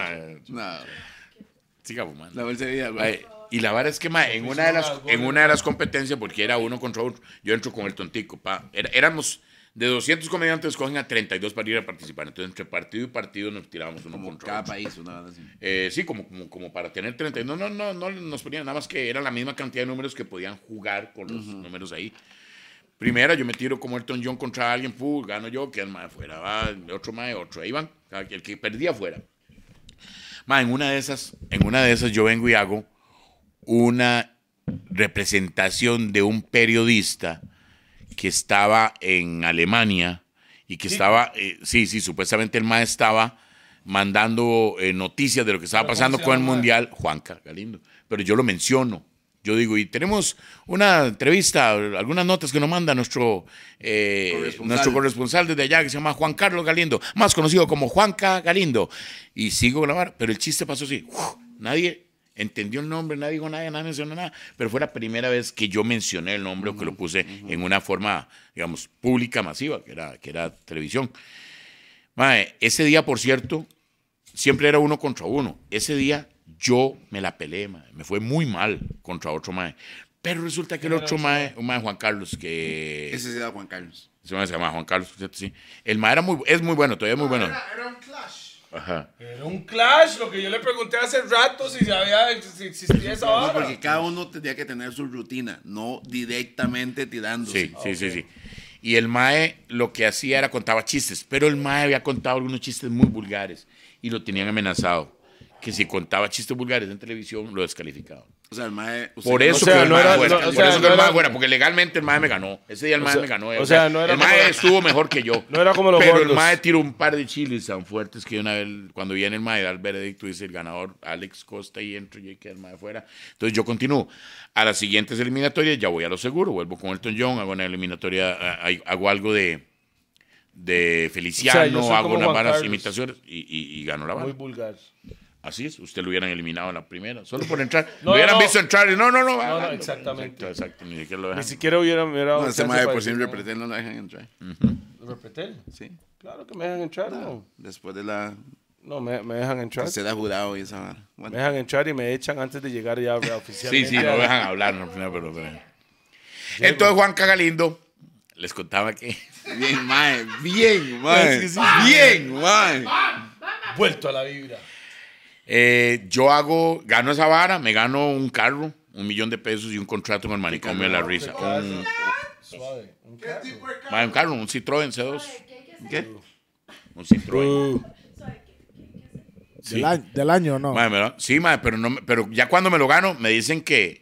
Ma, No, siga fumando. la Dulce Vida, Ay, güey. y la vara es que, ma, en una, de las, en una de las competencias, porque era uno contra otro, yo entro con el tontico, pa. Era- éramos de 200 comediantes, cogen a 32 para ir a participar. Entonces, entre partido y partido nos tirábamos uno Como contra cada otro. país, una banda así. Eh, sí, como, como, como para tener 30. No, no, no, no nos ponían nada más que era la misma cantidad de números que podían jugar con los números ahí. Primera, yo me tiro como Elton John contra alguien, pu, gano yo, que el mae fuera, va, otro mae, otro, ahí van, cada quien- el que perdía fuera. Mae, en una de esas, en una de esas yo vengo y hago una representación de un periodista que estaba en Alemania y que estaba, eh, sí, sí, supuestamente el mae estaba mandando eh, noticias de lo que estaba ¿Pero cómo pasando se con el llama el mae? Mundial, Juanca Galindo, pero yo lo menciono. Yo digo, y tenemos una entrevista, algunas notas que nos manda nuestro, eh, Corresponsal. nuestro corresponsal desde allá, que se llama Juan Carlos Galindo, más conocido como Juanca Galindo. Y sigo grabar, pero el chiste pasó así. uf, nadie entendió el nombre, nadie dijo nada, nadie mencionó nada, pero fue la primera vez que yo mencioné el nombre o que lo puse en una forma, digamos, pública, masiva, que era, que era televisión. Mae, ese día, por cierto, siempre era uno contra uno. Ese día yo me la peleé, mae. me fue muy mal contra otro mae. Pero resulta que el otro mae, un mae Juan Carlos, que Ese se da Juan Carlos. ese mae se llama Juan Carlos, ¿cierto? Sí. El mae era muy, es muy bueno, todavía es muy bueno. Ah, un clash. Ajá. Era un clash, lo que yo le pregunté hace rato si sabía si existía esa No, vara. porque cada uno tendría que tener su rutina, no directamente tirándose. Sí, sí, sí, sí. Y el mae lo que hacía era contaba chistes, pero el mae había contado algunos chistes muy vulgares y lo tenían amenazado. Que si contaba chistes vulgares en televisión, lo descalificaban. O sea, el mae. usted Por ganó eso sea, que el Pues no mae era- fuera. no, o Por sea, eso que no el mae era- fuera, porque legalmente el mae me ganó. Ese día el mae me ganó. eh. o sea, no era el mae como- estuvo mejor que yo. No era como los Pero el gordos. mae tiró un par de chiles tan fuertes que una vez, cuando viene el mae, da el veredicto, dice el ganador Alex Costa y entro y queda el mae fuera. Entonces yo continúo. A las siguientes eliminatorias ya voy a lo seguro. Vuelvo con Elton John, hago una eliminatoria, a- a- hago algo de, de Feliciano, yo soy hago como unas Juan varas Carlos. imitaciones y, y- y ganó la Muy vara. vulgar. Así es, usted lo hubieran eliminado en la primera, solo por entrar. No, lo hubieran no, no. visto entrar y no, no, no. no, ah, exactamente. Exacto, exacto, ni siquiera lo Ni dejan. siquiera hubiera mirado. No, ese chance mae para por siempre decir, pretende no la dejan entrar. no. ¿Repretel? Sí. Claro que me dejan entrar, no. Después de la. No, me, me dejan entrar. Usted ha jurado y esa vara. Me Bueno, dejan entrar y me echan antes de llegar ya Sí, oficialmente. sí, no a- dejan hablar, no, no, pero, pero- Entonces Juan Cagalindo les contaba que bien, mae. Bien, mae. Sí, sí, sí. Bien, mae. Vuelto a la vibra. eh, yo hago, gano esa vara, me gano un carro, un millón de pesos y un contrato con el manicomio de la risa. Un, Suave. un carro. mae, un carro, un Citroën C2, ¿Qué? un Citroën. Sí, Del, año, del año, ¿no? Mae, me lo- sí, mae, pero, no, me- pero ya cuando me lo gano me dicen que...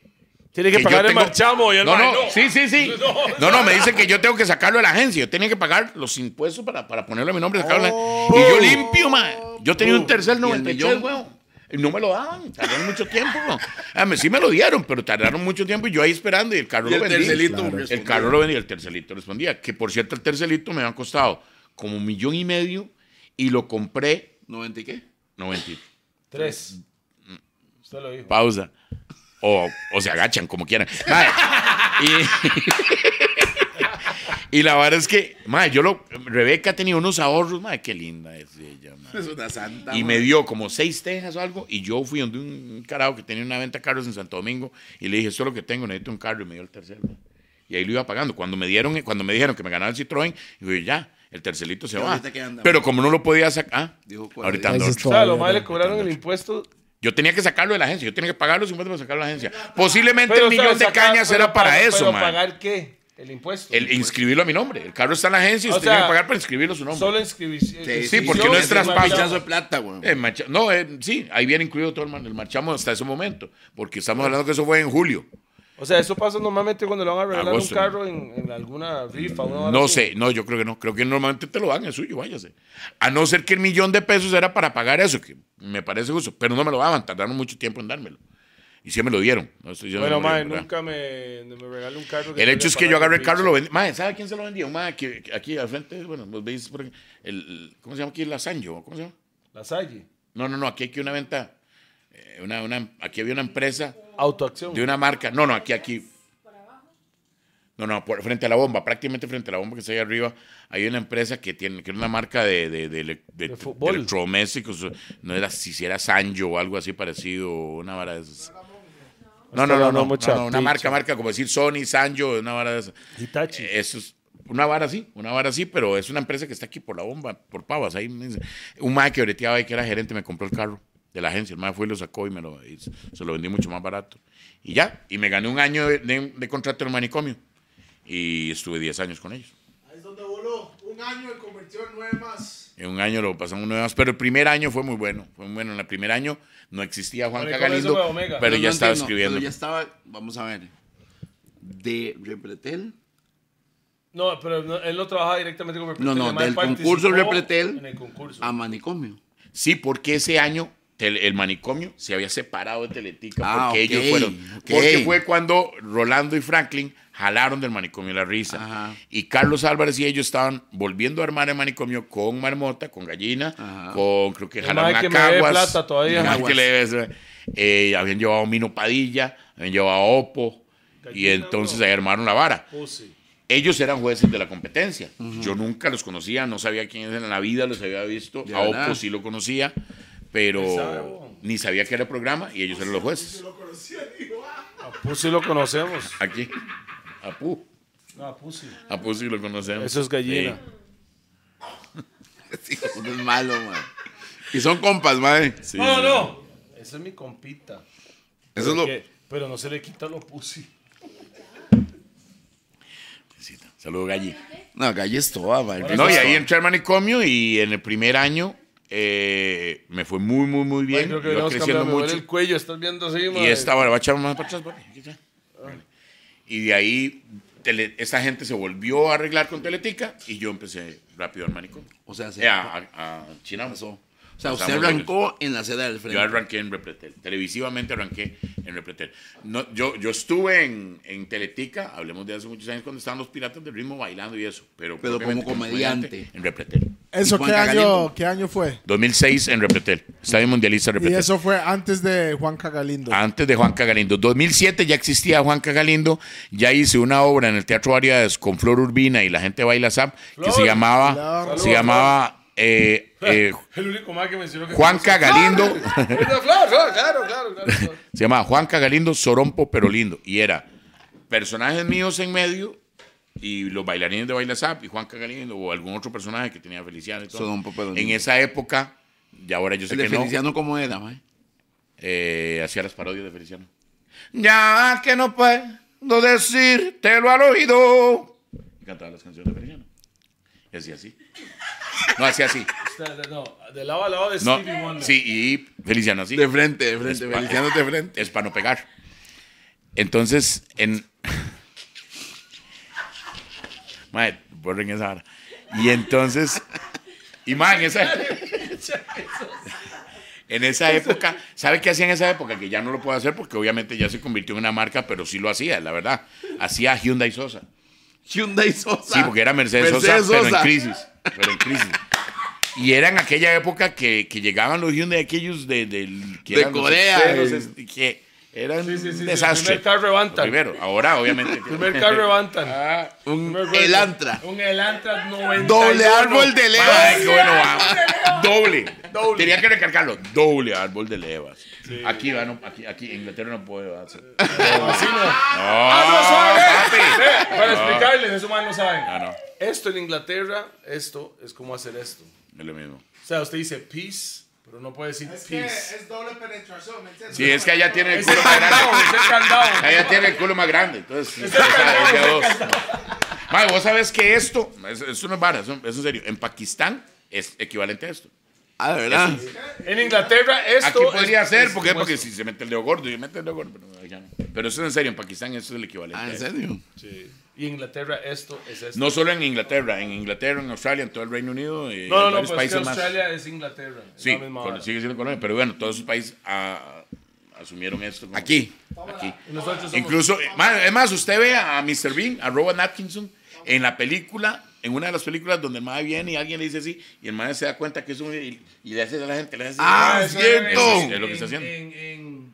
Tiene que, yo pagar el tengo- marchamo y el no, mae, no, sí, sí, sí. No, no, me dicen que yo tengo que sacarlo de la agencia. Yo tenía que pagar los impuestos para, para ponerlo a mi nombre. sacarlo de la- Y yo limpio, man. Yo tenía un tercer Oh. ¿Y 93, el millón? weón. Y No me lo daban, tardaron mucho tiempo. weón. A mí sí me lo dieron, pero tardaron mucho tiempo y yo ahí esperando y el carro Y lo el vendí. tercelito Claro. El respondió. carro lo vendí, el tercelito respondía. Que por cierto, el tercelito me había costado como un millón y medio y lo compré ¿90 y qué? 90. Tres. Usted lo dijo. pausa. O, o se agachan, como quieran. Mae, y, y la verdad es que, mae, yo lo. Rebeca tenía unos ahorros, mae, qué linda es ella, mae. Es una santa. Y mae. me dio como seis tejas o algo, y yo fui donde un carajo que tenía una venta de carros en Santo Domingo, y le dije, esto es lo que tengo, necesito un carro, y me dio el tercero. mae. Y ahí lo iba pagando. Cuando me dieron, eh, cuando me dijeron que me ganaba el Citroën, digo, ya, el tercelito se ¿Y va. ahorita qué anda, Pero como no lo podía sacar, Dijo, ¿cuál? ahorita Ese ando es otro. O sea, los Todavía más le no, cobraron el impuesto. Yo tenía que sacarlo de la agencia, yo tenía que pagar los impuestos para sacarlo de la agencia. Posiblemente Pero, el millón o sea, de sacar- cañas pero era para pagar- eso, pero man. pagar qué? El impuesto. El inscribirlo a mi nombre. El carro está en la agencia y O usted tiene sea, que pagar para inscribirlo a su nombre. Solo inscribición. sí, porque no es ese traspaso. mae pichazo de plata, güey. Eh, marcha- no, eh, sí, ahí viene incluido todo el, mar- el marchamo hasta ese momento, porque estamos hablando que eso fue en julio. O sea, eso pasa normalmente cuando le van a regalar Agosto. un carro en, en alguna rifa. una vara No así. sé, no, yo creo que no. Creo que normalmente te lo dan, es suyo, váyase. A no ser que el millón de pesos era para pagar eso, que me parece justo, pero no me lo daban, tardaron mucho tiempo en dármelo. Y sí me lo dieron. No estoy diciendo que me Bueno, lo mae, dieron, ¿verdad? nunca me, me regaló un carro. que El no hecho le es que yo pagaron agarré el carro y lo pinche. vendí. Mae, ¿sabe quién se lo vendió? Mae, que, que aquí al frente, bueno, vos veis por aquí, el, ¿cómo se llama aquí? La Sanjo, ¿cómo se llama? La Salle. No, no, no, aquí hay una venta, eh, una, una, aquí había una empresa Autoacción. de una marca. No, no, aquí, aquí. No, no, por, frente a la bomba, prácticamente frente a la bomba que está ahí arriba, hay una empresa que tiene, que era una marca de, de, de, ele- de- De fútbol. de electrodomésticos, no era si era Sanjo o algo así parecido, o una vara de esas. No, no, no, no, no, mucha no, una marca, picha. marca, como decir Sony, Sanjo, una vara de esas. Hitachi. Eh, Eso es una vara así, una vara así, pero es una empresa que está aquí por la bomba, por pavas. Ahí me dice, un mae que breteaba y que era gerente me compró el carro de la agencia. El mae fue y lo sacó y me lo, y se lo vendí mucho más barato. Y ya, y me gané un año de, de- de contrato en el manicomio. Y estuve 10 años con ellos. Ahí es donde voló. Un año y convirtió en nueve más. En un año lo pasamos nueve más, pero el primer año fue muy bueno. Fue muy bueno. En el primer año no existía Juan Manicomio Cagalindo, Nueva Omega. pero No, ya no estaba entiendo, escribiendo. Pero ya estaba, vamos a ver. De Repretel. No, pero no- él no trabajaba directamente con Repretel. No, no, el mae del participó concurso Repretel En el concurso. Ah. a manicomio. Sí, porque ese año tel- el manicomio se había separado de Teletica Ah, porque ok, ellos fueron. ok. Porque fue cuando Rolando y Franklin jalaron del manicomio la risa. Ajá. Y Carlos Álvarez y ellos estaban volviendo a armar el manicomio con Marmota, con Gallina, Ajá. con creo que El jalaron mae a que me debe Caguas. plata todavía. el mae Caguas. que le debe- eh, habían llevado a Mino Padilla, habían llevado a Opo. y Gallina, entonces bro. ahí armaron la vara Pussy. ellos eran jueces de la competencia. Yo nunca los conocía, no sabía quiénes eran en la vida, los había visto. De A verdad. Oppo sí lo conocía, sabe, pero huevón. ni sabía que era el programa y ellos eran los jueces. A Pussy lo conocemos. Aquí, a Pu, No, a Pussy. a Pu sí lo conocemos. Eso es gallina. Sí, uno es malo, man. Y son compas, madre. Sí, sí, no, sí. no. Esa es mi compita. Eso es lo. Que- pero no se le quita lo Pussy. Sí, Saludos, Galli. No, galles toda, man. No, y ahí entré al manicomio y en el primer año eh, me fue muy, muy, muy bien. creo que Iba deberíamos creciendo cambiar, me duele mucho. el cuello, estás viendo así, Y mae. esta ahora va a echar más para atrás. vale, aquí está. Vale. Y de ahí, tele- esta gente se volvió a arreglar con Teletica y yo empecé rápido al manicón. O sea, se Eh, a, a, a Chinamo. pasó. O sea, Pasamos usted arrancó en la seda del frente. Yo arranqué en Repretel. Televisivamente arranqué en Repretel. No, yo, yo estuve en, en Teletica, hablemos de hace muchos años, cuando estaban los piratas del ritmo bailando y eso. Pero, Pero como propiamente comediante. En Repretel. ¿Eso ¿Y qué Juanca año, Galindo? qué año fue? 2006 en Repretel. Estadio Mundialista Y Repretel. eso fue antes de Juanca Galindo. Antes de Juan Cagalindo. 2007 ya existía Juan Cagalindo. Ya hice una obra en el Teatro Variedades con Flor Urbina y la gente baila zap que se Flor. llamaba, Flor. se llamaba eh, eh, El único más que mencionó que... Juan Cagalindo. Claro, claro, claro, claro, claro. se llamaba Juan Cagalindo Sorompo pero lindo y era personajes míos en medio y los bailarines de Baila Zap y Juan Cagalindo o algún otro personaje que tenía Feliciano y todo. Sorompo, pero en lindo. esa época y ahora yo sé El que de no Feliciano, ¿cómo era, mae? eh, hacía las parodias de Feliciano. Ya que no puedo decírtelo al oído. Y cantaba las canciones de Feliciano. Y hacía así. No, hacía así. No, de lado a lado de No, Stevie Wonder. sí, y Feliciano así. De frente, de frente, Es pa- Feliciano de frente. Es para no pegar. Entonces, en. Madre, borren esa vara. Y entonces. Y madre, en esa. En esa época, ¿sabe qué hacía en esa época? Que ya no lo puedo hacer porque obviamente ya se convirtió en una marca, pero sí lo hacía, la verdad. Hacía Hyundai Sosa. Hyundai Sosa. Sí, porque era Mercedes, Sosa, pero en crisis. Pero en crisis. Y era en aquella época que, que llegaban los Hyundai aquellos de, del- que De eran los Corea, esteros, eh. este, que eran Sí, sí, sí, un sí, el desastre. primer carro de Bantam. Primero, ahora obviamente. Ah, Primer carro de Bantam. Un Primer carro. Elantra. Un Elantra 91. Doble árbol de Ay, qué levas. bueno, va. Doble. Tenía que recargarlo. Doble árbol de levas. Aquí va, no, aquí, aquí en Inglaterra no puedo hacer. No, papi. Ve, Para explicarles, eso más no saben. No, no, Esto en Inglaterra, esto es como hacer esto. es lo mismo. O sea, usted dice peace, pero no puede decir peace. doble penetración, ¿me entiendes? Sí, es que allá tiene el Es el culo más candado, grande. es el candado. Allá tiene el culo más grande. Entonces, Ese candado, esa- esa ese dos. Mae, vos sabés que esto, es- esto no es vara, es un- es en serio. En Pakistán es equivalente a esto. Ah, de verdad. En Inglaterra, esto. Aquí podría es- ser, es porque, como porque esto. si se mete el dedo gordo, yo mete el dedo gordo, pero allá no. Pero eso es en serio, en Pakistán eso es el equivalente. Ah, a ¿en esto. serio? Sí. Y en Inglaterra, esto es esto. No solo en Inglaterra, en Inglaterra, en Australia, en todo el Reino Unido, eh, no, no, en no, varios pues es que países más. Australia es Inglaterra. es Sí, la misma con- vara. sigue siendo Colombia, pero bueno, todos esos países ah, asumieron esto. como- Aquí. Aquí. Y Nosotros somos- Incluso, eh, ma- es más, usted ve a Mr. Bean, a Robert Atkinson, en la película, en una de las películas donde el mae viene y alguien le dice así, y el mae se da cuenta que es un. y, y le hace a la gente, le hace así. Ah, Eso es- cierto. Es, es lo que está en- haciendo. en- en-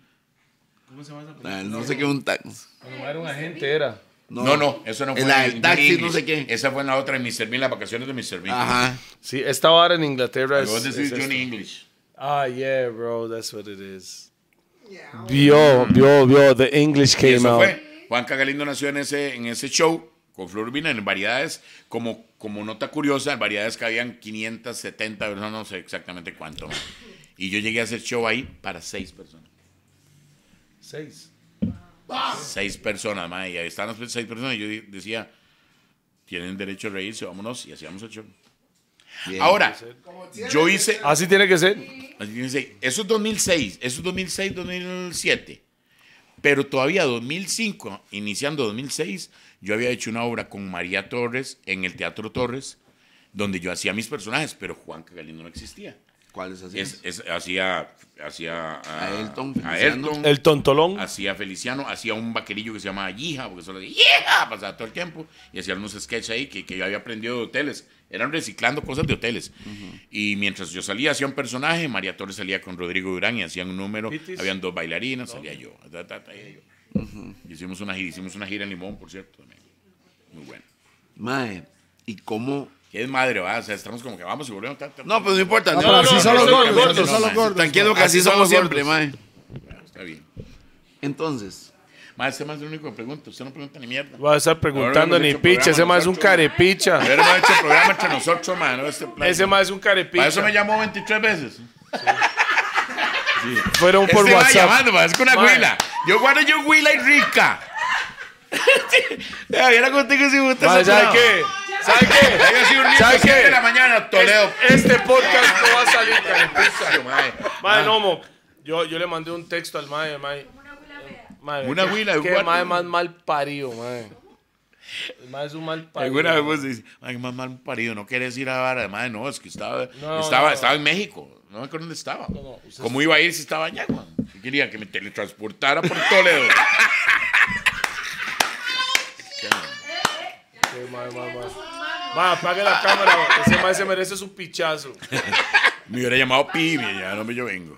¿Cómo se llama esa Ah, película? No sé qué un tax. Cuando era un agente, era. No, no, eso no En fue. la en del taxi, English. no sé qué. Esa fue en la otra de Mr. Bean, las vacaciones de Mr. Bean. Ajá. Sí, esta vara en Inglaterra es. Luego es decís esto. Johnny English. Ah, yeah, bro, that's what it is. Vio, vio, vio, the English Y came eso out. fue. Juan Cagalindo nació en ese, en ese show con Flor Urbina en Variedades. Como, como nota curiosa, en Variedades cabían 570 personas, no sé exactamente cuánto. Y yo llegué a hacer show ahí para seis personas. Seis. Seis personas, más. Y ahí estaban las seis personas. Y yo di- decía, tienen derecho a reírse, vámonos. Y hacíamos el show. Ahora, yo hice, Así tiene que ser. Así tiene seis. Eso es 2006, eso es 2006, 2007. Pero todavía 2005, iniciando 2006, yo había hecho una obra con María Torres en el Teatro Torres, donde yo hacía mis personajes, pero Juan Cagalindo no existía. ¿Cuál es así? Es- es- hacía hacía a, A Elton, a Feliciano. Elton, El tontolón. hacía Feliciano, hacía un vaquerillo que se llamaba Yija, porque solo decía Yija, pasaba todo el tiempo, y hacía unos sketches ahí que, que yo había aprendido de hoteles, eran reciclando cosas de hoteles. Y mientras yo salía, hacía un personaje, María Torres salía con Rodrigo Durán y hacían un número, Pitis. habían dos bailarinas, salía yo, ta, ta, ta, y yo. Hicimos, una gira, hicimos una gira en Limón, por cierto, también. muy bueno. Mae, ¿y cómo? Qué es madre, va, o sea, estamos como que vamos y volvemos. ta, ta, ta. No, pero no importa. No, No, pero no, así no, son los no, gordos, no, así no, son los no. gordos. Tranquilo que así somos siempre, mae. Está bien. Entonces, Más, ese más es el único que pregunta, usted no pregunta ni mierda. Va a estar preguntando Ahora no ni hemos hecho picha. Ese programa, más es un nosotros. carepicha. Pero hemos hecho programa entre nosotros, mano. Este plan. Ese más es un Para eso me carepicha. llamó 23 veces. Fueron por este va WhatsApp. llamando, ma, es que una Mae. huila. Yo guardo yo huila y rica. Ya, Era Eh, contigo si usted Mae, se ¿sabe curaba. qué? ¿Sabe qué? Haya sido un ¿Sabe niño siete qué? de la mañana, Toledo. Este podcast no va a salir, Picio, carepicha. mae. Mae, no, mo. Yo, yo le mandé un texto al mae, mae. Como una abuela fea. mae Una qué- huila, Qué igual. mae más mal parido, mae. El mae es un mal parido. Alguna vez vos dices, ay, más mal parido, no querés ir a vara. Madre, no, es que estaba, No, estaba, no. estaba en México. No me acuerdo dónde estaba. no, usted- ¿Cómo iba a ir si estaba allá, güey? Yo Quería que me teletransportara por Toledo. Qué mae, mae, mae. Mae, apague la cámara. mae. Ese mae se merece su pichazo. me hubiera llamado Pibe, ya no me yo vengo.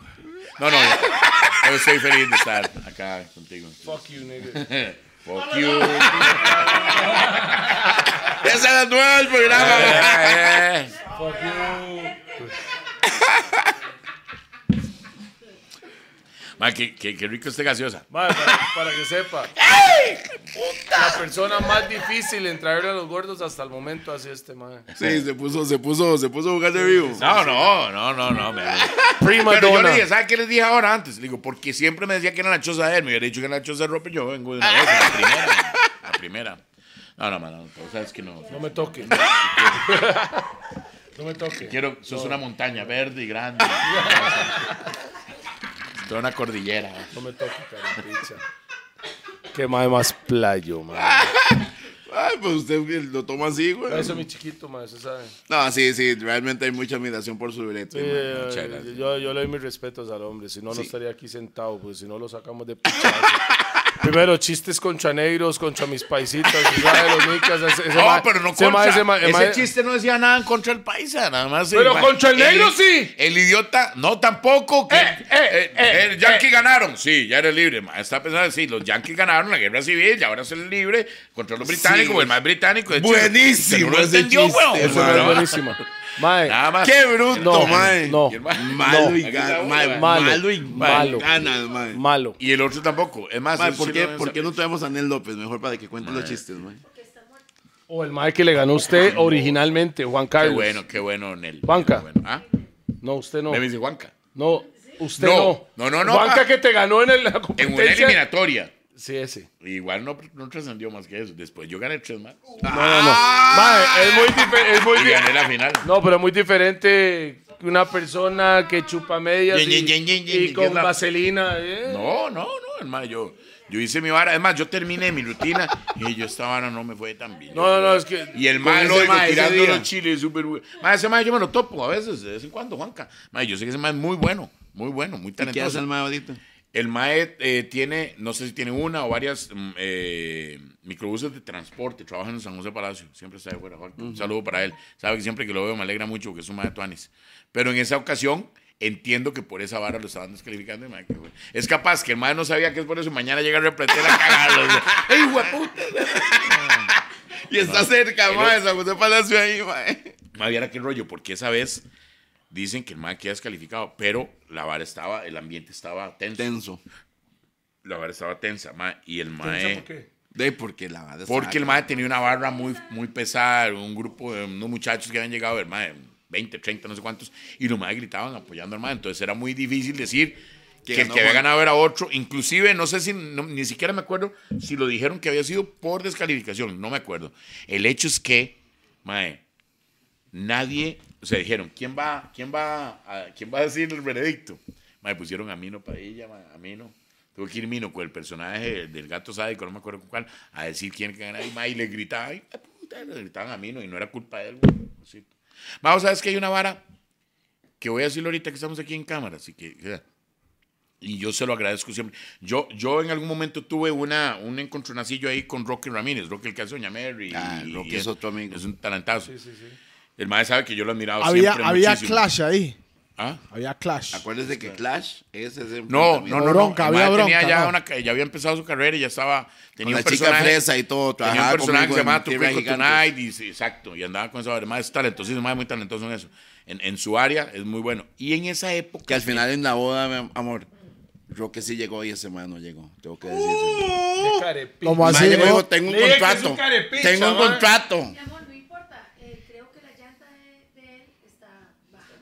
No, no, yo, yo estoy feliz de estar acá contigo. Fuck you, nigga. Fuck you. Esa es la nueva del programa. Fuck you. Ma, qué, qué, qué rico este gaseosa. Mae, para, para que sepa. La persona más difícil en traerle a los gordos hasta el momento así este mae. Sí, se puso, se puso, se puso a jugar de vivo. No, no, no, no, no. me- Prima Pero yo le donna. dije, ¿sabes qué les dije ahora antes? Le digo, porque siempre me decía que era la choza de él. Me hubiera dicho que era la choza de Roper. Yo vengo de una vez, la primera. La primera. No, no, ma, no. tú sabes que no. No me toque. No me toque. Quiero, sos una montaña verde y grande. Toda una cordillera. No me toque, carepicha. Qué mae más playo, mae. Ay, pues usted lo toma así, güey. Eso mi chiquito, mae, se sabe. No, sí, sí, realmente hay mucha admiración por su brete. Sí, man. eh, muchas gracias. yo, yo le doy mis respetos al hombre, si no, no estaría aquí sentado, porque si no lo sacamos de pichazo. Primero, chistes contra negros, contra mis paisitas, ¿sabes? los nicas. Ese, ese No, mae- pero no ese mae- contra. ese mae- ese mae- chiste no decía nada en contra el paisa, nada más. Pero ma- contra el negro sí. El idiota, no tampoco. Que, Eh, eh, eh, el Yankee ganaron. Sí, ya era libre. ma, Está pensando así: los Yankees ganaron la guerra civil y ahora es el libre contra los británicos, el más británico. de hecho, Buenísimo que no lo ese entendió, chiste, weón, ese Esa weón, es ¿no? buenísima. Mae, Nada más. ¡Qué bruto, No, mae! no. Y el ma- Malo No, y aquí gana, está uno, mae, mae. Malo. malo y Malo. ganas, mae. malo. Y el otro tampoco. Es más, Mae, él ¿por sí qué, lo- ¿por qué no traemos a Nel López? Mejor para que cuente los chistes, mae. O el mae que le ganó a usted originalmente, Juan Carlos. Qué bueno, qué bueno, Nel. Juanca. Qué bueno. ¿Ah? No, usted no. Me dice Juanca. No, usted no. No, no, no, no, Juanca pa. que te ganó en el- la En una competencia. eliminatoria. sí, ese. Igual no, no trascendió más que eso. Después yo gané tres más. No, no, no. Mae, es muy diferente. Es muy Y di- gané la final. No, pero es muy diferente que una persona que chupa medias Yen, y, yen, yen, yen, y yen, yen, con que es la- vaselina. eh. No, no, no, hermano, yo, yo hice mi vara. Es más, yo terminé mi rutina y yo esta vara no me fue tan bien. No, no, no, es que- Y el con mal ese oigo mae, ese tirando día. los chiles, súper bueno. Mae, ese mae yo me lo topo a veces, de vez en cuando, Juanca. Mae, yo sé que ese mae es muy bueno, muy bueno, muy ¿Y ¿Qué hace el talentoso. mae ahorita? El mae eh, tiene, no sé si tiene una o varias mm, eh, microbuses de transporte. Trabaja en San José Palacio, siempre está de fuera, Juanca. Un saludo para él. Sabe que siempre que lo veo me alegra mucho porque es un mae de Tuanis. Pero en esa ocasión. Entiendo que por esa vara lo estaban descalificando. y, mae, qué bueno. Es capaz que el mae no sabía que es por eso. y Mañana llega el repletero a cagarlo. ¡Ey, hueputa! Y está cerca, El mae, San José Palacio ahí, mae. Más bien, qué rollo, porque esa vez dicen que el man queda descalificado, pero la vara estaba, el ambiente estaba tenso. Tenso. La vara estaba tensa, ma, y el mae. De porque la madre Porque el mae tenía una barra muy, muy pesada, un grupo de unos muchachos que habían llegado, el mae, 20, 30, no sé cuántos, y los mae gritaban apoyando al mae. Entonces era muy difícil decir que, Que el ganó que había Juan. ganado era otro. Inclusive, no sé si, no- ni siquiera me acuerdo si lo dijeron que había sido por descalificación, no me acuerdo. El hecho es que, mae, nadie, o sea, dijeron, ¿quién va, quién va, a, quién va a decir el veredicto? Me pusieron a Mino Padilla, ma, a Mino. Tuvo que ir Mino con el personaje del gato sádico, no me acuerdo con cuál, a decir quién que ganaba. Y, ma, y le gritaba, ay, la puta, le gritaban a Mino y no era culpa de él. güey, pobrecito. Ma, vos sabes que hay una vara que voy a decirlo ahorita que estamos aquí en cámara, así que... o sea, y yo se lo agradezco siempre. Yo, yo en algún momento tuve una, un encontronacillo ahí con Rocky Ramírez, Rocky el que hace Doña Mary. Ah, y- Rocky y es otro amigo. Es un talantazo. El maestro sabe que yo lo he admirado Había, siempre había muchísimo. clash ahí. ¿Ah? Había clash. Acuérdese que Clash es ese. No, no, no, no. bronca, El había mae tenía bronca, ya, ¿no? una ca- ya había empezado su carrera y ya estaba... Con Tenía la un chica personaje, fresa y todo. tenía un Trabajaba personaje que conmigo se en llamaba Tierra Tupico Gigantes. Tonight. Y, sí, exacto, y andaba con esa... Además es talentosísimo, mae, muy talentoso en eso. En, en su área es muy bueno. Y en esa época... Que al final en la boda, mi amor, Roque sí llegó y ese mae no llegó. Tengo que decirlo. Uh, Qué carepicha. Como Mae, así, yo ¿no? digo, tengo un Le dije que es un contrato. carepicha, Tengo un mae. contrato. Mi amor, no importa. eh, creo que la llanta de, de él está baja.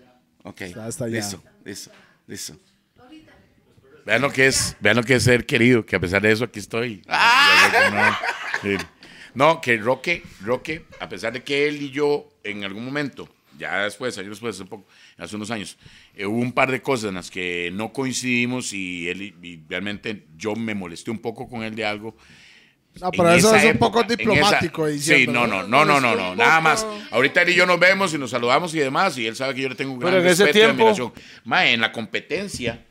Ok. está ya. Listo, listo, listo. Ahorita. Vean lo que es, vean lo que es ser querido, que a pesar de eso aquí estoy. Ya sé que no. Sí. No, que Roque, Roque, a pesar de que él y yo en algún momento, ya después, años después, hace, poco, hace unos años, eh, hubo un par de cosas en las que no coincidimos y él y- y realmente yo me molesté un poco con él de algo. No, pero En eso esa es un época, poco en esa- diplomático. Sí, diciéndolo. no, no, no, no, no, Es no, un nada poco- más. Ahorita él y yo nos vemos y nos saludamos y demás, y él sabe que yo le tengo un gran Pero en ese respeto y tiempo- admiración. Mae, en la competencia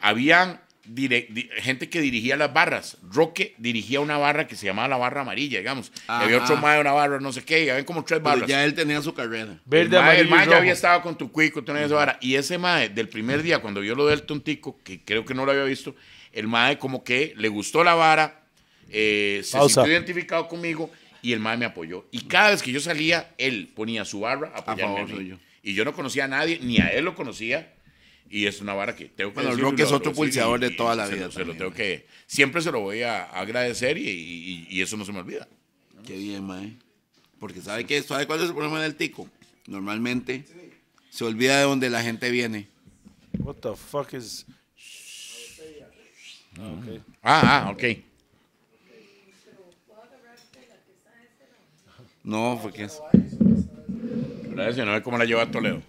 habían dire- di- gente que dirigía las barras. Roque dirigía una barra que se llamaba la barra amarilla, digamos. Y había Ajá. otro mae de una barra, no sé qué, y habían como tres Pero barras. ya él tenía su carrera. Verde, el mae, amarillo el mae y ya rojo. había estado con tu cuico, tenía esa vara. Y ese mae, del primer día, cuando vio lo del tontico, que creo que no lo había visto, el mae como que le gustó la vara, eh, se Pausa. sintió identificado conmigo y el mae me apoyó. Y cada vez que yo salía, él ponía su barra a apoyarme favor a mí. suyo. Y yo no conocía a nadie, ni a él lo conocía. Y es una vara que tengo que Bueno, decirlo y Roque es lo- otro lo voy a decir pulseador y- de y toda la se lo- vida se lo también, tengo mae. que, siempre se lo voy a agradecer y, y- y eso no se me olvida. Qué bien, mae. Porque ¿sabe qué? ¿Sabe cuál es el problema del tico? Normalmente se olvida de donde la gente viene. What the fuck is... Ah, ah, ok. No, porque es Gracias, no ve cómo la lleva Toledo.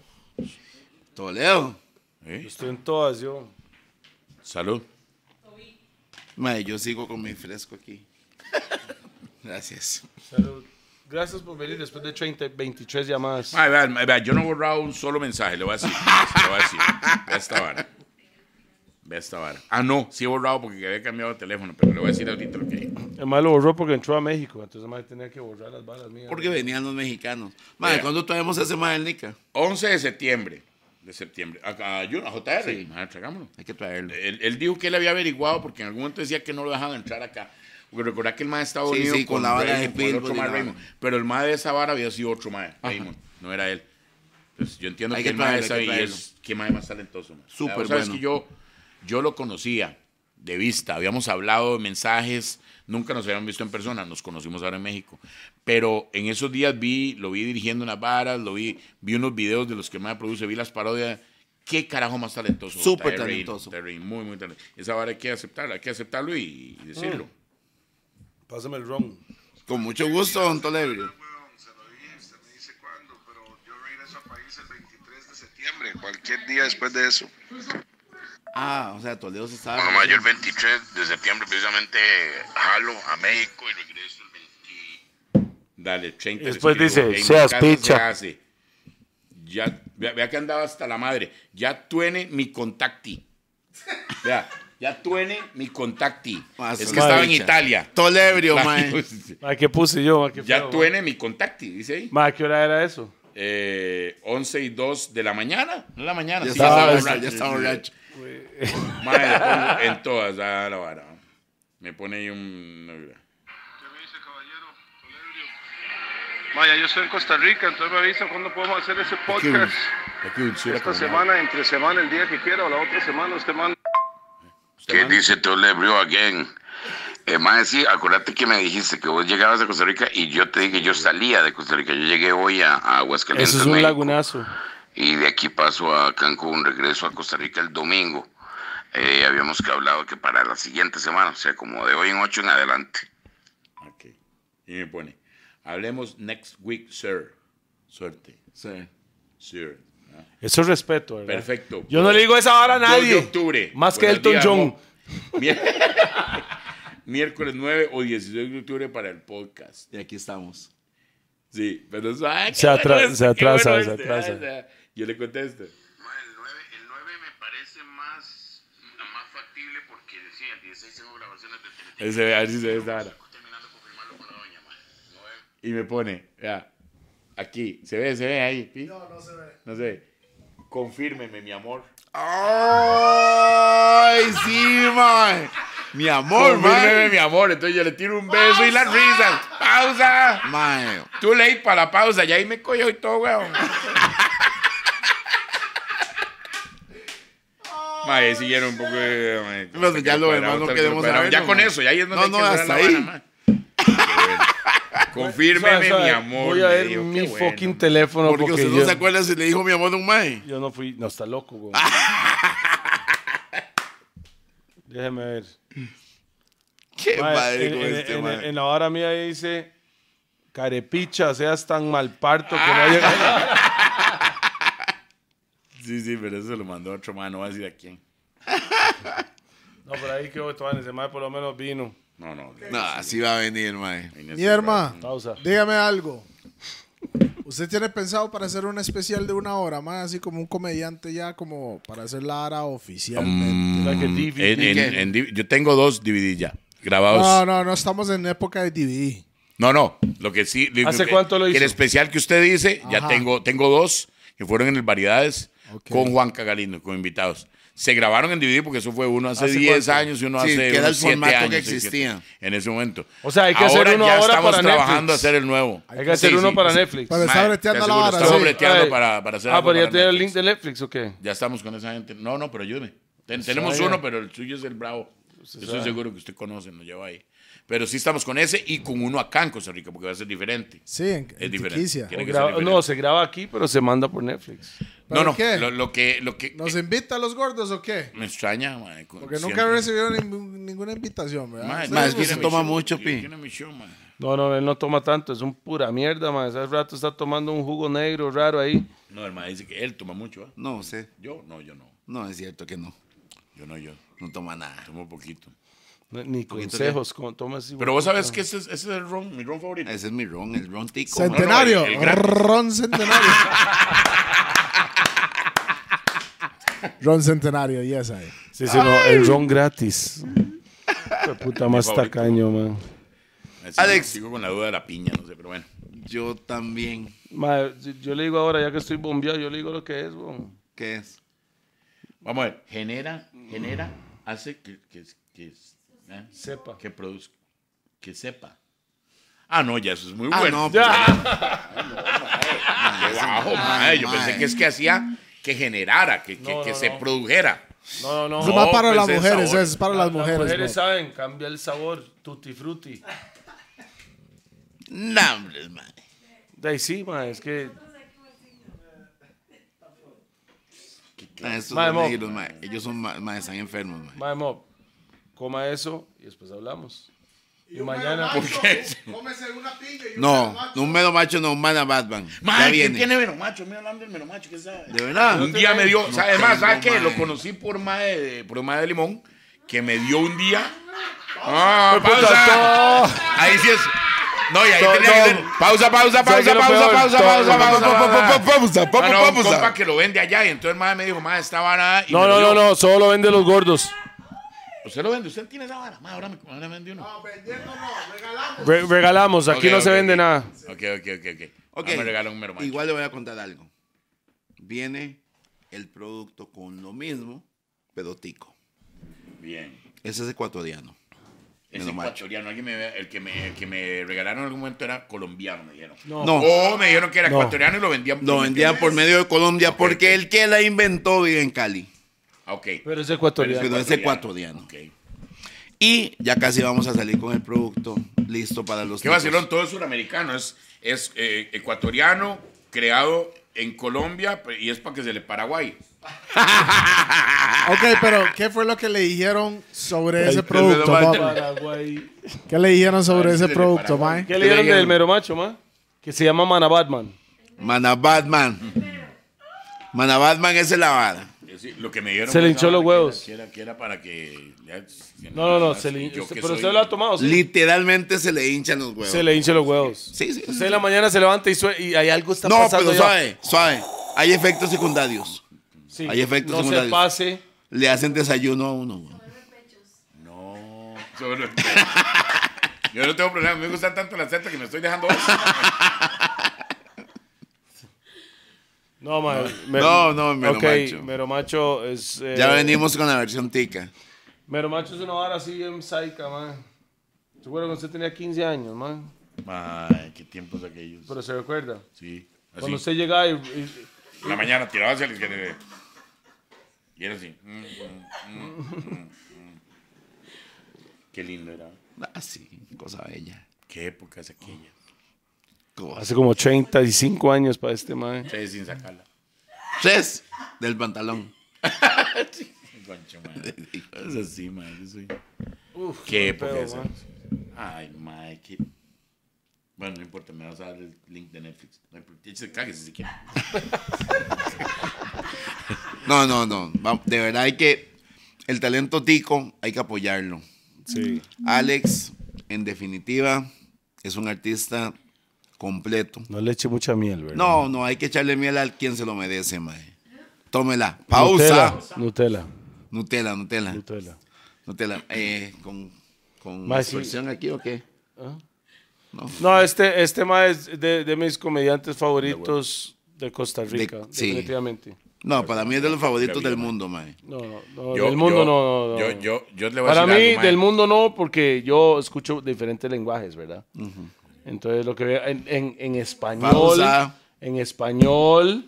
Toledo. ¿Eh? Yo estoy en todas, yo. Salud. Mae, yo sigo con mi fresco aquí. Gracias. Salud. Gracias por venir después de 30, 23 llamadas. Ay, vean, vean, yo no he borrado un solo mensaje, le voy a decir. le voy a decir. Ve esta vara. Ve esta vara. Ah, no, sí he borrado porque había cambiado de teléfono, pero le voy a decir ahorita lo que dije. El mae lo borró porque entró a México, entonces el mae tenía que borrar las balas mías. Porque venían los mexicanos. Mae, Vea. ¿cuándo traemos ese mae del Nica? 11 de septiembre. De septiembre. Acá, a Jun- a JR. Madre, traigámoslo. Hay que traerlo. Él, él dijo que él había averiguado porque en algún momento decía que no lo dejaban entrar acá. Porque recordá que el mae estaba Sí, unido sí, con la vara de Raymond, con el Pitbull otro y mae la vara. Raymond. Pero el mae de esa vara había sido otro mae, Raymond. No era él. Entonces, yo entiendo Hay que, que el mae traerlo, sabe hay y que es que mae más talentoso. mae. Súper Vos sabes bueno. que yo, yo lo conocía de vista. Habíamos hablado de mensajes. Nunca nos habíamos visto en persona. Nos conocimos ahora en México. Pero en esos días vi, lo vi dirigiendo unas varas, lo vi, vi unos videos de los que el mae produce, vi las parodias. ¿Qué carajo más talentoso? Súper Tyreek, talentoso. Tyreek, muy, muy talentoso. Esa vara hay que aceptarla, hay que aceptarlo y, y Mm. decirlo. Pásame el ron. Con mucho gusto, don Toledo. weón, se lo dije, usted me dice cuándo, pero yo regreso a país el 23 de septiembre, cualquier día después de eso. Ah, o sea, Toledo se sabe. Bueno, ma, yo el 23 de septiembre precisamente jalo a México y regreso el 20. Dale, 30 de Después septiembre. dice, En mi seas casa picha. se hace. Ya, vea, vea que andaba hasta la madre. Ya tuene mi contacti. Vea, ya tuene mi contacti. Ah, es su que estaba en madre. Italia. Toledo, mae. Mae, ¿qué puse yo? Mae, qué Ya feo, tuene mi contacti, dice ahí. mae. Mae, ¿qué hora era eso? Eh, 11 y 2 de la mañana. No la mañana, Ya sí, estaba ya borracho, ya estaba borracho. Madre, le pongo en todas a la vara. Me pone ahí un. ¿Qué me dice, caballero? Toledo. Vaya, yo estoy en Costa Rica, entonces me avisan cuándo podemos hacer ese podcast. Esta semana, entre semana, el día que quiera o la otra semana, usted manda. ¿Qué dice Tolebrio again? Eh, mae, sí, acuérdate que me dijiste que vos llegabas de Costa Rica y yo te dije yo salía de Costa Rica. Yo llegué hoy a, a Aguascalientes, Eso es un México, lagunazo. y de aquí paso a Cancún, regreso a Costa Rica el domingo. Eh, habíamos que hablado que para la siguiente semana, o sea, como de hoy en ocho en adelante. Ok. Y me pone. Hablemos next week, sir. Suerte, Sí. sir. Ah, Eso es respeto, ¿verdad? Perfecto. Yo no le digo esa vara a 2 nadie. de octubre. Más que Buenos Elton días, John. Mo. Mier- Miércoles 9 o 16 de octubre para el podcast. Y aquí estamos. Sí, pero eso. ay, qué Se atra- bueno este, se qué atrasa, bueno se este. atrasa. Ay, da. Yo le contesto. El 9, me parece más, más factible porque decía, el 16 tengo grabaciones de Ese, a ver si se ve esta vara. terminando de confirmarlo con la doña, Y me pone, vea, aquí, se ve, se ve ahí. ¿sí? No, no se ve. No se ve. Confírmeme, mi amor. Ah. ¡Ay, sí, mae! Mi amor, Confírmeme, mae. mi amor. Entonces yo le tiro un beso y las risas. ¡Pausa! Mae. Too late para la pausa. Ya ahí me cojo y todo, weón. Mae, siguieron un poco de. mae, Pero hasta Pues, ya que lo cuadramos, demás no hasta que queremos cuadramos. Ya saberlo, con mae. eso, ya ahí es donde No, hay que no, cerrar hasta la ahí. vara, mae. Confírmeme, Suave, suave. mi amor. Voy a me ver dijo, mi qué bueno, fucking mae. teléfono Porque, porque, usted yo, no se acuerda si le dijo mi amor de un mae. yo no fui. No, está loco, güey. Déjeme ver. Qué Mae, padre en, con en- este, en- mae. este en la hora mía dice Carepicha, seas tan mal parto que no llega. Sí, sí, pero eso se lo mandó otro mano, no voy a decir a quién. No, por ahí que voy tomar ese mae por lo menos vino. No, no. No, así va a venir, mae. Mierma, Pausa. dígame algo. ¿Usted tiene pensado para hacer un especial de una hora más, así como un comediante ya, como para hacer la hora oficialmente? O sea, que Mm, DVD. en- en- ¿Qué? en div- yo tengo dos DVD ya grabados. No, no, no estamos en época de DVD. No, no. Lo que sí. ¿Hace que- cuánto lo que El hizo? especial que usted dice, ya Ajá. tengo, tengo dos que fueron en el Variedades Ok. con Juan Cagalino, con invitados. Se grabaron en DVD porque eso fue uno hace ¿Hace 10 cuánto? años y uno Sí, hace que era el unos 7 formato que años. sí, existía. siete, en ese momento. O sea, hay que hacer uno ya ahora estamos para trabajando a Netflix. hacer el nuevo. Hay que hacer Sí, uno sí. para Netflix. Pero está Mae, breteando te la aseguro, vara. está sí. breteando. breteando Ay. para- para hacer Ah, algo pero ya para tiene el link Netflix. de Netflix o qué. Ya estamos con esa gente. No, no, pero ayúdeme. Pues Ten- tenemos sabe. uno, pero el suyo es el Bravo. Estoy seguro que usted conoce, nos lleva ahí. Pero sí estamos con ese y con uno acá en Costa Rica, porque va a ser diferente. Sí, en, Es en diferente. Tiquicia. Tiene O que graba- ser diferente. no, se graba aquí, pero se manda por Netflix. No, ¿Pero no, qué? Lo, lo que, lo que ¿Nos eh, invita a los gordos o qué? me extraña, mae, con- Porque siempre. nunca recibieron nin- ninguna invitación, ¿verdad? Mae, Ustedes mae, es que no- se no toma me- mucho, yo- pi. yo no me show, mae. No, no, él no toma tanto, es un pura mierda, man. Ese rato está tomando un jugo negro raro ahí. No, el mae dice que él toma mucho, ¿ah? No sé. Yo, no, yo no. No, es cierto que no. Yo no, yo. No toma nada. Tomo poquito. No, Ni consejos, con, toma así. Pero vos sabes que ese es, ese es el ron, mi ron favorito. Ese es mi ron, el ron tico. mae. Centenario. No, no, el- el gran- Ron Centenario. Ron Centenario, yes, ahí. Sí, sí, no, el ron gratis. Qué puta más favorito. tacaño, man. Así, Alex. Sigo con la duda de la piña, no sé, pero bueno. Yo también. Ma, yo- yo le digo ahora, ya que estoy bombeado, yo le digo lo que es, weón. ¿Qué es? Vamos a ver. Genera, genera, hace que, que, que, ¿eh? Sepa. que produzca, que sepa. Ah, no, ya eso es muy Ah, bueno. no. pues, Qué bajo, mae. eh, Yo pensé eh. que es que hacía que generara, que, que, No, que no, se no. produjera. No, no, no. Es más para pues las es mujeres, sabor. es para las mujeres. bro. saben, cambia el sabor, tutti frutti. Nombres, mae. De ahí sí, ma, es que. Ah, Estos Mae, dos mo. negros, mae. Ellos son, ma- mae, están enfermos, mae. Ma, mo, coma eso y después hablamos. Y, mañana. No, no un mero macho, no, un mana Batman. ya Mae, ¿quién viene. tiene mero macho? Mira hablando del mero macho, ¿qué sabe? De verdad. Un día me dio, o sea, además, tengo, ¿sabes qué? mae. Lo conocí por mae de, por mae de limón, que me dio un día. Ah, pausa. Ahí sí es. No, y ahí pues, No, tenía que no. ser. Pausa, pausa, ¿Sabes pausa, qué es lo pausa, peor? pausa, Todo- pausa, pa- pausa, pa- pa- pausa. pa- pausa, pa- Ah, No, no, pa- un pausa. compa que lo vende allá y entonces mae me dijo, mae, esta vara. y No, me no, no, dio. no, solo venden los gordos. Usted lo vende, usted tiene esa vara. Mae, ahora me ahora me vende uno. Re- regalamos, aquí Ok, no se ok, vende ok. nada. Ok, ok, ok, ok. Ok, Ah, me regala un mero macho. Igual le voy a contar algo. Viene el producto con lo mismo, pero tico. Bien. Ese es ecuatoriano. Es Mero macho. ecuatoriano. Alguien me, el, que me, el que me regalaron en algún momento era colombiano, me dijeron. No. Oh, No. O Oh, me dijeron que era No. ecuatoriano y lo vendían Lo vendían por medio de Colombia porque el que la inventó vive en Cali. Ah, Ok. Pero es Pero ecuatoriano. es ecuatoriano. Ok. Y ya casi vamos a salir con el producto listo para los Qué ticos. vacilón, todo es suramericano. Es, es eh, ecuatoriano, creado en Colombia pe- y es para que se le Paraguay. Ah. Ok, pero ¿qué fue lo que le dijeron sobre ese pero me lo producto, mandan. papi? ¿Qué le dijeron sobre ese de producto, Paraguay. mae? ¿Qué le dieron del mero macho, ma? Que se llama Mana Batman. Mana Batman. Mana Batman es el lavada. Es decir, Lo que me dieron Se le fue hinchó esa los vara que era- huevos. Que era, que era para que. ya- No, no, Ah, no, se y le, yo que pero soy- usted lo ha tomado, ¿sí? Literalmente se le hinchan los huevos. Se le hincha los huevos. Sí, sí. Usted en la mañana se levanta y, sue- y hay algo está No, pasando. pero ya. suave, suave. Hay efectos secundarios. Sí, hay efectos No se secundarios. pase. Le hacen desayuno a uno. güey. No. sobre- Yo no tengo problema. Me gustan tanto las tetas que me estoy dejando. dos. No, ma. No, no, Mero ok, Macho. Mero Macho es. eh, Ya venimos con la versión tica. Mero Macho es una vara así en saica, man. Recuerdo cuando usted tenía 15 años, man. Ay, qué tiempos aquellos. Pero se recuerda. Sí. Cuando Así. usted llegaba y. y- En la mañana tiraba hacia el que Y era así. Mm, mm, mm, mm, mm. Qué lindo era. Ah, sí, cosa bella. Qué épocas aquellas. Cosa. hace como 35 años para este, man. Ustedes sin sacarla. Tres del pantalón. Concho, madre. Es así, madre. Yo soy... Qué época feo, esa. man. Ay, madre. Qué... Bueno, no importa, me vas a dar el link de Netflix. No importa, se cague si se quiere. No, no, no. Va- De verdad hay que. El talento tico hay que apoyarlo. Sí. Alex, en definitiva, es un artista completo. No le eche mucha miel, ¿verdad? No, no, hay que echarle miel al quien se lo merece, mae. Tómela. Pausa. Nutella. Nutella, Nutella. Nutella. Nutella. Eh, ¿Con, con Mae, sí. ¿Ah? extorsión aquí o qué? No, este, este mae es de, de mis comediantes favoritos de Costa Rica, De- sí. definitivamente. No, para mí es de los favoritos del mundo, mae. No, no, no, del mundo yo- no, no, no. Yo, yo, yo le voy a Para mí, decir algo, mae. del mundo no, porque yo escucho diferentes lenguajes, ¿verdad? Entonces, lo que veo en, en, en español, Pausa. en español,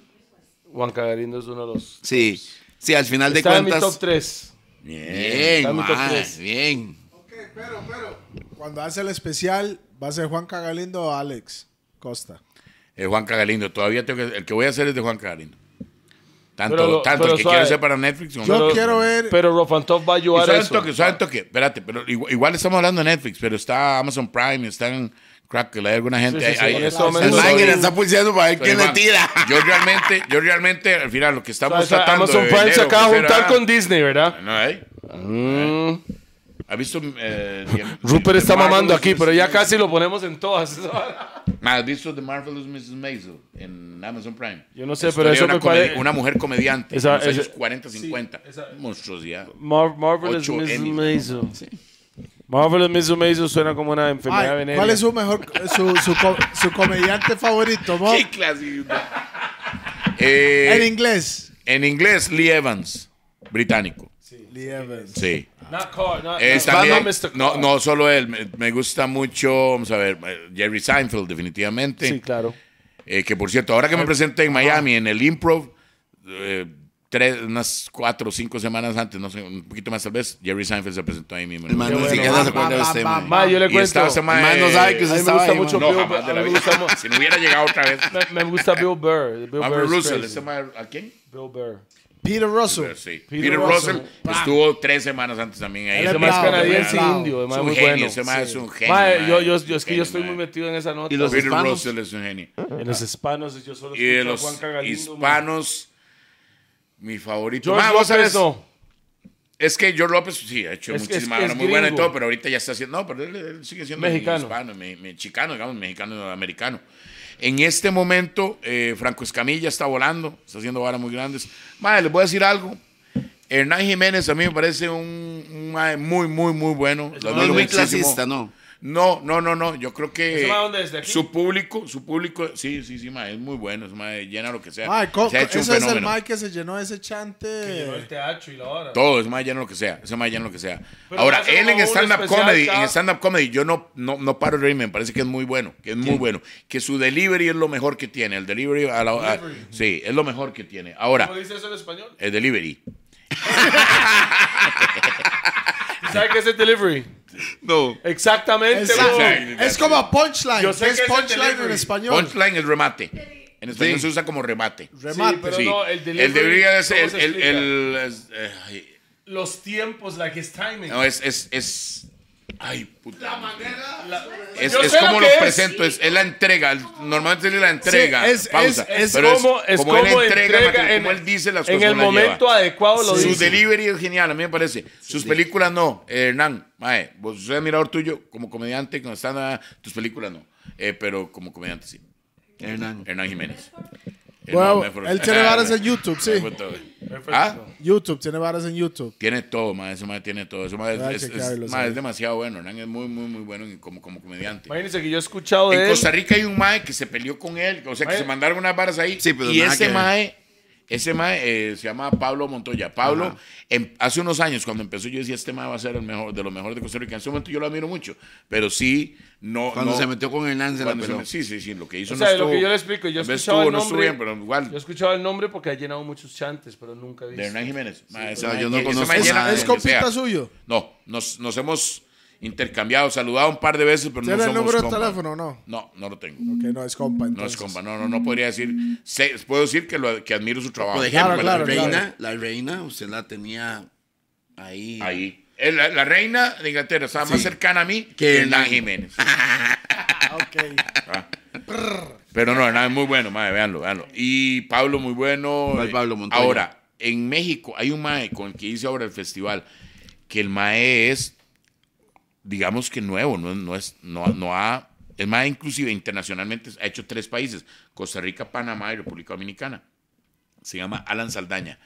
Juan Cagarindo es uno de los... Sí. Sí, al final de Está en mi top cuentas. 3. Bien. Bien, en mi top mae, tres. bien. Ok, pero, pero. Cuando hace el especial, ¿va a ser Juan Cagalindo o Alex Costa? Eh, Juan Cagalindo, todavía tengo que. El que voy a hacer es de Juan Cagalindo. Tanto, Pero lo- tanto pero el que suave. quiero hacer para Netflix. como- Yo quiero ver- Pero Rofantov va a Y ayudar a saben eso. toque, saben toque, espérate, pero igu- igual, estamos hablando de Netflix, pero está Amazon Prime, está en Crackle, hay alguna gente Sí, sí, sí, ahí. en ahí- este momento El Eso mae que soy- le está pulseando para ver Pero, quién le man, tira. Yo realmente, yo realmente, al final, lo que O sea, estamos esa tratando Amazon de Prime vender se acaba de ofrecer juntar a- con Disney, ¿verdad? No, ¿eh? Mm. ¿Ha visto? eh, The- Rupert The está mamando Marvelous aquí, Mrs. pero ya Maisel? casi lo ponemos en todas. Ma, ¿Has visto The Marvelous Mrs. Maisel en Amazon Prime? Yo no sé, La historia pero eso de una me parece- comedi- Una mujer comediante Esa- en los esa- años 40, 50. esa- Monstruosidad. Mar Marvelous Ocho Mrs. Emmys, ¿no? Maisel. Marvelous Mrs. Maisel suena como una Ay, enfermedad venérea. ¿Cuál es su mejor, su, su, co- su comediante favorito, mo? ¡Qué clasismo! Eh, En inglés. En inglés, Lee Evans, británico. Lee Evans. Sí. Not Carr, not- Eh, not- también- not Mr. no, Carr. no solo él, me, me gusta mucho, vamos a ver, eh, Jerry Seinfeld, definitivamente. Sí, claro. Eh, que por cierto, ahora que Ah. me presenté en Miami, en el improv, eh, tres, unas cuatro o cinco semanas antes, no sé, un poquito más tal vez, Jerry Seinfeld se presentó ahí mismo. El man ni bueno. siquiera se acuerda de Va, este, usted, va, mae. va, Ma, yo le Y estaba cuento. ese A mí man, Man, no eh, sabe que me usted gusta estaba ahí, mucho no, Bill jamás Burr. de a la mí Me vida. gusta, mu- Si no hubiera llegado otra vez. me, me gusta Bill Burr. Bill Robert Burr, es Russell, crazy. ese man, ¿a quién? Bill Burr. Peter Russell. Pero sí. Peter Peter, Russell. Russell, estuvo tres semanas antes también ahí. Él Ah. Ese es man es bravo, canadiense e bravo. indio. Ese Es man un es muy genio, bueno. ese man es un genio, Ma, man. yo, yo, yo- es que Genio, yo estoy muy man. metido en esa nota. los Peter hispanos? Russell es un genio. En los hispanos, yo solo Y de escucho a los Juan Cagalindo, ma. hispanos, mi favorito. George Ma, vos López, sabes, no. Es que George López, sí, ha hecho Es que es- muchísima es obra muy buena y gringo. todo, pero ahorita ya está haciendo. No, pero él, él sigue siendo Mexicano. hispano, me- me- chicano, digamos, mexicano americano. En este momento, eh, Franco Escamilla está volando, está haciendo varas muy grandes. Madre, les voy a decir algo. Hernán Jiménez a mí me parece un, un mae muy, muy, muy bueno. Lo No es admiro muy muchísimo. clasista, ¿no? No, no, no, no. Yo creo que ¿Ese mae dónde es? ¿De aquí? su público, su público, sí, sí, sí, mae, es muy bueno, es mae, llena lo que sea. Mae, co- se ha hecho un ese es el fenómeno. Mike que se llenó ese chante. teatro y la hora. Todo, es más lleno lo que sea. Ese más lleno lo que sea. Pero Ahora, hace él como en un stand-up especial comedy, cada- en stand-up comedy, yo no, no, no paro de reírme, me parece que es muy bueno, que es muy bueno. Que su delivery es lo mejor que tiene. El delivery, a la- a- sí, es lo mejor que tiene. Ahora, dice eso en español? el delivery. ¿Sabes qué es el delivery? No. Exactamente. Este Es, bro. Exacto. es como punchline. Yo sé es que es el punchline en delivery. español. Punchline es remate. En español se usa como remate. Remate. pero- Sí. no, el el delivery, delivery, es ¿cómo el- se el- el- es- eh, ay, Los tiempos, like his timing. No, es, es, es. Ay, puta. Es, Yo es sé lo como que los es. presento, es, es la entrega. el- Normalmente es la entrega. Sí, es- pausa. es- es pero como, es como él entrega, entrega material, en, como él dice las en cosas. el no las momento lleva. adecuado lo Su dice. delivery es genial, a mí me parece. Sus películas no. Eh, Hernán, mae, vos sos admirador tuyo como comediante, cuando están a- tus películas no. Eh, pero como comediante sí. Hernán. Hernán Jiménez. Eh, Bueno, no, me- él tiene varas en YouTube, sí. ¿Ah? YouTube, tiene varas en YouTube. Tiene todo, ma, ese ma tiene todo. Eso, ma, es, Voy a es- es- chequearlo, ma, ¿sabes? es demasiado bueno. Hernán es muy, muy, muy bueno en- como, como comediante. Imagínense que yo he escuchado de En él. Costa Rica hay un mae que se peleó con él, o sea, que Mae. se mandaron unas varas ahí. Sí, pero y nada que ese ver. mae, ese mae eh, se llama Pablo Montoya. Pablo, em- hace unos años cuando empezó yo decía, este mae va a ser el mejor, de los mejores de Costa Rica. En ese momento yo lo admiro mucho, pero sí, no... Cuando no- se metió con Hernán se la cuando se peló. me- sí, sí, sí, lo que hizo O sea, no de lo estuvo- que yo le explico, yo he tal vez escuchado estuvo, el no estuvo nombre. bien, pero igual, Yo he escuchado el nombre porque ha llenado muchos chantes, pero nunca he de visto. Hernán Jiménez. Ma, ese o sea, mae- yo no ese mae conozco Es, llena nada de es lo que compita sea. suyo. No, nos, nos hemos intercambiado, saludado un par de veces, pero no ¿Tiene somos el número de compa. teléfono o no? No, no lo tengo. Que no es compa, No es entonces. compa, no, no, no podría decir. sé- puedo decir que, lo, que admiro su trabajo. Por ejemplo, Claro, claro, la claro. reina, la reina, usted la tenía ahí. Ahí. Eh, La, la reina de Inglaterra estaba más Sí. cercana a mí Que que Hernán Hernán. Jiménez. Ah, ok. Pero no, nada, es muy bueno, mae, véanlo, véanlo. Y Pablo, muy bueno. Mae, Pablo Montoya. Ahora, en México hay un mae con el que hice ahora el festival, que el mae es, digamos que nuevo, no, no es, no, no ha, el mae inclusive internacionalmente ha hecho tres países, Costa Rica, Panamá y República Dominicana. Se llama Alan Saldaña.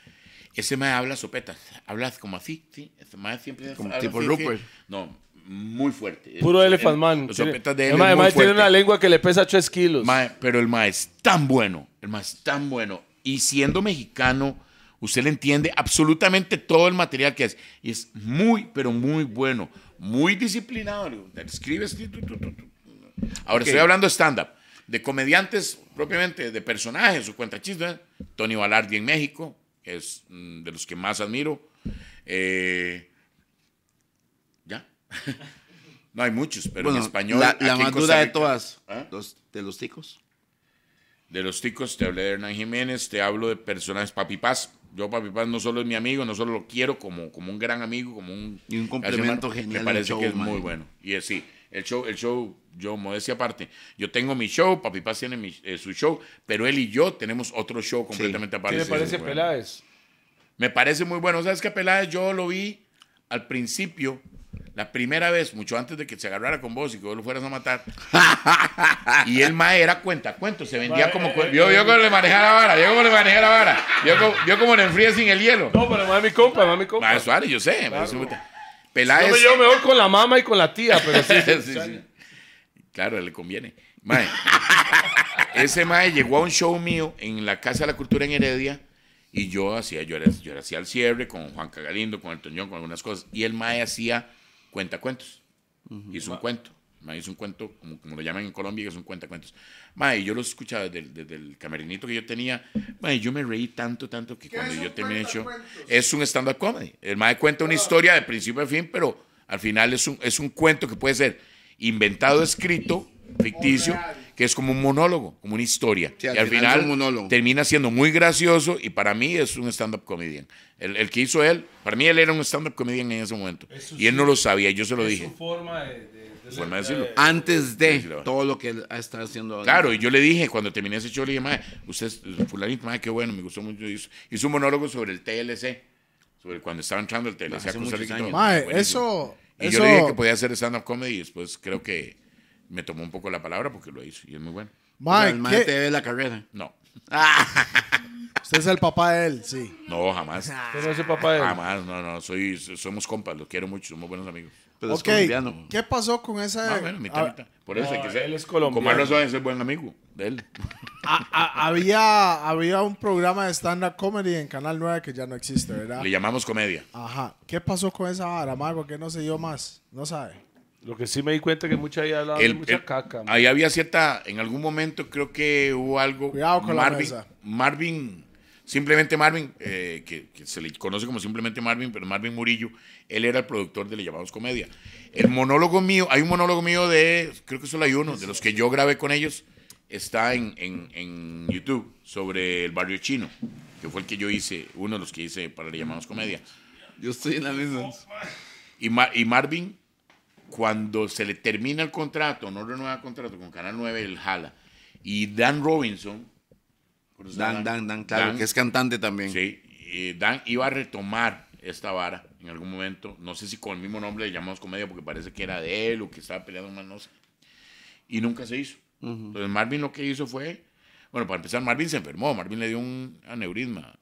Ese mae habla sopeta, habla como así, sí. Ese mae siempre Como habla tipo así, sí. Rupert. No, muy fuerte. Puro El- elephant el- man. los Tiene- sopetas de él Además, es muy además tiene fuerte. una lengua que le pesa 3 kilos. Mae, pero el mae es tan bueno, el mae es tan bueno. Y siendo mexicano, usted le entiende absolutamente todo el material que es. Y es muy, pero muy bueno. Muy disciplinado. le- te Escribes. tu, tu, tu, tu, tu. Ahora estoy hablando de stand-up. De comediantes propiamente, de personajes, su cuenta chistes. Tony Balardi en México, que es mm, de los que más admiro. Eh, ya. no hay muchos, pero en Bueno, español. la, aquí la en más Costa dura de Rica- todas, ¿Ah? los, de los ticos. De los ticos te hablé de Hernán Jiménez, te hablo de personajes. Papi Paz, yo Papi Paz no solo es mi amigo, no solo lo quiero como, como un gran amigo, como un... Y un complemento casi hermano. genial Me al parece show, que es man. muy bueno. Y es, sí, el show, el show, yo modestia aparte, yo tengo mi show, Papi Paz tiene mi- eh, su show, pero él y yo tenemos otro show completamente ¿Qué aparte. le Sí, parece bueno. Peláez? Me parece muy bueno. ¿Sabes que Peláez? Yo lo vi al principio, la primera vez, mucho antes de que se agarrara con vos y que vos lo fueras a matar. y el mae era cuenta, cuento, se vendía como. cuen- Vio, vio cómo le manejé la vara, vio cómo le manejé la vara, vio cómo, vio cómo le enfría sin el hielo. No, pero más mi compa, más mi compa. Mae Suárez, yo sé. mae, su puta. Peláez. Yo me llevo mejor con la mamá y con la tía, pero sí. sí, Sí, sí. Claro, le conviene. Mae, ese mae llegó a un show mío en la Casa de la Cultura en Heredia y yo hacía, yo, era, yo era hacía el cierre con Juan Cagalindo, con el Toñón, con algunas cosas. Y el mae hacía cuentacuentos. Hizo un cuento. Mae hizo un cuento, como, como lo llaman en Colombia, que es un cuentacuentos. Mae, yo los escuchaba desde, el- desde el camerinito que yo tenía. Mae, yo me reí tanto, tanto que cuando es yo un terminé el show... cuentacuentos? Ah. Es un stand-up comedy. El mae cuenta una historia de principio a fin, pero al final es un, es un cuento que puede ser inventado, escrito, ficticio, que es como un monólogo, como una historia. Sí, al y al final final, es un monólogo. termina siendo muy gracioso y para mí es un stand-up comedian. El, el que hizo él, para mí él era un stand-up comedian en ese momento. y él no lo sabía, yo se lo dije. forma de, de- de- Forma de Eh. decirlo. Antes Sí, de claro. todo lo que está haciendo ahora. Claro, y yo le dije, cuando terminé ese show, le dije, mae, usted, es fulanito, mae, qué bueno, me gustó mucho. Hizo, hizo un monólogo sobre el TLC, sobre cuando estaba entrando el TLC a hace Costa muchos Rica y años. todo. Mae, Buenísimo. eso. Y eso yo le dije que pues, podía hacer stand-up comedy y después creo que me tomó un poco la palabra porque lo hizo y es muy bueno. O sea, Mae, el mae ¿qué? te debe la carrera. No, Usted es el papá de él, sí. no, jamás. Usted no es el papá de él. Jamás, no, no, soy, somos compas, los quiero mucho, somos buenos amigos. Pero es Ok, colombiano. ¿Qué pasó con esa? Ah, bueno, mitad, a- mitad. Por eso hay que No, ser- él es colombiano. Con más razón es el buen amigo de él. a- a- había, había un programa de stand-up comedy en Canal 9 que ya no existe, Ah. ¿verdad? Le llamamos comedia. Ajá. ¿Qué pasó con esa vara, Mago? ¿Qué no se dio más? No sabe. Lo que sí me di cuenta que mucha ahí hablaba de El- mucha el- caca. man. ahí había cierta, en algún momento creo que hubo algo. Cuidado con la mesa. Marvin, simplemente Marvin, eh, que, que se le conoce como simplemente Marvin, pero Marvin Murillo, él era el productor de Le Llamamos Comedia. El monólogo mío, hay un monólogo mío de, creo que solo hay uno, de los que yo grabé con ellos, está en, en- en YouTube, sobre el barrio chino, que fue el que yo hice, uno de los que hice para Le Llamamos Comedia. Yo estoy en la misma. Y, Mar- y Marvin, cuando se le termina el contrato, no renueva el contrato con Canal 9, él jala. Y Dan Robinson. ¿conoces a Dan, Dan, Dan, claro, que es cantante también. Sí, y Dan iba a retomar esta vara en algún momento. No sé si con el mismo nombre le llamamos comedia porque parece que era de él o que estaba peleando más, no sé. Y nunca se hizo. Entonces Marvin lo que hizo fue, bueno, para empezar, Marvin se enfermó, Marvin le dio un aneurisma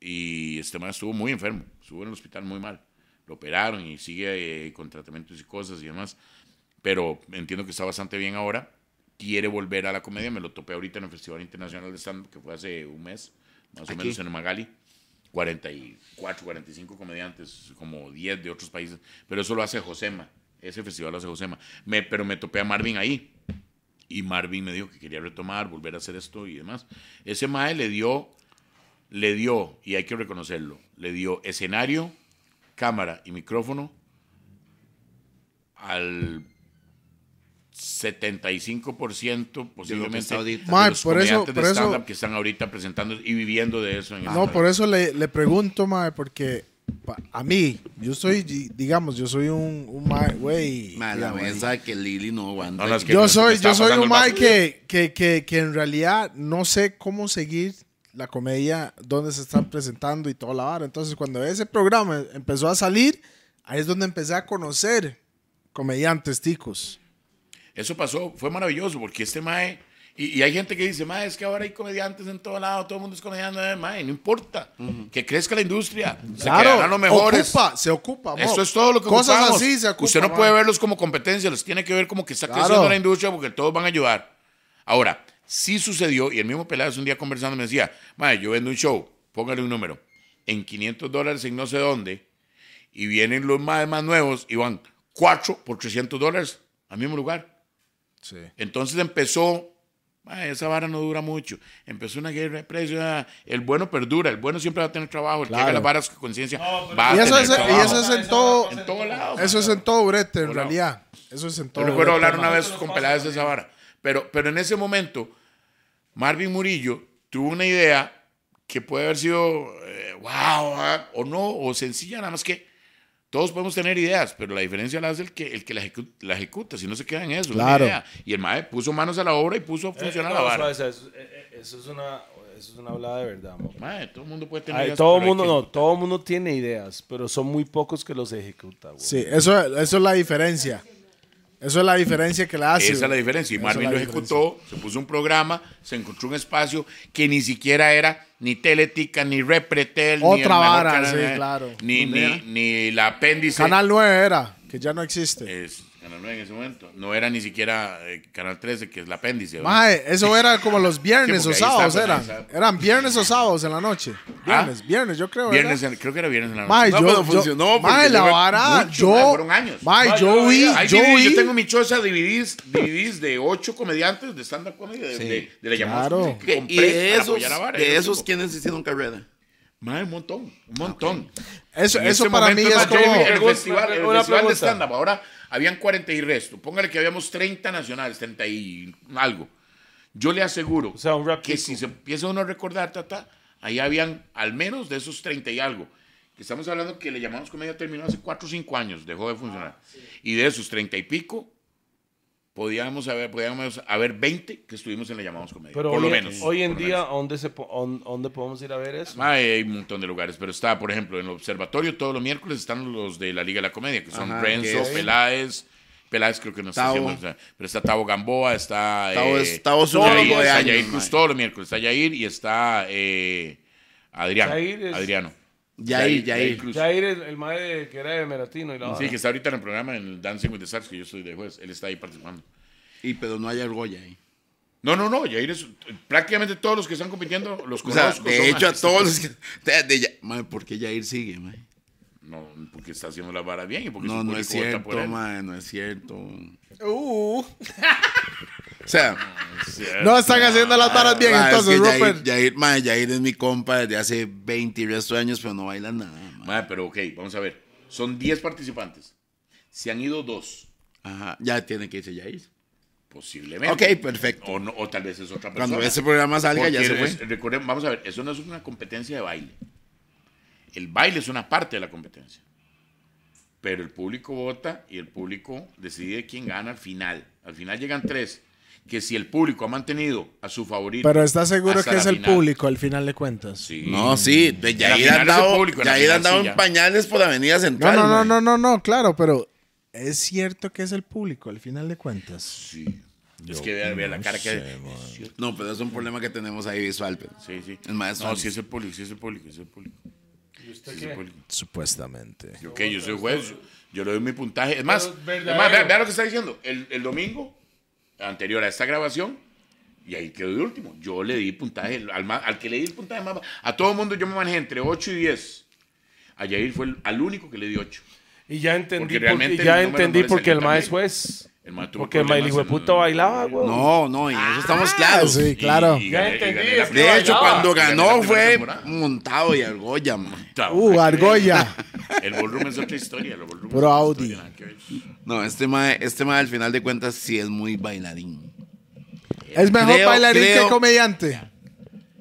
y este man estuvo muy enfermo, estuvo en el hospital muy mal. Lo operaron y sigue eh, con tratamientos y cosas y demás. Pero entiendo que está bastante bien ahora. Quiere volver a la comedia. Me lo topé ahorita en el Festival Internacional de Stand-Up, que fue hace un mes, más o Aquí. menos en el Magali. 44, 45 comediantes, como 10 de otros países. Pero eso lo hace Josema. Ese festival lo hace Josema. Me, pero me topé a Marvin ahí. Y Marvin me dijo que quería retomar, volver a hacer esto y demás. Ese mae le dio le dio, y hay que reconocerlo, le dio escenario, cámara y micrófono al 75% posiblemente está ahorita. de Mae, los por eso- comediantes de por eso- Ah, stand-up que están ahorita presentando y viviendo de eso en el No, por eso le, le pregunto, mae, porque pa- a mí, yo soy, di- digamos, yo soy un, un mae, güey. Ma, la digamos, mesa que Lili no aguanta. No, no, es que- Yo nos- soy, nos está yo soy pasando un el mae vaso. que, que, que, que en realidad no sé cómo seguir la comedia, dónde se están presentando y toda la vara. Entonces, cuando ese programa empezó a salir, ahí es donde empecé a conocer comediantes ticos. Eso pasó, fue maravilloso, porque este mae. Y, y hay gente que dice, mae, es que ahora hay comediantes en todo lado, todo el mundo es comediante, eh, mae, no importa. Que crezca la industria, se quedarán los mejores. ocupa, se ocupa. mo. Eso es todo lo que Cosas ocupamos. así se ocupa. Usted no ma. puede verlos como competencia, los tiene que ver como que está Claro. creciendo la industria porque todos van a ayudar. Ahora, sí sucedió, y el mismo Peláez un día conversando me decía, madre, yo vendo un show, póngale un número, en 500 dólares en no sé dónde, y vienen los más, más nuevos y van 4 por 300 dólares al mismo lugar. Sí. Entonces empezó, "Mae, esa vara no dura mucho, empezó una guerra de precios, ah, el bueno perdura, el bueno siempre va a tener trabajo, el que Claro. haga las varas con conciencia va a Y eso, Ah, tener es, y trabajo. eso es en todo, en todo lado. eso es en todo brete, en Hola. realidad. Eso es en todo Yo recuerdo brete, hablar ma. una vez con Peláez de esa vara. Pero, pero en ese momento, Marvin Murillo tuvo una idea que puede haber sido eh, wow, ah, o no, o sencilla, nada más que todos podemos tener ideas, pero la diferencia la hace el que, el que la, ejecu- la ejecuta, si no se queda en eso. es una Claro. idea. Y el MAE puso manos a la obra y puso a funcionar Eh, la no, vara. suave, suave, Eso, eh, eh, eso es una, eso es una hablada de verdad, mo. Mae, todo el mundo puede tener Ay, ideas. todo pero hay mundo, que- no, todo mundo tiene ideas, pero son muy pocos que los ejecutan. Sí, eso, eso es la diferencia. Eso es la diferencia que la hace. Esa es la diferencia. Y Esa Marvin es lo la ejecutó, se puso un programa, se encontró un espacio que ni siquiera era ni Teletica, ni Repretel, ni el Otra mejor vara, canal, sí, eh, claro. Ni, ¿Dónde ni, era? ni la apéndice. Canal 9 era, que ya no existe. Es, Canal 9 en ese momento. No era ni siquiera eh, Canal 13, que es la apéndice. ¿verdad? Mae, eso era como los viernes Sí, o porque ahí sábados está, eran. pues, ahí está. Ah, Eran viernes o sábados en la noche. Viernes, viernes, yo creo. Viernes era. en- creo que era viernes en la noche. Mae, No, yo, pero yo- funcionó, porque Mae, la yo me- vara, mucho, yo. mae, fueron años. Mae, Mae, yo yo vi, Ahí yo dividí- yo, vi. tengo mi choza, dividís, dividís de ocho comediantes de stand-up comedy, de, de- de la llamada Claro. que Que- compré Y de para esos, apoyar a Vara. de Yo esos tengo- ¿quiénes hicieron carrera? Mae, un montón, un montón. Eso, En eso este para mí momento, es Matt Damon, como. El festival, el Una festival de pregunta. stand-up. Ahora habían 40 y resto. Póngale que habíamos 30 nacionales, 30 y algo. Yo le aseguro O sea, un rap que tico. si se empieza uno a recordar, tata, ahí habían al menos de esos 30 y algo. Que Estamos hablando que le llamamos comedia terminó hace 4 o 5 años, dejó de funcionar. Y de esos 30 y pico, podíamos haber, podíamos haber 20 que estuvimos en la llamamos comedia. Pero por hoy, lo menos. hoy en por lo día, menos. ¿dónde, se, po- on- ¿dónde podemos ir a ver eso? Ah, hay un montón de lugares, pero está, por ejemplo, en el observatorio todos los miércoles están los de la Liga de la Comedia, que son Ajá, Renzo, que es- Peláez, Peláez creo que no está Tavo. haciendo, o sea, pero está Tavo Gamboa, está... Tavo eh, es- Tavo es un Yair, amigo de está años, Yair mae. Cruz todos los miércoles, está Yair y está eh, Adriano, Yair es- Adriano. Yair, Yair. Cruz. Jair, el, el mae que era de Meratino y la Sí, vara. que está ahorita en el programa en el Dancing with the Stars, que yo soy de juez, él está ahí participando. Y pero no hay argolla ahí. No, no, no, Yair es... Prácticamente todos los que están compitiendo los O sea, conozco. son de hecho a artistas. todos los que... De, de, ya- mae, ¿por qué Yair sigue, mae? No, porque está haciendo las varas bien y porque No, su no es público vota por cierto, él. mae, no es cierto. O Uh, eh, sea, Ah, no están Este, haciendo las varas bien, ah, mae, es entonces, que Yair- Rupert. Yair, mae, Yair es mi compa desde hace 20 y resto de años, pero no baila nada, mae. Madre, Ah, pero ok, vamos a ver. Son 10 participantes. Se han ido dos, Ajá, ya tiene que irse Yair. posiblemente. Ok, perfecto. O, no- o tal vez es otra persona. Cuando ese programa salga, ya Porque se fue. es- recordemos- vamos a ver, eso no es una competencia de baile. El baile es una parte de la competencia. Pero el público vota y el público decide quién gana al final. Al final llegan tres. Que si el público ha mantenido a su favorito. Pero estás seguro hasta que la es el final. público al final de cuentas. Sí. No, sí, de la Yair final es el andaba público, en la Yair final andaba sí, en ya. pañales por Avenida No, Central. no, no, mae. no, no, no, claro, pero es cierto que es el público al final de cuentas. Sí. Es que vea, vea la cara que. No, pero es un problema que tenemos ahí visual. pero- Sí, sí. Es más, no, son- sí es el público, sí es el público, sí es el público. ¿Y usted Sí es qué? el público. Supuestamente. Yo, ¿qué? yo soy juez, yo le doy mi puntaje. Es más, Pero es verdadero. más, vea, vea lo que está diciendo. El, el domingo anterior a esta grabación, y ahí quedó de último. Yo le di puntaje, al, ma- al que le di el puntaje más. ba- A todo el mundo yo me manejé entre 8 y 10. A Yair fue el, al único que le di 8. Y ya entendí, Porque por, realmente y el ya número entendí no le por qué el salió mae tan es bien. juez. El mae tuvo Porque el mae, el problemas hijo de en- puta bailaba, güey. No, no, y en eso estamos claros. Ah, Sí, claro. Y Ya gané- y entendí, gané la es que primera De hecho, bailaba. cuando y gané la ganó primera fue temporada. montado y argolla, man. Uh, argolla. El ballroom es otra historia. El ballroom es Puro otra Audi. historia, nada que ver. No, este mae, este mae, al final de cuentas sí es muy bailarín. Es mejor Creo- bailarín creo- que comediante.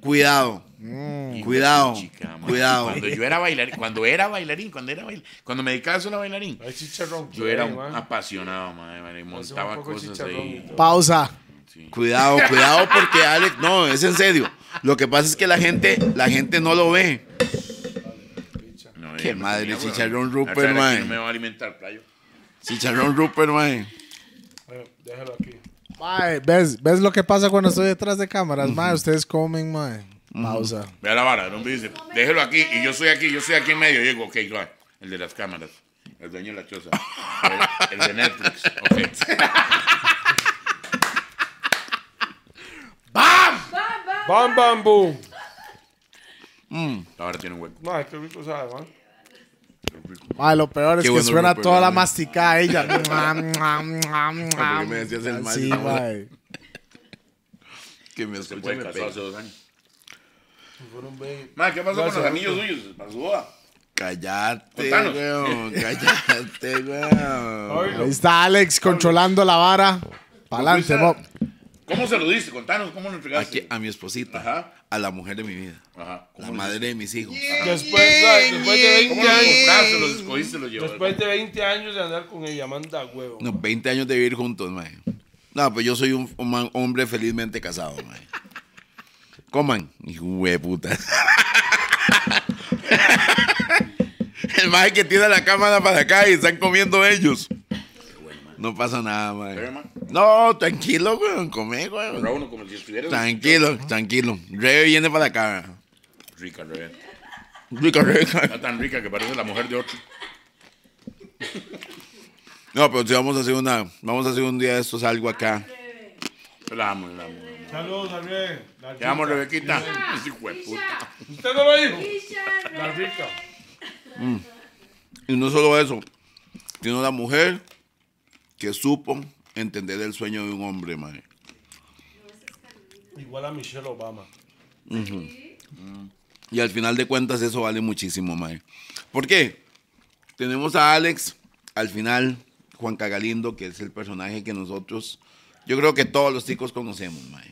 Cuidado, Hijo de cuidado. chica, mae. Cuidado. Cuando yo era bailarín, cuando era bailarín, cuando era bail- cuando me dedicaba solo a bailarín, Hay chicharrón. yo era Ay, un man. apasionado, madre, madre, y Hace un montaba poco de cosas chicharrón y ahí. todo. Pausa. Cuidado, cuidado, porque Alex, no, es en serio. Lo que pasa es que la gente, la gente no lo ve. No, Qué yo me madre, comía, chicharrón weón. Rupert, Hasta ahora mae. aquí No me va a alimentar, playo. Chicharrón Rupert, mae. Bueno, Déjalo aquí. Mae, ¿ves, ¿ves lo que pasa cuando estoy detrás de cámaras? Mae, ustedes comen, mae. Pausa. Vea la vara, no me dice, déjelo aquí, y yo soy aquí, yo soy aquí en medio. Y digo, ok, claro, el de las cámaras, el dueño de la choza, el, el de Netflix, ok. Bam, bam, boom. Ahora tiene un hueco. No, qué rico sabe, man. Mae, lo peor es Qué que bueno suena Rupert, toda la mae. masticada ella. porque me decías el mal, Sí, ¿no? mae. Que me Se escucha, fue me casado pega. hace dos años. Fueron ve- Mae, ¿qué pasó con Gracias, los anillos suyos? ¿Para su boda? Cállate, Contanos. weón. Cállate, weón. Ahí está Alex controlando la vara. Pa'lante, Luisa, mo. ¿Cómo se lo diste? Contanos, ¿cómo lo entregaste? Aquí, a mi esposita, Ajá. a la mujer de mi vida, Ajá. la ¿Cómo lo madre de mis hijos. Después, ¿sabes? después de ¿Cómo 20 lo años. compraste? ¿Lo escogiste? ¿Lo llevaste? Después de 20 años de andar con ella, manda huevo. No, 20 años de vivir juntos, mae. No, pues yo soy un, un man- hombre felizmente casado, mae. Coman, hijo de puta. El mae que tira la cámara para acá y están comiendo ellos. No pasa nada, mae. Pero, man. No, tranquilo, weón, come, Pero weón. uno como si estuviera... Tranquilo, tranquilo. Rebe viene para acá. Rica, Rebe. Rica, rica. Está tan rica que parece la mujer de otro. No, pero si vamos a hacer una, vamos a hacer un día de estos algo acá. La amo, la amo. Saludos, Ariel. La Te amo, rica. Rebequita. Sí, puta. ¿Usted no lo dijo? Isha, La Rebe. rica. Y no solo eso, sino la mujer que supo entender el sueño de un hombre, mae. Igual a Michelle Obama. Y al final de cuentas eso vale muchísimo, mae. ¿Por qué? Tenemos a Alex, al final Juan Cagalindo, que es el personaje que nosotros, yo creo que todos los chicos conocemos, mae.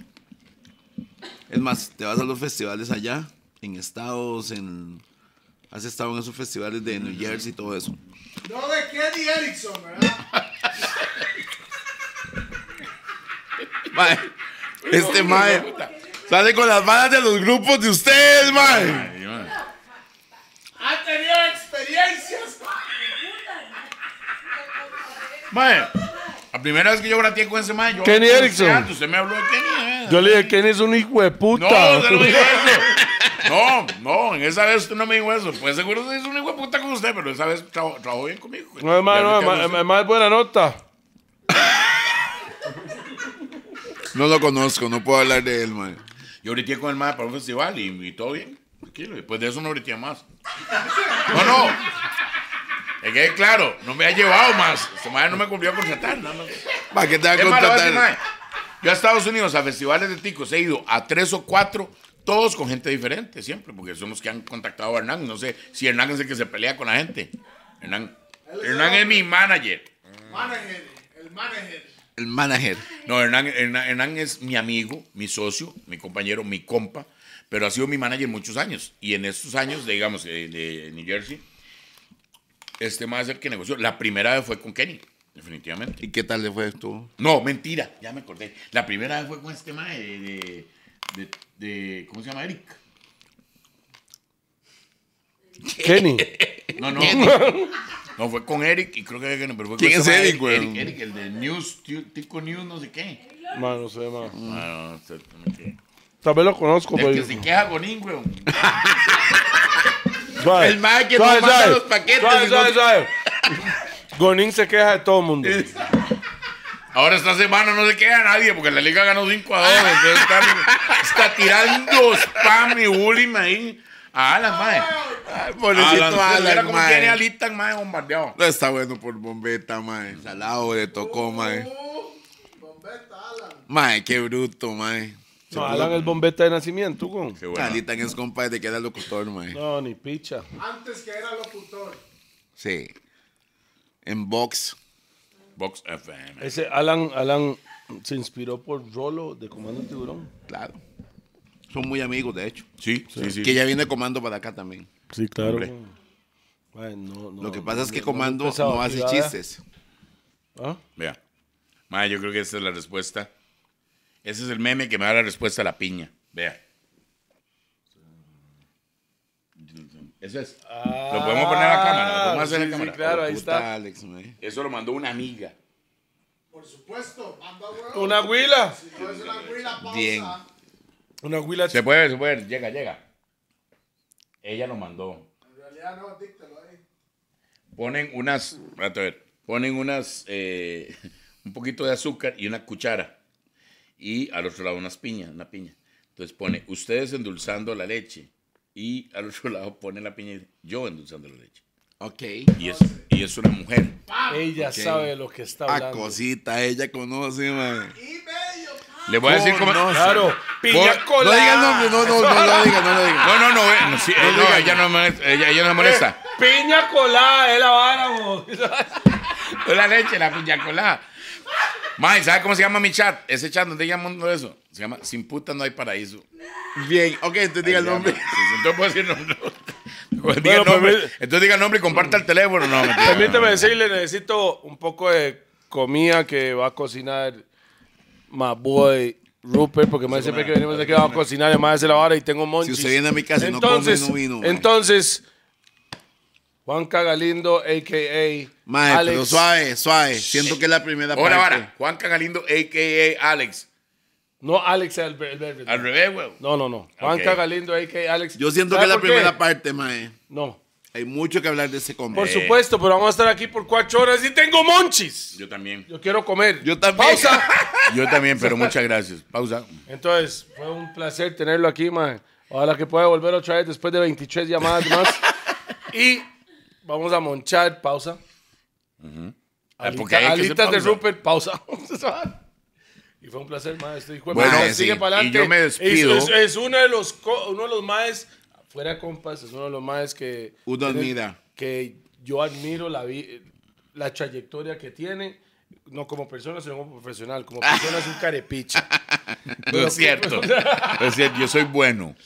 Es más, te vas a los festivales allá, en estados, en... Has estado en esos festivales de New Jersey y todo eso. No de Kenny Erickson, ¿verdad? Mae, este mae sale con las balas de los grupos de ustedes, mae. Ay, man. Ha tenido experiencias. Mae, la primera vez que yo grateé con ese mae, yo... Kenny Erickson. Ah, Usted me habló de Kenny. eh. Yo le dije, ¿quién es un hijo de puta? No, usted no me dijo eso. No, no, en esa vez usted no me dijo eso. Pues seguro se hizo un hijo de puta con usted, pero esa vez trabajó, trabajó bien conmigo. pues. güey. No, hermano, Ya no, me quedo hermano, así. hermano, es buena nota. No lo conozco, no puedo hablar de él, mae. Yo grité con el mae para un festival y, y todo bien. Tranquilo. Después de eso no grité más. No, no. Es que claro, no me ha llevado más. Este mae no me cumplió a contratar, nada más. ¿Para qué te va a Es más, le voy a decir, mae, contratar? Yo a Estados Unidos, a festivales de ticos, he ido a tres o cuatro, todos con gente diferente siempre, porque son los que han contactado a Hernán. No sé si Hernán es el que se pelea con la gente. Hernán, Hernán es mi manager. Manager, el manager. El manager. No, Hernán, Hernán- Hernán es mi amigo, mi socio, mi compañero, mi compa, pero ha sido mi manager muchos años. Y en estos años, digamos, de, de New Jersey, este más es el que negoció. La primera vez fue con Kenny, definitivamente. ¿Y qué tal le fue tú? No, mentira, ya me acordé. La primera vez fue con este mae de, de, de- de- ¿Cómo se llama Eric? Kenny. No, no. no, fue con Eric y creo que pero fue con ¿Quién este es mae, Eric, Eric, güey? Eric, Eric, el de News, Tiu- Tico News, no sé qué. Mano, no sé, mano. Ah, no, exactamente. Tal vez lo conozco, El pero. que se queja con Ingüe. Suave. El mae que no Suave, manda suave. los paquetes, Suave, y suave, no- suave. Gonin se queja de todo el mundo. Ahora esta semana no se queja nadie porque la liga ganó 5 a 2. Entonces está, está tirando spam y bullying ahí. Ah, la mae. Ay, Alan, pobrecito era Alan, como tiene mae. Alita, mae, bombardeado. No está bueno por bombeta, mae. Salado le tocó, mae. Mae, qué bruto, mae. No, Alan es bombeta de nacimiento, güey. Qué bueno. Alitan es compa desde que era locutor, mae. No, ni picha. Antes que era locutor. Sí. En box. Box FM. Eh, Ese Alan, Alan se inspiró por Rolo de Comando Tiburón. Claro. son muy amigos, de hecho. Sí, sí, sí. Que ya viene Comando para acá también. Sí, claro. Hombre. Lo que pasa es que Comando no hace chistes. Vea. Mae, yo creo que esa es la respuesta. Ese es el meme que me da la respuesta a la piña. Vea. Eso es. lo podemos poner a la cámara. Lo podemos hacer sí, a cámara. sí, claro, ahí Puta, está. Alex, mae. Eso lo mandó una amiga. Por supuesto, manda huevo. Una huila. Es una huila pausa. Bien. Una huila. Se puede, se puede. Llega, llega. Ella lo mandó. En realidad no, díctalo ahí. Ponen unas, espérate a ver, ponen unas, eh, un poquito de azúcar y una cuchara. Y al otro lado unas piñas, una piña. Entonces pone, ustedes endulzando la leche. Y al otro lado pone la piña y dice, yo endulzando la leche. Ok. Y es, y es una mujer. Ella sabe de lo que está A hablando. cosita, ella conoce, mae. Le voy a decir cómo... No, Claro. Piña Por- No colada. diga el nombre, no, no, no lo diga, no lo diga. no, no, eh, no, sí, eh, no, diga. ella no me molesta. Ella, ella no me molesta. Piña colada es la vara, mo. La leche, la piña colada. Mae, ¿sabe cómo se llama mi chat? Ese chat donde ella mandó eso. Se llama Sin puta no hay paraíso. Bien, ok, entonces diga el Ahí nombre. llama. Sí, sí, entonces puedo decir nombre. Pues diga el Bueno, nombre. permí- Entonces diga el nombre y comparta el teléfono. No, mentira, Permíteme no. decirle, necesito un poco de comida que va a cocinar my boy Rupert, porque me siempre que venimos aquí vamos a cocinar, además de la hora y tengo monchis. Si usted viene a mi casa y no come, entonces, no vino, mae. Entonces, Juan Cagalindo, a.k.a. Mae, Alex. pero suave, suave. Siento que es la primera Hola, parte. vara. Juan Cagalindo, a.k.a. Alex. No, Alex Albert. Albert. Al revés, huevo. No, no, no. Juan Ok. Cagalindo, a.k.a. Alex. Yo siento que ¿Sabe es la por qué? primera Eh. parte, mae. No. Hay mucho que hablar de ese combo. Por supuesto, pero vamos a estar aquí por cuatro horas y tengo monchis. Yo también. Yo quiero comer. Yo también. Pausa. Yo también, pero muchas gracias. Pausa. Entonces, fue un placer tenerlo aquí, man. Ojalá que pueda volver otra vez después de 23 llamadas más. y vamos a monchar, pausa. Ah, Alita- porque hay que hacer alitas de pausa. Rupert, pausa. y fue un placer, este maestro. Bueno, sigue sí. para adelante. Y yo me despido. Es, es- es uno de los, co- uno de los maes, fuera de compas, es uno de los maes que... Uno admira. Que yo admiro la, vi- la trayectoria que tiene. No como persona, sino como profesional. Como persona es un carepicha. No es cierto. No es cierto. Yo soy bueno.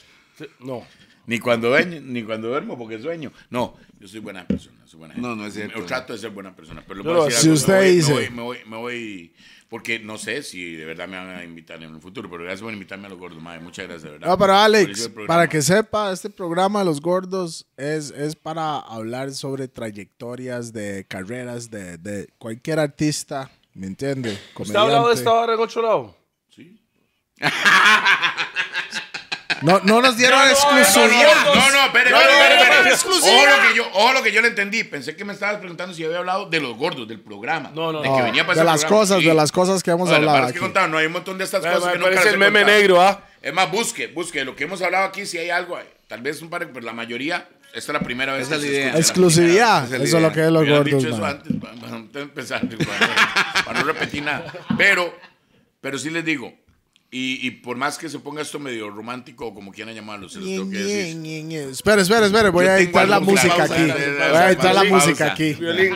No. Ni cuando, dueño- ni cuando duermo porque sueño. No, yo soy buena persona. Soy buena gente. No, no es cierto. Yo trato de ser buena persona. Pero lo Yo puedo lo- decir si usted algo, me voy- dice- Me voy, me voy, me voy, porque no sé si de verdad me van a invitar en el futuro. Pero gracias por invitarme a los gordos, madre. Muchas gracias, de verdad. No, pero Por eso Alex, el programa. para que sepa, este programa Los Gordos es, es para hablar sobre trayectorias de carreras de, de cualquier artista, ¿me entiende? ¿Usted ha hablado de Comediante. esta hora en otro lado? No, no nos dieron No, no, exclusividad. No, no, no, espere, No, espere, no, espere, no, espere. no, Ojo lo que yo, ojo lo que yo le entendí. Pensé que me estabas preguntando si había hablado de los gordos, del programa. No, no, de no. que venía para de ese las programa. cosas, Sí. de las cosas que hemos No, de las hablado. varas que aquí. contaba, no hay un montón de estas Me cosas que nunca parece las el he meme contado. negro, ¿ah? Es más, busque, busque. Lo que hemos hablado aquí, si hay algo, eh, tal vez un par, pero la mayoría, esta es la primera vez Esa es que se la idea. escucha la Exclusividad, Esa es la eso es lo idea. que es Los Hubieran dicho Gordos. eso man. antes, pa- pa- antes de empezar, para, para no repetir nada. Pero, pero sí les digo, y, y por más que se ponga esto medio romántico o como quieran llamarlo, se los tengo que Ñe, decir. Ñe, Ñe. Espera, espera, espera. Voy Yo a tengo editar la algo claro. música Pausa, aquí. pausa, Voy a editar la pausa. música aquí. Violín.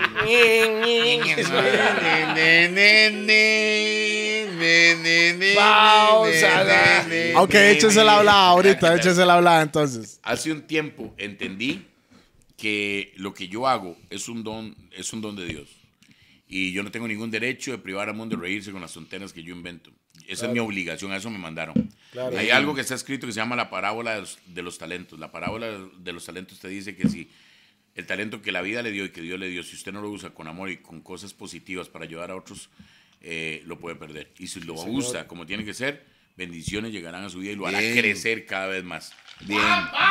Ok, échese la hablada ahorita, échese la hablada entonces. Hace un tiempo entendí que lo que yo hago es un don, es un don de Dios. Y yo no tengo ningún derecho de privar al mundo de reírse con las tonteras que yo invento. Esa es mi obligación, a eso me mandaron. Claro. Hay algo que está escrito que se llama la parábola de los, de los talentos. La parábola de los talentos te dice que si el talento que la vida le dio y que Dios le dio, si usted no lo usa con amor y con cosas positivas para ayudar a otros, eh, lo puede perder. Y si lo usa como tiene que ser, bendiciones llegarán a su vida y lo hará Bien. crecer cada vez más. Bien,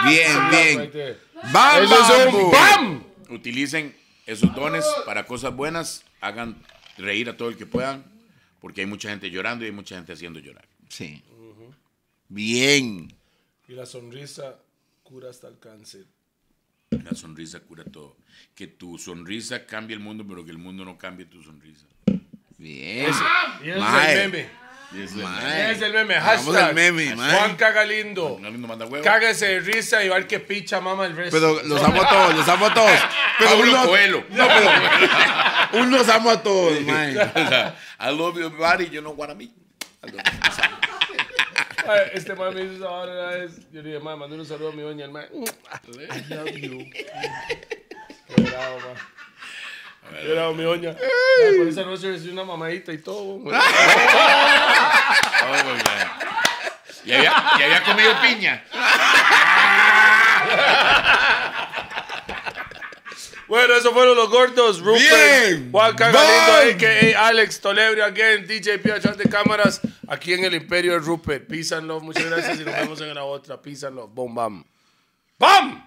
bien, bien. Eso ¡Bam, es bam, un bam! bam. utilicen esos dones para cosas buenas, hagan reír a todo el que puedan, porque hay mucha gente llorando y hay mucha gente haciendo llorar. Sí. Bien. Y la sonrisa cura hasta el cáncer. La sonrisa cura todo. Que tu sonrisa cambie el mundo, pero que el mundo no cambie tu sonrisa. Bien. Y ese Mae. es el meme. Mae. Ese es el meme. Hagamos Hashtag. el meme, mae. Juan Cagalindo. Alguien nos manda huevo. Cágase de risa y igual que picha mama el resto. Pero los amo a todos, los amo a todos. Pero Pablo uno, Coelho. un los amo a todos, mae. O sea, I love your body, you know what I mean. Mae, este mae me hizo esa vara una vez. Yo le dije, mae, mandé un saludo a mi doña. El mae, I love you. Qué bravo, mae. Yo era mi doña. Mae, Por esa noche recibí una mamadita y todo. mae. Oh, my God. Y había, y había comido piña. Bueno, esos fueron los gordos. Rupert, Bien. Juan Bye. Cagalito, a.k.a. Alex Tolebrio, again, DJ Pio, atrás de cámaras, aquí en el Imperio de Rupert. Peace and love. Muchas gracias y nos vemos en la otra. Peace and love. Bom, bam. ¡Bam!